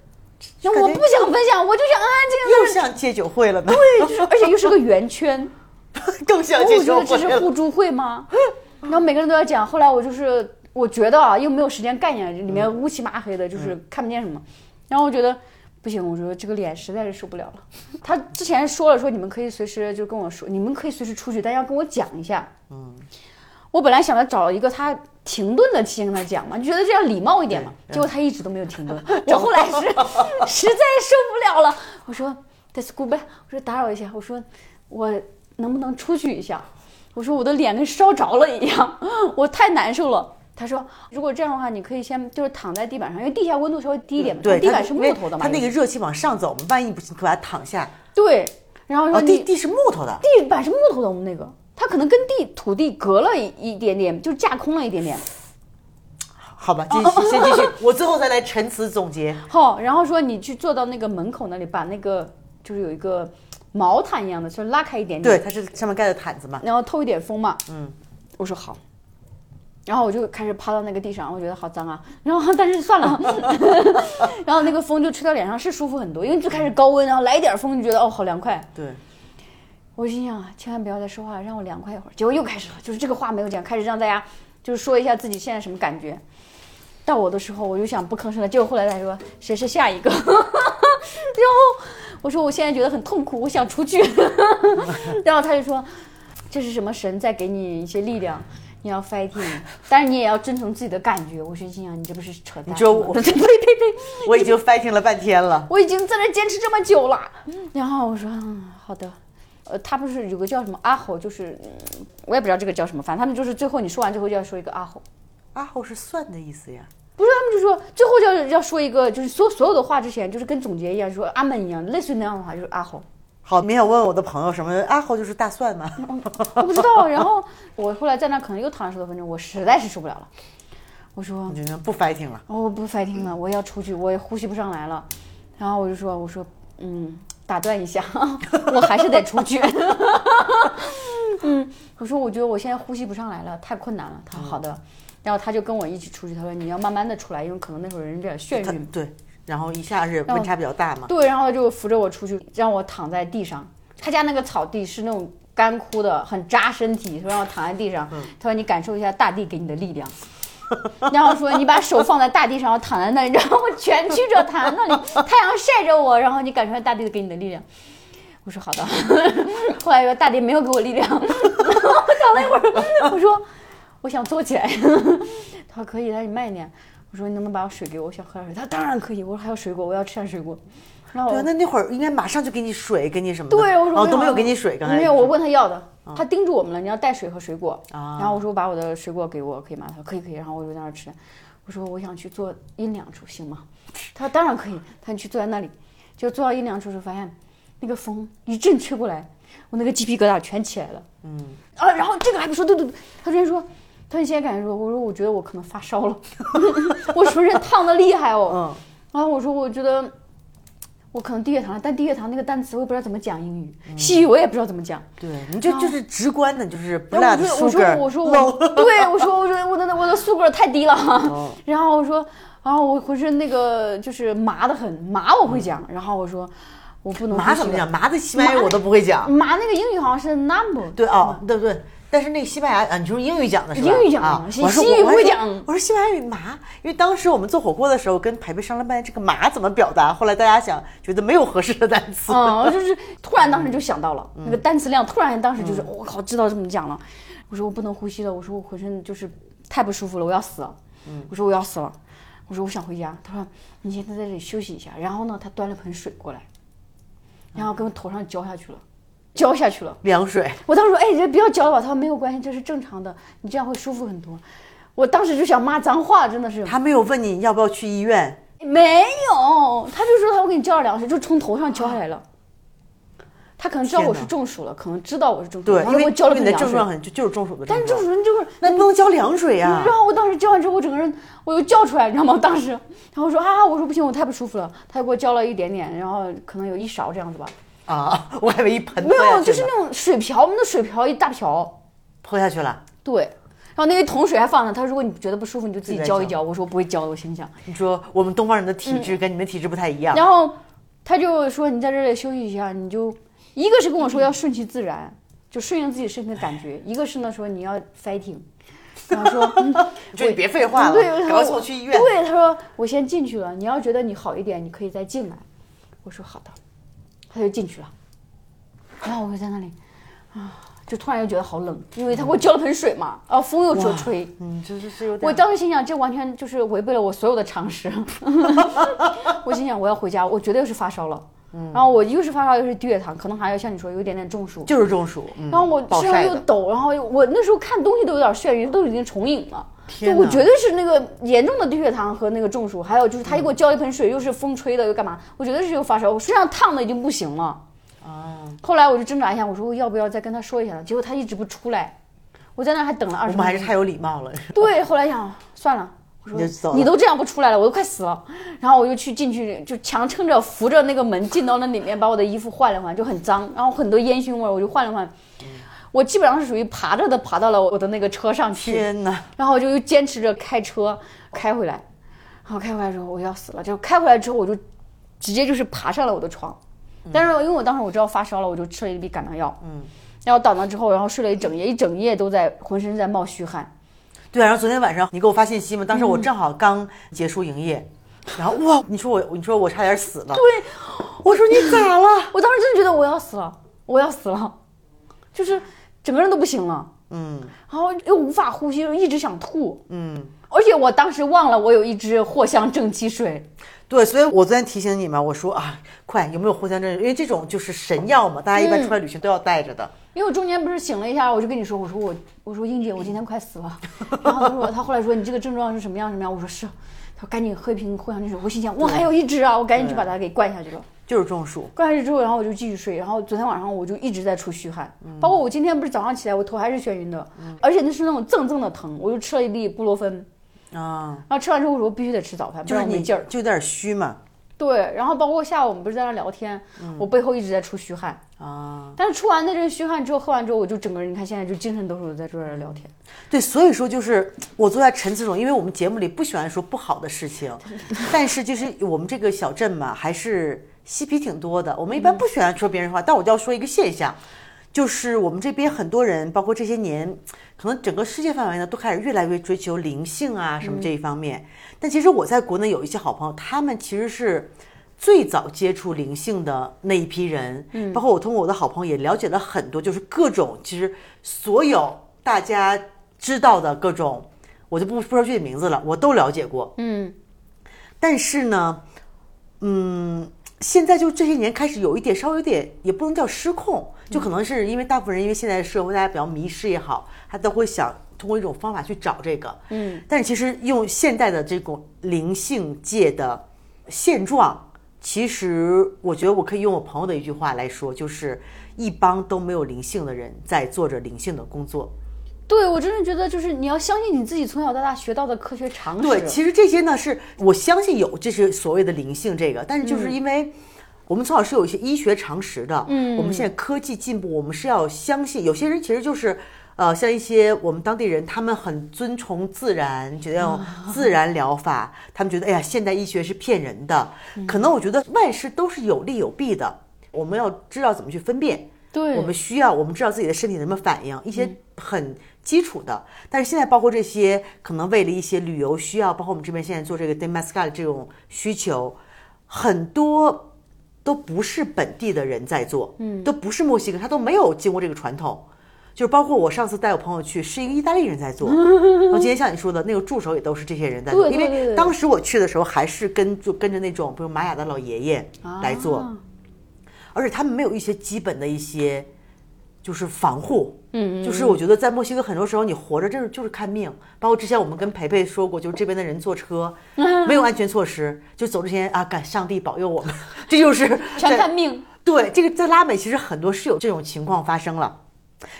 [SPEAKER 2] 那我
[SPEAKER 1] 感觉
[SPEAKER 2] 不想分享，我就想安安静静
[SPEAKER 1] 又像戒酒会了呢，
[SPEAKER 2] 对，就是而且又是个 圆圈，
[SPEAKER 1] 更像
[SPEAKER 2] 哦我
[SPEAKER 1] 戒
[SPEAKER 2] 觉
[SPEAKER 1] 酒
[SPEAKER 2] 得
[SPEAKER 1] 会
[SPEAKER 2] 这是
[SPEAKER 1] 了。
[SPEAKER 2] 互助会 吗？然后每个人都要讲。后来我就是我觉得啊，又没有时间概念，里面乌漆麻黑的，就是看不见什么。然后我觉得不行，我觉得这个脸实在是受不了了。他之前说了，说你们可以随时就跟我说，你们可以随时出去，但要跟我讲一下。嗯，我本来想着找一个他。停顿的期间跟他讲嘛，你觉得这样礼貌一点嘛？结果他一直都没有 停顿。我后来是实在受不了了，我说 that's goodbye，我哎说打扰一下，我说我能不能出去一下？我说我的脸跟烧着了一样， 我太难受了。他说，如果这样的话，你可以先就是躺在地板上，因为地下温度稍微低一点
[SPEAKER 1] 嗯
[SPEAKER 2] 嘛，
[SPEAKER 1] 对，
[SPEAKER 2] 地
[SPEAKER 1] 它
[SPEAKER 2] 板是木头的嘛，
[SPEAKER 1] 它那个热气往上走，我们万一不行，可把它躺下。
[SPEAKER 2] 对。然后说
[SPEAKER 1] 哦，
[SPEAKER 2] 你、
[SPEAKER 1] 地地是木头的，
[SPEAKER 2] 地板是木头的，我们那个，它可能跟地土地隔了一一点点，就架空了一点点。
[SPEAKER 1] 好吧，继续先继续，我最后再来陈词总结。
[SPEAKER 2] 好，然后说你去坐到那个门口那里，把那个就是有一个毛毯一样的，就是拉开一点点，
[SPEAKER 1] 对，它是上面盖的毯子嘛。
[SPEAKER 2] 然后透一点风嘛。嗯，我说好。然后我就开始趴到那个地上，我觉得好脏啊。然后 但是算了，然后那个风就吹到脸上是舒服很多，因为最开始高温，然后来一点风就觉得哦好凉快。
[SPEAKER 1] 对，
[SPEAKER 2] 我心想千万不要再说话，让我凉快一会儿。结果又开始了，就是这个话没有讲，开始让大家 就是说一下自己现在什么感觉。到我的时候，我就想不吭声了。结果后来他说谁是下一个，然 后我说我现在觉得很痛苦，我想出去。 然后他就说这是什么神在给你一些力量，你要 fighting，但是你也要遵从自己的感觉。我说心想你这不是扯淡吗？
[SPEAKER 1] 你 知道我
[SPEAKER 2] 呸呸呸！
[SPEAKER 1] 我已经 fighting 了半天了。
[SPEAKER 2] 我已经在那坚持这么久了。然后我说，嗯，好的。呃，他不是有个叫什么阿吼，就是、嗯我也不知道这个叫什么，反正他们就是最后你说完之后就要说一个阿吼，
[SPEAKER 1] 阿后是算的意思呀。
[SPEAKER 2] 不是他们就说最后就要要说一个，就是所所有的话之前就是跟总结一样，说阿门一样，类似于那样的话就是阿 吼。
[SPEAKER 1] 好，没有问我的朋友什么阿后就是大蒜吗？
[SPEAKER 2] 我不知道，然后我后来在那可能又躺了十多分钟，我实在是受不了了，我说
[SPEAKER 1] 你就不 fighting 了。
[SPEAKER 2] 哦我不 fighting 了，我要出去，我也呼吸不上来了。然后我就说，我说，嗯，打断一下， 我还是得出去。 嗯，我说我觉得我现在呼吸不上来了，太困难了。
[SPEAKER 1] 嗯
[SPEAKER 2] 他说好的，然后他就跟我一起出去，他说你要慢慢的出来，因为可能那会儿人比较眩
[SPEAKER 1] 他
[SPEAKER 2] 晕。
[SPEAKER 1] 对，然后一下是温差比较大嘛。
[SPEAKER 2] 对，然后就扶着我出去，让我躺在地上。他家那个草地是那种干枯的，很扎身体，说让我躺在地上。他说你感受一下大地给你的力量， 然后说你把手放在大地上，我躺在那里，然后我蜷曲着躺在那里，太阳晒着我，然后你感受一下大地给你的力量。我说好的， 后来说大地没有给我力量，然后我躺了一会
[SPEAKER 1] 啊
[SPEAKER 2] 儿，我说我想坐起来， 他说可以，他说你慢一点。我说你能不能把我水给我？我想喝点水。他说当然可以。我说还有水果，我要吃点水果。然后
[SPEAKER 1] 对
[SPEAKER 2] 我
[SPEAKER 1] 啊，那那会儿应该马上就给你水，给你什么的？
[SPEAKER 2] 对，我说
[SPEAKER 1] 哦
[SPEAKER 2] 我
[SPEAKER 1] 都没有
[SPEAKER 2] 想
[SPEAKER 1] 给你水，刚才哦
[SPEAKER 2] 没有，我问他要的，他叮嘱我们了，你要带水和水果。
[SPEAKER 1] 啊
[SPEAKER 2] 然后我说把我的水果给我，可以吗？他说可以可以。然后我就在那儿吃，我说我想去坐阴凉处，行吗？他说当然可以。他说你去坐在那里，就坐到阴凉处时候发现那个风一阵吹过来，我那个鸡皮疙瘩全起来了。嗯啊，然后这个还不说，对对对，他之前说。他说：“现在感觉说，我说我觉得我可能发 烧了，我浑身烫的厉害哦。
[SPEAKER 1] 嗯，
[SPEAKER 2] 然后我说，我觉得我可能低血糖了，但低血糖那个单词我也不知道怎么讲英语，
[SPEAKER 1] 嗯
[SPEAKER 2] 西语我也不知道怎么讲。
[SPEAKER 1] 对，你就就是直观的，就是不
[SPEAKER 2] 然
[SPEAKER 1] 辣
[SPEAKER 2] 后
[SPEAKER 1] 的
[SPEAKER 2] 啊我
[SPEAKER 1] 苏
[SPEAKER 2] 就
[SPEAKER 1] 格儿
[SPEAKER 2] 我说我说我， 对我说我说我的我的素格太低
[SPEAKER 1] 哦
[SPEAKER 2] 了， 然后我说，然后我浑身那个就是麻的很，麻我会讲，然后我说我不能
[SPEAKER 1] 嗯麻
[SPEAKER 2] 呼吸
[SPEAKER 1] 怎么
[SPEAKER 2] 了
[SPEAKER 1] 讲？？麻的西班牙语我都不会讲。
[SPEAKER 2] 麻那个英语好像是 number，
[SPEAKER 1] 对哦，对对。但是那个西班牙啊，你说英语讲的是吧？
[SPEAKER 2] 嗯英语讲的
[SPEAKER 1] 啊，
[SPEAKER 2] 西
[SPEAKER 1] 我说
[SPEAKER 2] 西语
[SPEAKER 1] 我我还
[SPEAKER 2] 会
[SPEAKER 1] 说
[SPEAKER 2] 讲
[SPEAKER 1] 我说西班牙语麻，因为当时我们做火锅的时候跟培培商量半天这个麻怎么表达，后来大家想觉得没有合适的单词，
[SPEAKER 2] 嗯，就是突然当时就想到了、那个单词量，突然当时就是我、靠，知道这么讲了。我说我不能呼吸了，我说我浑身就是太不舒服了，我要死了。我说我要死了，我说我想回家。他说你现在在这里休息一下。然后呢，他端了盆水过来，然后跟我头上浇下去了，浇下去了。
[SPEAKER 1] 凉水。
[SPEAKER 2] 我当时说，哎，这不要浇了吧。他说没有关系，这是正常的，你这样会舒服很多。我当时就想骂脏话，真的是
[SPEAKER 1] 他没有问你要不要去医院，
[SPEAKER 2] 没有，他就说他会给你浇点凉水，就从头上浇下来了。他可能知道我是中暑了，可能知道我是中暑了，
[SPEAKER 1] 对，因
[SPEAKER 2] 然后
[SPEAKER 1] 为
[SPEAKER 2] 哦我浇
[SPEAKER 1] 因
[SPEAKER 2] 了
[SPEAKER 1] 为
[SPEAKER 2] 盆
[SPEAKER 1] 你的
[SPEAKER 2] 凉
[SPEAKER 1] 症状
[SPEAKER 2] 水。
[SPEAKER 1] 很就就是中暑的
[SPEAKER 2] 但是
[SPEAKER 1] 症状，
[SPEAKER 2] 中暑人哎就是，
[SPEAKER 1] 那不能浇凉水呀、
[SPEAKER 2] 然后我当时浇完之后，我整个人我又叫出来，你知道吗？我当时，然后我说啊，我说不行，我太不舒服了。他就给我浇了一点点，然后可能有一勺这样子吧，
[SPEAKER 1] 啊！我还以为一盆
[SPEAKER 2] 没
[SPEAKER 1] 泼下
[SPEAKER 2] 有，
[SPEAKER 1] 去
[SPEAKER 2] 就是
[SPEAKER 1] 呢
[SPEAKER 2] 那种水瓢，我们的水瓢一大瓢，
[SPEAKER 1] 泼下去了。
[SPEAKER 2] 对。然后那一桶水还放着，他说如果你觉得不舒服，你就自己
[SPEAKER 1] 自己
[SPEAKER 2] 浇一
[SPEAKER 1] 再
[SPEAKER 2] 浇。我说我不会浇的，我心想。
[SPEAKER 1] 你说我们东方人的体
[SPEAKER 2] 嗯
[SPEAKER 1] 质跟你们体质不太一样，
[SPEAKER 2] 然后他就说你在这里休息一下，你就一个是跟我说要顺其自然，就顺应自己身体的感觉；一个是呢说你要 fighting，然后说、嗯、
[SPEAKER 1] 就你别废话了
[SPEAKER 2] 对，他，说
[SPEAKER 1] 搞我去医院。
[SPEAKER 2] 对，他说我先进去了，你要觉得你好一点，你可以再进来。我说好的，他就进去了，然后我就在那里啊，就突然又觉得好冷，因为他给我浇了盆水嘛，啊，风又吹吹。
[SPEAKER 1] 嗯，就是是有点。
[SPEAKER 2] 我当时心想，这完全就是违背了我所有的常 识。我心想，我要回家，我绝对是发烧了。
[SPEAKER 1] 嗯
[SPEAKER 2] 然后我又是发烧，又是低血糖，可能还要像你说有一点点中暑。
[SPEAKER 1] 就是中暑，嗯、
[SPEAKER 2] 然后我
[SPEAKER 1] 暴
[SPEAKER 2] 身上
[SPEAKER 1] 晒
[SPEAKER 2] 又
[SPEAKER 1] 的，
[SPEAKER 2] 抖，然后又我那时候看东西都有点眩晕，都已经重影了。就
[SPEAKER 1] 天
[SPEAKER 2] 我
[SPEAKER 1] 哪
[SPEAKER 2] 绝对是那个严重的低血糖和那个中暑，还有就是他又给我
[SPEAKER 1] 嗯
[SPEAKER 2] 浇了一盆水，又是风吹的，又干嘛？我觉得是又发烧，我身上烫的已经不行了。
[SPEAKER 1] 啊，
[SPEAKER 2] 后来我就挣扎一下，我说我要不要再跟他说一下呢？结果他一直不出来，我在那儿还等了二
[SPEAKER 1] 我
[SPEAKER 2] 十。
[SPEAKER 1] 们还是太有礼貌了。
[SPEAKER 2] 对，后来想算了，我说
[SPEAKER 1] 你就走了
[SPEAKER 2] 你都这样不出来了，我都快死了。然后我就去进去，就强撑着扶着那个门进到那里面，把我的衣服换了换，就很脏，然后很多烟熏味儿，我就换了换。我基本上是属于爬着的爬到了我的那个车上去，
[SPEAKER 1] 天哪！
[SPEAKER 2] 然后我就又坚持着开车开回来，然后开回来之后我要死了，就开回来之后我就直接就是爬上了我的床，但是因为我当时我知道发烧了，我就吃了一粒感冒药，嗯，然后倒那之后，然后睡了一整夜，一整夜都在浑身在冒虚汗，
[SPEAKER 1] 对啊，然后昨天晚上你给我发信息嘛，当时
[SPEAKER 2] 嗯
[SPEAKER 1] 我正好刚结束营业，然后哇，你说我，你说我差点死了，
[SPEAKER 2] 对，
[SPEAKER 1] 我说你咋了？
[SPEAKER 2] 我当时真的觉得我要死了，我要死了，就是整个人都不行了，
[SPEAKER 1] 嗯
[SPEAKER 2] 然后又无法呼吸，又一直想吐，
[SPEAKER 1] 嗯，
[SPEAKER 2] 而且我当时忘了我有一支藿香正气水，
[SPEAKER 1] 对，所以我昨天提醒你嘛，我说啊，快有没有藿香正气？因为这种就是神药嘛，大家一般出
[SPEAKER 2] 嗯
[SPEAKER 1] 来旅行都要带着的。
[SPEAKER 2] 因为我中间不是醒了一下，我就跟你说，我说我我说英姐，我今天快 死了，然后他说他后来说你这个症状是什么样什么样，我说是，他说赶紧喝一瓶藿香正气水，我心想我还有一支啊，我赶紧去把它给灌下去了。
[SPEAKER 1] 就是中暑，
[SPEAKER 2] 灌下去之后，然后我就继续睡，然后昨天晚上我就一直在出虚汗，
[SPEAKER 1] 嗯
[SPEAKER 2] 包括我今天不是早上起来我头还是眩晕的，而且那是那种怔怔的疼，我就吃了一粒布洛芬，
[SPEAKER 1] 啊，
[SPEAKER 2] 然后吃完之后我说我必须得吃早饭，不
[SPEAKER 1] 就是
[SPEAKER 2] 然我
[SPEAKER 1] 你
[SPEAKER 2] 没劲儿。
[SPEAKER 1] 就有点虚嘛，
[SPEAKER 2] 对，然后包括下午我们不是在那聊天，
[SPEAKER 1] 嗯
[SPEAKER 2] 我背后一直在出虚汗，
[SPEAKER 1] 啊，
[SPEAKER 2] 但是出完那阵虚汗之后，喝完之后，我就整个人，你看现在就精神抖擞的在这儿聊天。
[SPEAKER 1] 对，所以说就是我坐在陈词种，因为我们节目里不喜欢说不好的事情，但是就是我们这个小镇嘛，还是嬉皮挺多的。我们一般不喜欢说别人坏话，但我就要说一个现象，就是我们这边很多人，包括这些年，可能整个世界范围呢，都开始越来越追求灵性啊什么这一方面。但其实我在国内有一些好朋友，他们其实是。最早接触灵性的那一批人，嗯，包括我通过我的好朋友也了解了很多，就是各种其实所有大家知道的各种，我就不不说具体名字了，我都了解过。
[SPEAKER 2] 嗯，
[SPEAKER 1] 但是呢，嗯，现在就这些年开始有一点稍微有点，也不能叫失控，
[SPEAKER 2] 嗯
[SPEAKER 1] 就可能是因为大部分人因为现在社会大家比较迷失也好，他都会想通过一种方法去找这个。
[SPEAKER 2] 嗯，
[SPEAKER 1] 但是其实用现代的这种灵性界的现状。其实，我觉得我可以用我朋友的一句话来说，就是一帮都没有灵性的人在做着灵性的工作。
[SPEAKER 2] 对我真的觉得就是你要相信你自己从小到大学到的科学常识。
[SPEAKER 1] 对，其实这些呢是我相信有，这是所谓的灵性这个，但是就是因为我们从小是有一些医学常识的，嗯，我们现在科技进步，我们是要相信，有些人其实就是。呃，像一些我们当地人，他们很遵从自然，觉得要自然疗法，他们觉得哎呀，现代医学是骗人的。可能我觉得万事都是有利有弊的，我们要知道怎么去分辨。
[SPEAKER 2] 对嗯
[SPEAKER 1] 我们需要我们知道自己的身体什么反应，一些很基础的。但是现在包括这些，可能为了一些旅游需要，包括我们这边现在做这个 d e m a s c a 这种需求，很多都不是本地的人在做，嗯，都不是墨西哥，他都没有经过这个传统。就是包括我上次带我朋友去，是一个意大利人在 做。然后今天像你说的那个助手也都是这些人在做，
[SPEAKER 2] 对
[SPEAKER 1] 因
[SPEAKER 2] 对对
[SPEAKER 1] 为
[SPEAKER 2] 对
[SPEAKER 1] 当时我去的时候还是跟就跟着那种比如玛雅的老爷爷来做。
[SPEAKER 2] 啊
[SPEAKER 1] 而且他们没有一些基本的一些就是防护。嗯，就是我觉得在墨西哥很多时候你活着就是就是看命，包括之前我们跟培培说过，就是这边的人坐车 没有安全措施，就走之前啊，感上帝保佑我们， 这就是
[SPEAKER 2] 全
[SPEAKER 1] 在
[SPEAKER 2] 看命。
[SPEAKER 1] 对，这个在拉美其实很多是有这种情况发生了。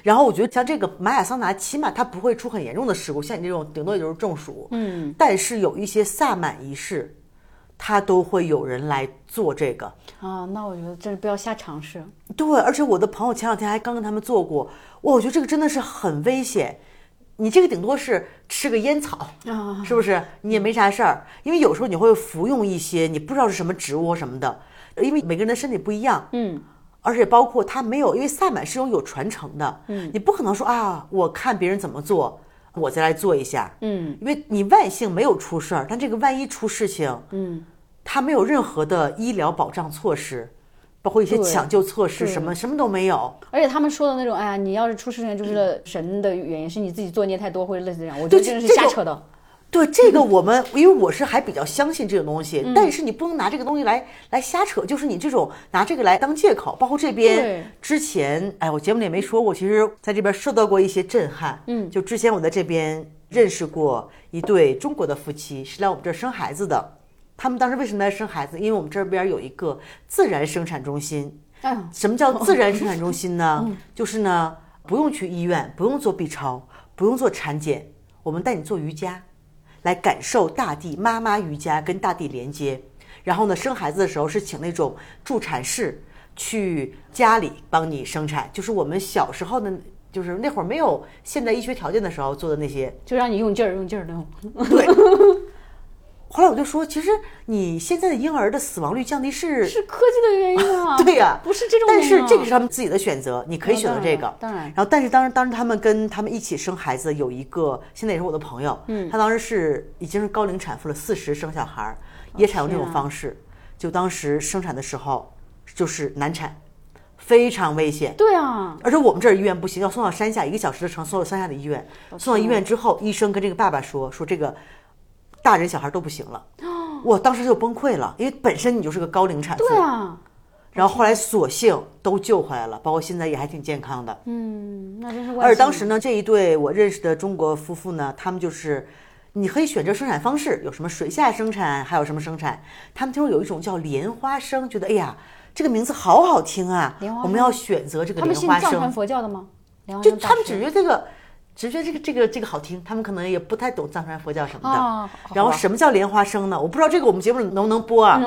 [SPEAKER 1] 然后我觉得像这个玛雅桑拿，起码它不会出很严重的事故，像你这种顶多也就是中暑。嗯，但是有一些萨满仪式，它都会有人来做这个。
[SPEAKER 2] 啊，那我觉得真是不要瞎尝试。
[SPEAKER 1] 对，而且我的朋友前两天还刚跟他们做过，哇，我觉得这个真的是很危险。你这个顶多是吃个烟草
[SPEAKER 2] 啊，
[SPEAKER 1] 是不是？你也没啥事儿，因为有时候你会服用一些你不知道是什么植物什么的，因为每个人的身体不一样，
[SPEAKER 2] 嗯，
[SPEAKER 1] 而且包括他没有，因为萨满是种有传承的，嗯，你不可能说啊，我看别人怎么做，我再来做一下，
[SPEAKER 2] 嗯，
[SPEAKER 1] 因为你万幸没有出事儿，但这个万一出事情，
[SPEAKER 2] 嗯，
[SPEAKER 1] 他没有任何的医疗保障措施，包括一些
[SPEAKER 2] 对
[SPEAKER 1] 抢救措施，什么什么都没有。
[SPEAKER 2] 而且他们说的那种，哎呀，你要是出事情就是神的原因，是你自己作孽太多，或者类似这样，我觉
[SPEAKER 1] 对
[SPEAKER 2] 得真的
[SPEAKER 1] 这
[SPEAKER 2] 是瞎
[SPEAKER 1] 这种
[SPEAKER 2] 扯的。
[SPEAKER 1] 对这个，我 们因为我是还比较相信这种东
[SPEAKER 2] 嗯
[SPEAKER 1] 西，但是你不能拿这个东西来来瞎扯，就是你这种拿这个来当借口。包括这
[SPEAKER 2] 对
[SPEAKER 1] 边之前，哎，我节目里也没说过，其实在这边受到过一些震撼。嗯，就之前我在这边认识过一对中国的夫妻，是来我们这儿生孩子的。他们当时为什么来生孩子？因为我们这边有一个自然生产中心，
[SPEAKER 2] 哎呀，
[SPEAKER 1] 什么叫自然生产中心呢？就是呢，不用去医院，不用做 B 超，不用做产检，我们带你做瑜伽，来感受大地妈妈瑜伽跟大地连接。然后呢，生孩子的时候是请那种助产士去家里帮你生产，就是我们小时候的就是那会儿没有现代医学条件的时候做的那些。
[SPEAKER 2] 就让你用劲儿用劲儿那种。
[SPEAKER 1] 对。后来我就说，其实你现在的婴儿的死亡率降低 是
[SPEAKER 2] 是科技的原因 啊。
[SPEAKER 1] 对呀、
[SPEAKER 2] 不是这种原
[SPEAKER 1] 但
[SPEAKER 2] 因
[SPEAKER 1] 是
[SPEAKER 2] 啊。
[SPEAKER 1] 这个是他们自己的选择，你可以
[SPEAKER 2] 哦
[SPEAKER 1] 选择
[SPEAKER 2] 当
[SPEAKER 1] 这
[SPEAKER 2] 然
[SPEAKER 1] 个。
[SPEAKER 2] 当然
[SPEAKER 1] 然后，但是当时当时他们跟他们一起生孩子有一个，现在也是我的朋友，嗯，他当时是已经是高龄产妇了，四十生小孩儿，也采用这种
[SPEAKER 2] 天啊
[SPEAKER 1] 方式。就当时生产的时候就是难产，非常危险。
[SPEAKER 2] 对啊，
[SPEAKER 1] 而且我们这儿医院不行，要送到山下一个小时的城，送到山下的医院。
[SPEAKER 2] 哦
[SPEAKER 1] 送到医
[SPEAKER 2] 啊
[SPEAKER 1] 院之后，医生跟这个爸爸说，说这个大人小孩都不行了。我当时就崩溃了，因为本身你就是个高龄产妇，
[SPEAKER 2] 哦对啊，
[SPEAKER 1] 然后后来索性都救回来了，包括现在也还挺健康的。
[SPEAKER 2] 嗯，那真是万
[SPEAKER 1] 而
[SPEAKER 2] 幸。
[SPEAKER 1] 当时呢，这一对我认识的中国夫妇呢，他们就是。你可以选择生产方式，有什么水下生产，还有什么生产？他们听说有一种叫莲花生，觉得哎呀，这个名字好好听啊
[SPEAKER 2] 莲花，
[SPEAKER 1] 我们要选择这个
[SPEAKER 2] 他们
[SPEAKER 1] 莲
[SPEAKER 2] 信
[SPEAKER 1] 花
[SPEAKER 2] 藏
[SPEAKER 1] 生
[SPEAKER 2] 传。佛教的吗？梁
[SPEAKER 1] 就
[SPEAKER 2] 王大
[SPEAKER 1] 他们
[SPEAKER 2] 师
[SPEAKER 1] 只觉得这个，只觉得这个这个这个好听，他们可能也不太懂藏传佛教什么的。
[SPEAKER 2] 啊，
[SPEAKER 1] 然后
[SPEAKER 2] 好吧嗯
[SPEAKER 1] 什么叫莲花生呢？我不知道这个我们节目能不能播啊。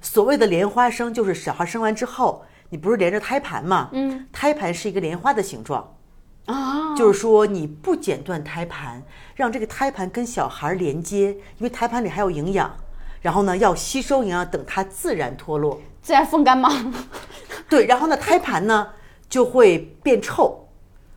[SPEAKER 1] 所谓的莲花生，就是小孩生完之后，你不是连着胎盘吗？嗯，胎盘是一个莲花的形状，
[SPEAKER 2] 啊，
[SPEAKER 1] 就是说你不剪断胎盘，让这个胎盘跟小孩连接，因为胎盘里还有营养，然后呢要吸收营养，等它自然脱落。
[SPEAKER 2] 自然风干吗？
[SPEAKER 1] 对，然后呢，胎盘呢就会变臭，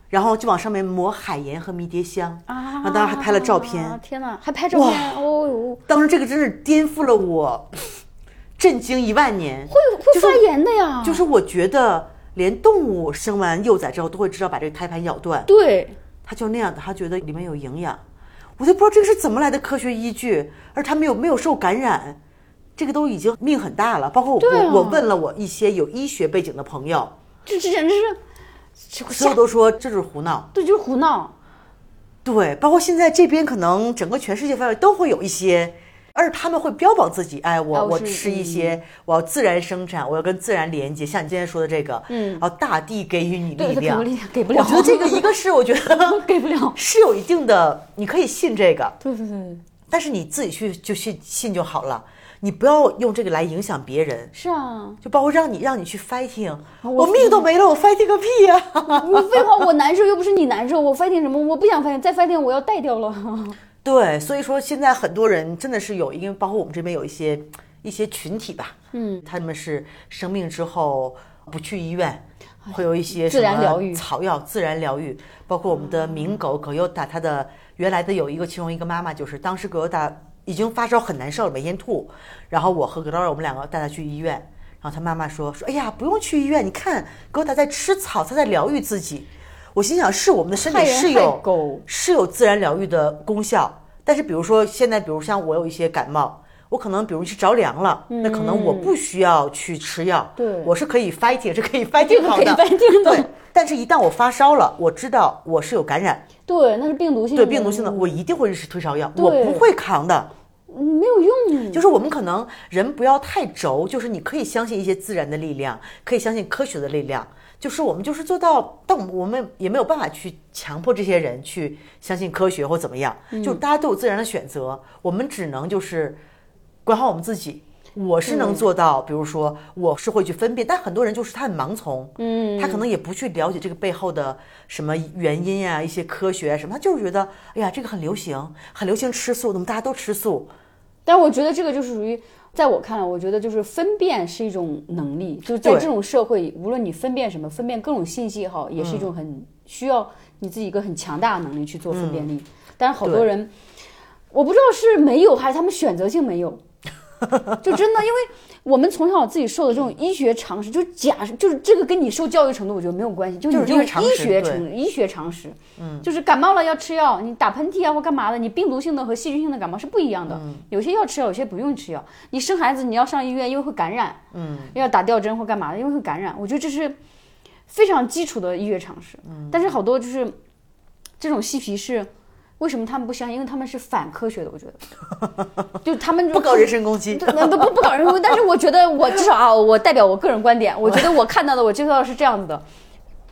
[SPEAKER 1] 然后就往上面抹海盐和迷迭香
[SPEAKER 2] 啊，
[SPEAKER 1] 然后当时还拍了照片。
[SPEAKER 2] 天哪，还拍照片，哦呦，
[SPEAKER 1] 当时这个真是颠覆了我， 震惊一万年。
[SPEAKER 2] 会会发炎的呀，
[SPEAKER 1] 就是是我觉得，连动物生完幼崽之后都会知道把这个胎盘咬断，
[SPEAKER 2] 对，
[SPEAKER 1] 它就那样的，它觉得里面有营养。我就不知道这个是怎么来的科学依据，而它没有没有受感染，这个都已经命很大了。包括我、
[SPEAKER 2] 对啊
[SPEAKER 1] 我问了我一些有医学背景的朋友，
[SPEAKER 2] 这这简直是，这
[SPEAKER 1] 所有
[SPEAKER 2] 吓，
[SPEAKER 1] 都说这就是胡闹。
[SPEAKER 2] 对，就是胡闹。
[SPEAKER 1] 对，包括现在这边可能整个全世界范围都会有一些，而他们会标榜自己，哎，我
[SPEAKER 2] 啊
[SPEAKER 1] 我
[SPEAKER 2] 是
[SPEAKER 1] 吃一些，我要自然生产，我要跟自然连接，像你今天说的这个，嗯，然后大地给予你
[SPEAKER 2] 对，
[SPEAKER 1] 力
[SPEAKER 2] 给
[SPEAKER 1] 量
[SPEAKER 2] 不。了，给不
[SPEAKER 1] 我
[SPEAKER 2] 了。
[SPEAKER 1] 觉得 这个一个是我觉得
[SPEAKER 2] 给 不了。
[SPEAKER 1] 是有一定的，你可以信这个，
[SPEAKER 2] 对对对对，
[SPEAKER 1] 但是你自己去就信信就好了，你不要用这个来影响别人，，
[SPEAKER 2] 是啊
[SPEAKER 1] 就包括让你让你去 fighting，
[SPEAKER 2] 我
[SPEAKER 1] 我命都没了，我 fighting 个屁呀、
[SPEAKER 2] 你废话，我难受又不是你难受，我 fighting 什么？我不想 fighting，再 fighting 我要带掉了。
[SPEAKER 1] 对，所以说现在很多人真的是有，因为包括我们这边有一些一些群体吧，嗯，他们是生病之后不去医院，会有一些
[SPEAKER 2] 哎自
[SPEAKER 1] 什
[SPEAKER 2] 然
[SPEAKER 1] 么
[SPEAKER 2] 疗愈
[SPEAKER 1] 草药自然疗愈，包括我们的名狗葛优达，它的原来的有一个其中一个妈妈就是当时葛优达已经发烧很难受了，每天吐，然后我和葛大我们两个带他去医院，然后他妈妈说说哎呀不用去医院，你看葛优达在吃草，他在疗愈自己。我心想，是我们的身体
[SPEAKER 2] 害人
[SPEAKER 1] 是
[SPEAKER 2] 害
[SPEAKER 1] 有
[SPEAKER 2] 狗
[SPEAKER 1] 是有自然疗愈的功效。但是比如说现在，比如像我有一些感冒，我可能比如去着凉了，那可能我不需要去吃药，
[SPEAKER 2] 嗯对
[SPEAKER 1] 我是可以 fighting，是可以 fighting 好
[SPEAKER 2] 可以
[SPEAKER 1] 的，
[SPEAKER 2] fighting 的
[SPEAKER 1] 对。但是，一旦我发烧了，我知道我是有感染，
[SPEAKER 2] 对，那是病毒性。
[SPEAKER 1] 对病毒性的，，我一定会吃退烧药，
[SPEAKER 2] 嗯对
[SPEAKER 1] 我不会扛的。
[SPEAKER 2] 嗯没有用。
[SPEAKER 1] 就是我们可能人不要太轴，就是你可以相信一些自然的力量，可以相信科学的力量。就是我们就是做到，但我们我们也没有办法去强迫这些人去相信科学或怎么样。就是大家都有自然的选择，我们只能就是管好我们自己。我是能做到，比如说我是会去分辨，但很多人就是他很盲从，嗯，他可能也不去了解这个背后的什么原因啊，一些科学啊什么，他就是觉得，哎呀，这个很流行，很流行吃素，怎么大家都吃素？
[SPEAKER 2] 但我觉得这个就属于，在我看来，我觉得就是分辨是一种能力，就是在
[SPEAKER 1] 对
[SPEAKER 2] 这种社会，无论你分辨什么，分辨各种信息也好，也
[SPEAKER 1] 嗯
[SPEAKER 2] 是一种很需要你自己一个很强大的能力去做分辨力。但是好多
[SPEAKER 1] 嗯对
[SPEAKER 2] 人，我不知道是没有还是他们选择性没有， 就真的因为。我们从小自己受的这种医学常识，就假设就是这个跟你受教育程度，我觉得没有关系，就你
[SPEAKER 1] 就是
[SPEAKER 2] 这
[SPEAKER 1] 因
[SPEAKER 2] 种
[SPEAKER 1] 为常识
[SPEAKER 2] 医学
[SPEAKER 1] 对
[SPEAKER 2] 程医学常识，嗯，就是感冒了要吃药，你打喷嚏啊或干嘛的，你病毒性的和细菌性的感冒是不一样的，
[SPEAKER 1] 嗯
[SPEAKER 2] 有些要吃药，有些不用吃药。你生孩子你要上医院，因为会感染，嗯，要打吊针或干嘛的，因为会感染。我觉得这是非常基础的医学常识，嗯，但是好多就是这种嬉皮士。为什么他们不相信？因为他们是反科学的，我觉得，就他们就
[SPEAKER 1] 不搞人身攻击，
[SPEAKER 2] 对那不不不搞人工，但是我觉得我至少啊，我代表我个人观点，我觉得我看到的，我接受到的是这样子的。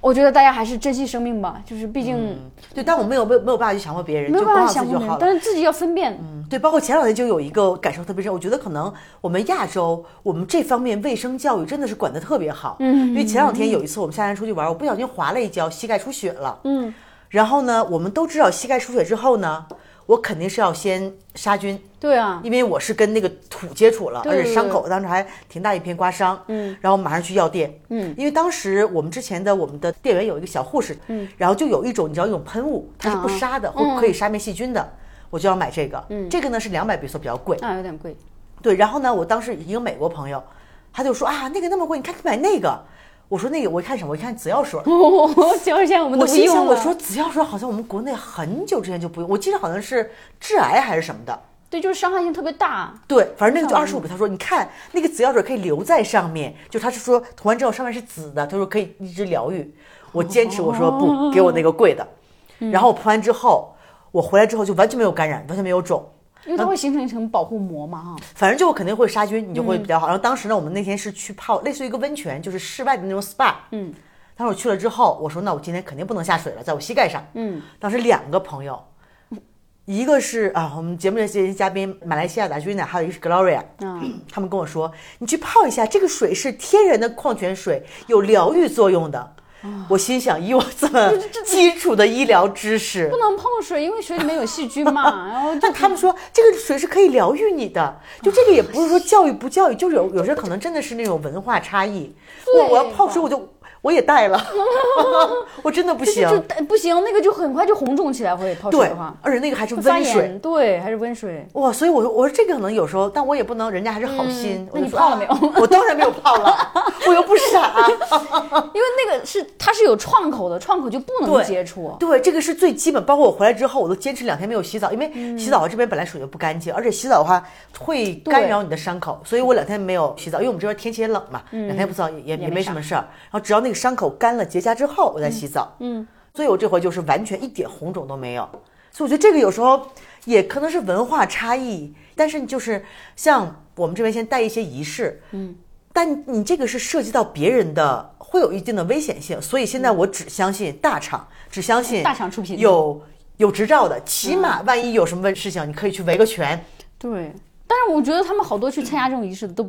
[SPEAKER 2] 我觉得大家还是珍惜生命吧，就是毕竟
[SPEAKER 1] 对，但我没有没有没有办法去强迫别人，嗯
[SPEAKER 2] 没
[SPEAKER 1] 就
[SPEAKER 2] 有
[SPEAKER 1] 管
[SPEAKER 2] 办法
[SPEAKER 1] 好自
[SPEAKER 2] 想
[SPEAKER 1] 己
[SPEAKER 2] 明
[SPEAKER 1] 就
[SPEAKER 2] 白
[SPEAKER 1] 好了嗯
[SPEAKER 2] 但。是自己要分辨。
[SPEAKER 1] 对，包括前两天就有一个感受特别深，我觉得可能我们亚洲，我们这方面卫生教育真的是管得特别好。嗯，因为前两天有一次我们夏天出去玩，我不小心滑了一跤，膝盖出血了。嗯，然后呢，我们都知道膝盖出血之后呢，我肯定是要先杀菌，
[SPEAKER 2] 对啊，
[SPEAKER 1] 因为我是跟那个土接触了，
[SPEAKER 2] 对
[SPEAKER 1] 而且伤
[SPEAKER 2] 对
[SPEAKER 1] 口当时还挺大一片刮伤，嗯，然后马上去药店，嗯，因为当时我们之前的我们的店员有一个小护士，嗯，然后就有一种你知道一种喷雾，它是不
[SPEAKER 2] 啊啊
[SPEAKER 1] 杀的，
[SPEAKER 2] 嗯
[SPEAKER 1] 或可以杀灭细菌的，我就要买这个，嗯，这个呢是两百比索比较贵，
[SPEAKER 2] 那有点贵。
[SPEAKER 1] 对，然后呢，我当时一个美国朋友，他就说啊那个那么贵，你看买那个，我说那个我一看什么？我一看紫药水儿。
[SPEAKER 2] 哦，结果现在我们都
[SPEAKER 1] 我
[SPEAKER 2] 不
[SPEAKER 1] 心想，
[SPEAKER 2] 用了。
[SPEAKER 1] 我说紫药水儿好像我们国内很久之前就不用，我记得好像是致癌还是什么的，
[SPEAKER 2] 对，就是伤害性特别大。
[SPEAKER 1] 对，反正那个就二十五他说你看那个紫药水可以留在上面，就他是说涂完之后上面是紫的，他说可以一直疗愈。我坚持我说不，给我那个贵的。然后我喷完之后，我回来之后就完全没有感染，完全没有肿。嗯
[SPEAKER 2] 因为它会形成一层保护膜嘛，哈，
[SPEAKER 1] 反正就肯定会杀菌，你就会比较好。然后当时呢，我们那天是去泡类似于一个温泉，就是室外的那种 SPA。嗯，当时我去了之后，我说那我今天肯定不能下水了，在我膝盖上。嗯，当时两个朋友，一个是啊，我们节目的这些嘉宾，马来西亚的 Gina，还有一个是 Gloria。
[SPEAKER 2] 嗯，
[SPEAKER 1] 他们跟我说，你去泡一下，这个水是天然的矿泉水，有疗愈作用的。我心想，以我啊这么基础的医疗知识
[SPEAKER 2] 不，能碰水，因为水里面有细菌 嘛，然后就
[SPEAKER 1] 但他们说这个水是可以疗愈你的，就这个也不是说教育不教育，就是有有些可能真的是那种文化差异。我我要泡水我就我也带了， 我真的不
[SPEAKER 2] 就就
[SPEAKER 1] 行。
[SPEAKER 2] 就不行，那个就很快就红肿起来，会泡水
[SPEAKER 1] 对
[SPEAKER 2] 的话，
[SPEAKER 1] 而且那个还是
[SPEAKER 2] 会发
[SPEAKER 1] 温水
[SPEAKER 2] 炎，对，还是温水。
[SPEAKER 1] 哇，所以我说我说这个可能有时候，但我也不能，人家还是好心。我
[SPEAKER 2] 嗯那
[SPEAKER 1] 就
[SPEAKER 2] 你
[SPEAKER 1] 说
[SPEAKER 2] 泡了没有
[SPEAKER 1] 啊我当然没有泡了，我又不傻。啊
[SPEAKER 2] 因为那个是它是有创口的，创口就不能
[SPEAKER 1] 对
[SPEAKER 2] 接触。
[SPEAKER 1] 对，这个是最基本。包括我回来之后，我都坚持两天没有洗澡，因为洗澡这边本来水就不干净，而且洗澡的话会干
[SPEAKER 2] 对
[SPEAKER 1] 扰你的伤口，所以我两天没有洗澡，因为我们这边天气也冷嘛，两天不洗澡也也
[SPEAKER 2] 也
[SPEAKER 1] 也
[SPEAKER 2] 没
[SPEAKER 1] 没
[SPEAKER 2] 啥
[SPEAKER 1] 什么事儿。然后只要那个伤口干了结痂之后，我再洗澡。嗯，所以我这回就是完全一点红肿都没有。所以我觉得这个有时候也可能是文化差异，但是你就是像我们这边先带一些仪式，嗯，但你这个是涉及到别人的，会有一定的危险性，所以现在我只相信大厂，只相信
[SPEAKER 2] 嗯大厂出品嗯
[SPEAKER 1] 有有执照的，起码万一有什么事情，你可以去维个权。
[SPEAKER 2] 对，但是我觉得他们好多去参加这种仪式的都，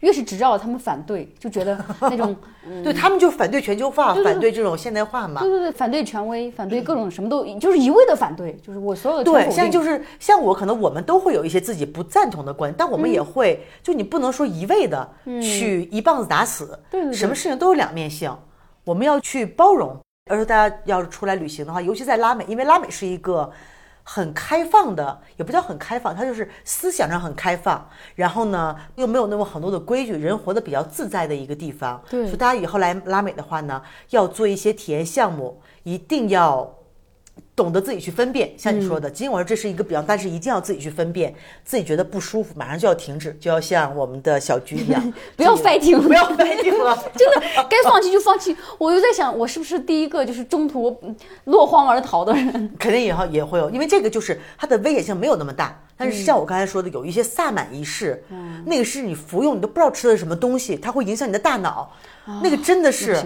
[SPEAKER 2] 越是执照他们反对，就觉得那种，
[SPEAKER 1] 对他们就反对全球化，反对这种现代化嘛
[SPEAKER 2] 对。对对，反对权威，反对各种什么都，就是一味的反对，就是我所有的
[SPEAKER 1] 对，
[SPEAKER 2] 全否
[SPEAKER 1] 现在
[SPEAKER 2] 定
[SPEAKER 1] 就是像我，可能我们都会有一些自己不赞同的观点，但我们也会，
[SPEAKER 2] 嗯
[SPEAKER 1] 就你不能说一味的去一棒子打死，
[SPEAKER 2] 对对对
[SPEAKER 1] 什么事情都有两面性，我们要去包容。而且大家要是出来旅行的话，尤其在拉美，因为拉美是一个很开放的，也不叫很开放，它就是思想上很开放，然后呢又没有那么很多的规矩，人活得比较自在的一个地方。
[SPEAKER 2] 对，
[SPEAKER 1] 所以大家以后来拉美的话呢，要做一些体验项目，一定要懂得自己去分辨，像你说的，尽管这是一个比较，但是一定要自己去分辨，自己觉得不舒服，马上就要停止，就要像我们的小菊一样
[SPEAKER 2] 不要
[SPEAKER 1] 自己
[SPEAKER 2] fighting
[SPEAKER 1] 不要 fighting 了。
[SPEAKER 2] 真的该放弃就放弃。我又在想，我是不是第一个就是中途嗯落荒而逃的人？
[SPEAKER 1] 肯定也好也会有，因为这个就是它的危险性没有那么大。但
[SPEAKER 2] 嗯
[SPEAKER 1] 是像我刚才说的，有一些萨满仪式，那个是你服用你都不知道吃的是什么东西，它会影响你的大脑，
[SPEAKER 2] 啊
[SPEAKER 1] 那个真的是。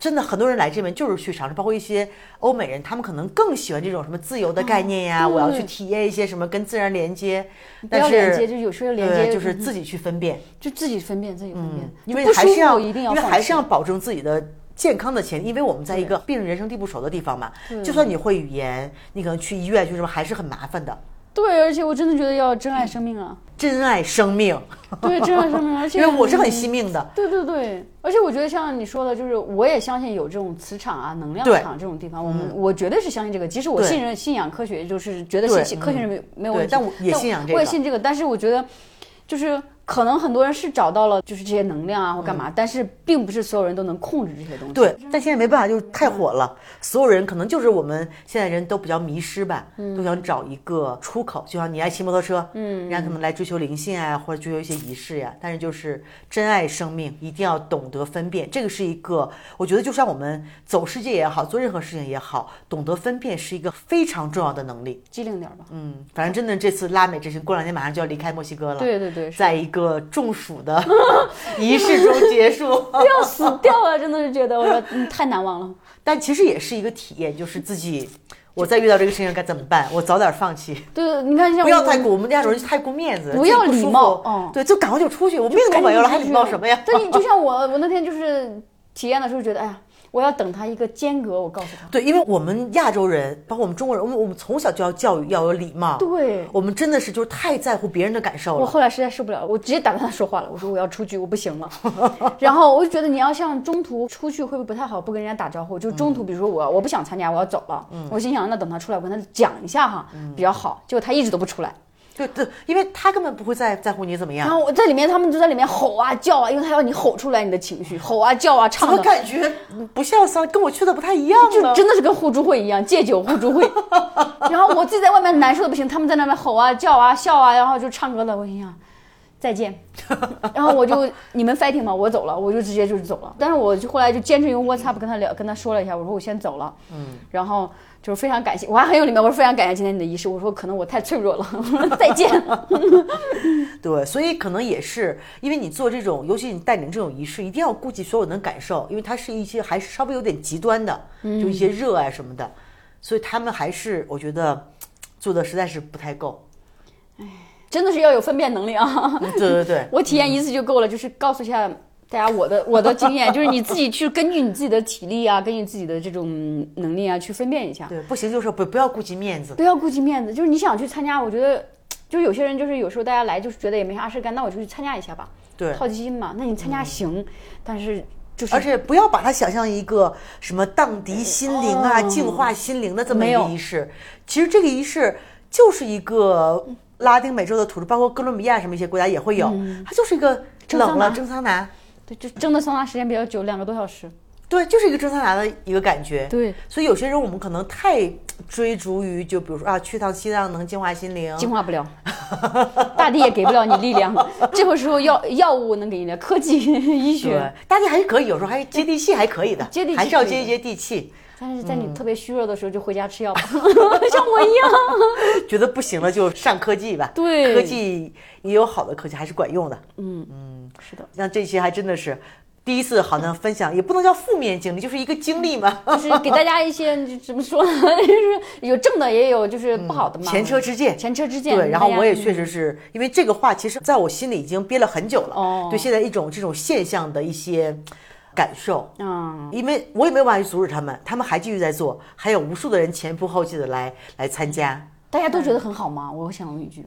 [SPEAKER 1] 真的，很多人来这边就是去尝试，包括一些欧美人，他们可能更喜欢这种什么自由的概念呀，
[SPEAKER 2] 啊对
[SPEAKER 1] 我要去体验一些什么跟自然连接。
[SPEAKER 2] 不
[SPEAKER 1] 但
[SPEAKER 2] 要
[SPEAKER 1] 是
[SPEAKER 2] 连接，就有时候连
[SPEAKER 1] 对
[SPEAKER 2] 接
[SPEAKER 1] 就是自己去分辨，
[SPEAKER 2] 就自己分辨，自己分辨，
[SPEAKER 1] 因
[SPEAKER 2] 就
[SPEAKER 1] 为
[SPEAKER 2] 不
[SPEAKER 1] 还
[SPEAKER 2] 舒
[SPEAKER 1] 是
[SPEAKER 2] 服
[SPEAKER 1] 要
[SPEAKER 2] 一定要
[SPEAKER 1] 因为
[SPEAKER 2] 放
[SPEAKER 1] 还是
[SPEAKER 2] 弃
[SPEAKER 1] 要保证自己的健康的前提，因为我们在一个病人人生地不熟的地方嘛，就算你会语言，你可能去医院去什么还是很麻烦的。
[SPEAKER 2] 对，而且我真的觉得要珍爱生命 啊，
[SPEAKER 1] 珍爱生命，
[SPEAKER 2] 对，珍爱生命，而且
[SPEAKER 1] 因为我是很惜命的。
[SPEAKER 2] 对对对，而且我觉得像你说的，就是我也相信有这种磁场啊、能量
[SPEAKER 1] 对嗯
[SPEAKER 2] 场这种地方，我们、我绝对是相信这个。即使我
[SPEAKER 1] 对
[SPEAKER 2] 信任信仰科学，就是觉得
[SPEAKER 1] 对嗯
[SPEAKER 2] 信信科学是没有没有
[SPEAKER 1] 对
[SPEAKER 2] 问题，
[SPEAKER 1] 但我也信仰这
[SPEAKER 2] 我也
[SPEAKER 1] 个
[SPEAKER 2] 信这个。但是我觉得，就是可能很多人是找到了就是这些能量啊或干嘛，但是并不是所有人都能控制这些东西。
[SPEAKER 1] 嗯对，但现在没办法，就是太火了，所有人可能就是我们现在人都比较迷失吧，
[SPEAKER 2] 嗯
[SPEAKER 1] 都想找一个出口。就像你爱骑摩托车，嗯，人家可能来追求灵性啊，或者追求一些仪式呀、但是就是珍爱生命，一定要懂得分辨，这个是一个，我觉得就像我们走世界也好，做任何事情也好，懂得分辨是一个非常重要的能力。
[SPEAKER 2] 机灵点儿吧。
[SPEAKER 1] 嗯，反正真的这次拉美之行，过两天马上就要离开墨西哥了。
[SPEAKER 2] 对对对，是
[SPEAKER 1] 在一个中暑的 仪式中结束，
[SPEAKER 2] 要死掉了，真的是觉得我说、嗯、太难忘了。
[SPEAKER 1] 但其实也是一个体验，就是自己，我再遇到这个事情该怎么办？我早点放弃，
[SPEAKER 2] 对，你看像
[SPEAKER 1] 不要太
[SPEAKER 2] 我
[SPEAKER 1] 顾，我们家属人太顾面子，
[SPEAKER 2] 不要
[SPEAKER 1] 自己舒
[SPEAKER 2] 礼貌
[SPEAKER 1] 服
[SPEAKER 2] 嗯
[SPEAKER 1] 对，就赶快就出去，我面子都没有了，还礼貌什么呀？啊
[SPEAKER 2] 但你就像我，我那天就是体验的时候觉得，哎呀，我要等他一个间隔，我告诉他，
[SPEAKER 1] 对，因为我们亚洲人，包括我们中国人，我们我们从小就要教育要有礼貌，
[SPEAKER 2] 对
[SPEAKER 1] 我们真的是就是太在乎别人的感受
[SPEAKER 2] 我
[SPEAKER 1] 了。
[SPEAKER 2] 后来实在受不了，我直接打断他说话了，我说我要出去，我不行 了。然后我就觉得你要像中途出去会不会不太好，不跟人家打招呼，就中
[SPEAKER 1] 嗯
[SPEAKER 2] 途，比如说我我不想参加，我要走了，我心想那等他出来，我跟他讲一下哈，比较好。结果他一直都不出来，
[SPEAKER 1] 对对，因为他根本不会在在乎你怎么样
[SPEAKER 2] 然。后我在里面，他们就在里面吼啊叫啊，因为他要你吼出来你的情绪，吼啊叫啊
[SPEAKER 1] 怎
[SPEAKER 2] 唱
[SPEAKER 1] 么
[SPEAKER 2] 的，
[SPEAKER 1] 感觉不像桑，跟我去的不太一样啊
[SPEAKER 2] 就
[SPEAKER 1] 呢？
[SPEAKER 2] 真的是跟互助会一样，戒酒互助会。然后我自己在外面难受的不行，他们在那边吼啊、叫啊、笑啊，然后就唱歌的，我心想。再见，然后我就你们 fighting 嘛，我走了，我就直接就是走了。但是我就后来就坚持用 WhatsApp 跟他聊，跟他说了一下，我说我先走了，嗯，然后就是非常感谢，我还很有礼貌，我说非常感谢今天你的仪式，我说可能我太脆弱了， 再见。
[SPEAKER 1] 对，所以可能也是因为你做这种，尤其你带领这种仪式，一定要顾及所有人的感受，因为它是一些还是稍微有点极端的，就一
[SPEAKER 2] 嗯
[SPEAKER 1] 些热爱什么的，所以他们还是我觉得做的实在是不太够。
[SPEAKER 2] 真的是要有分辨能力啊。
[SPEAKER 1] 嗯对对 对，
[SPEAKER 2] 我体验一次就够了，就是告诉一下大家我的我的 经验，就是你自己去根据你自己的体力啊，根据自己的这种能力啊去分辨一下，
[SPEAKER 1] 对，不行就是不不要顾及面子。
[SPEAKER 2] 不要顾及面子。就是你想去参加，我觉得就是有些人就是有时候大家来就是觉得也没啥事干，那我就去参加一下吧，
[SPEAKER 1] 对，嗯
[SPEAKER 2] 好奇心嘛。那你参加行，但是就是
[SPEAKER 1] 而且不要把它想象一个什么荡涤心灵啊、净化心灵的这么一
[SPEAKER 2] 哦没
[SPEAKER 1] 个
[SPEAKER 2] 有
[SPEAKER 1] 仪式。其实这个仪式就是一个拉丁美洲的土著，包括哥伦比亚什么一些国家也会有，它就是一个
[SPEAKER 2] 嗯蒸
[SPEAKER 1] 冷了
[SPEAKER 2] 桑拿
[SPEAKER 1] 蒸桑拿，
[SPEAKER 2] 对，就蒸的桑拿时间比较久，两个多 小时。
[SPEAKER 1] 对，就是一个蒸桑拿的一个感觉。
[SPEAKER 2] 对，
[SPEAKER 1] 所以有些人我们可能太追逐于，就比如说啊，去趟西藏能净化心灵，
[SPEAKER 2] 净化不了，大地也给不了你力量。这个时候药药物能给你的，科技医
[SPEAKER 1] 对
[SPEAKER 2] 学，，
[SPEAKER 1] 大家还是可以，有时候还接地气，还可以的，
[SPEAKER 2] 接地气
[SPEAKER 1] 还是要
[SPEAKER 2] 可以
[SPEAKER 1] 接
[SPEAKER 2] 的
[SPEAKER 1] 一接地气。
[SPEAKER 2] 但是在
[SPEAKER 1] 嗯
[SPEAKER 2] 你特别虚弱的时候就回家吃药吧， 像我一样。
[SPEAKER 1] 觉得不行了就上科技吧。
[SPEAKER 2] 对
[SPEAKER 1] 科技也有好的科技，还是管用的。嗯嗯，
[SPEAKER 2] 是的。
[SPEAKER 1] 那这期还真的是第一次，好像分享也不能叫负面经历，就是一个经历嘛。
[SPEAKER 2] 就是给大家一些就怎么说呢，就是有正的也有就是不好的
[SPEAKER 1] 嗯
[SPEAKER 2] 嘛。
[SPEAKER 1] 前车之鉴，
[SPEAKER 2] 前车之鉴。
[SPEAKER 1] 对，然后
[SPEAKER 2] 大家
[SPEAKER 1] 我也确实是因为这个话，其实在我心里已经憋了很久了。
[SPEAKER 2] 哦
[SPEAKER 1] 对现在一种这种现象的一些感受，
[SPEAKER 2] 嗯，
[SPEAKER 1] 因为我也没有办法去阻止他们，他们还继续在做，还有无数的人前仆后继的来来参加。
[SPEAKER 2] 大家都
[SPEAKER 1] 嗯
[SPEAKER 2] 觉得很好嘛，我想问一句，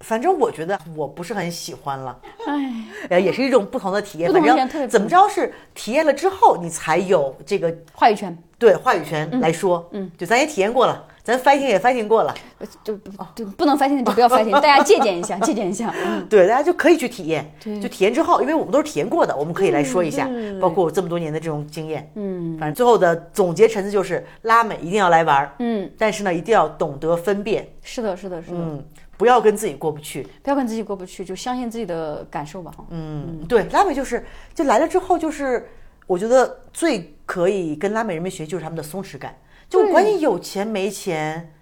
[SPEAKER 1] 反正我觉得我不是很喜欢了。
[SPEAKER 2] 哎，
[SPEAKER 1] 呃，也是一种不同的体验。
[SPEAKER 2] 不同
[SPEAKER 1] 反
[SPEAKER 2] 的体验特别
[SPEAKER 1] 正
[SPEAKER 2] 不
[SPEAKER 1] 怎么着是体验了之后，你才有这个
[SPEAKER 2] 话语权
[SPEAKER 1] 对话语权来说。嗯，就咱也体验过了，咱 fighting 也 fighting 过了，
[SPEAKER 2] 呃就
[SPEAKER 1] 哦
[SPEAKER 2] 就不能发现就不要发现，大家借鉴一下，借鉴 一下。嗯
[SPEAKER 1] 对，大家就可以去体验。就体验之后，因为我们都是体验过的，我们可以
[SPEAKER 2] 嗯
[SPEAKER 1] 来说一下，包括我这么多年的这种经验。嗯，反正最后的总结陈词就是：拉美一定要来玩儿，
[SPEAKER 2] 嗯，
[SPEAKER 1] 但是呢，一定要懂得分辨，
[SPEAKER 2] 是的，是的，是的，
[SPEAKER 1] 嗯，不要跟自己过不去。
[SPEAKER 2] 不要跟自己过不去，就相信自己的感受吧。嗯，
[SPEAKER 1] 嗯，对，拉美就是就来了之后，就是我觉得最可以跟拉美人民学就是他们的松弛感，就
[SPEAKER 2] 对
[SPEAKER 1] 管你有钱没钱，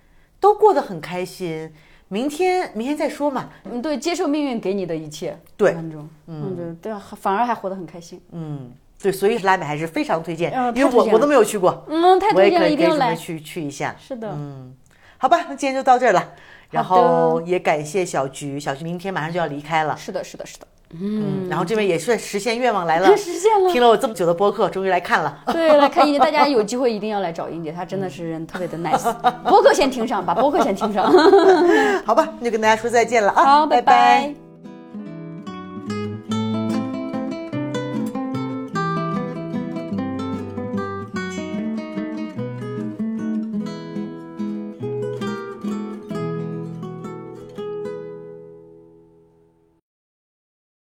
[SPEAKER 1] 都过得很开心。明天明天再说嘛。
[SPEAKER 2] 嗯对，接受命运给你的一切，
[SPEAKER 1] 对
[SPEAKER 2] 那种，嗯，对，对，反而还活得很开心。
[SPEAKER 1] 嗯，对，所以拉美还是非常推荐，
[SPEAKER 2] 呃
[SPEAKER 1] 因为
[SPEAKER 2] 太推
[SPEAKER 1] 我
[SPEAKER 2] 荐
[SPEAKER 1] 我
[SPEAKER 2] 了
[SPEAKER 1] 都没有去过，
[SPEAKER 2] 嗯，太
[SPEAKER 1] 我
[SPEAKER 2] 推
[SPEAKER 1] 也
[SPEAKER 2] 荐
[SPEAKER 1] 可
[SPEAKER 2] 了，
[SPEAKER 1] 以
[SPEAKER 2] 一
[SPEAKER 1] 给
[SPEAKER 2] 定要
[SPEAKER 1] 你们
[SPEAKER 2] 来。
[SPEAKER 1] 去去一下。
[SPEAKER 2] 是的，
[SPEAKER 1] 好吧，那今天就到这儿了。然
[SPEAKER 2] 好的
[SPEAKER 1] 后也感谢小菊，小菊明天马上就要离开了，
[SPEAKER 2] 是的，是的，是的，
[SPEAKER 1] 嗯，然后这边也算实现愿望 来了，
[SPEAKER 2] 实现 了
[SPEAKER 1] 听了我这么久的播客，终于来看了。
[SPEAKER 2] 对，来看英姐，大家有机会一定要来找英姐，她真的是人特 别的 nice。播客先听上，把播客先听上。
[SPEAKER 1] 好吧，那就跟大家说再见了啊，
[SPEAKER 2] 哦好，拜
[SPEAKER 1] 拜
[SPEAKER 2] 拜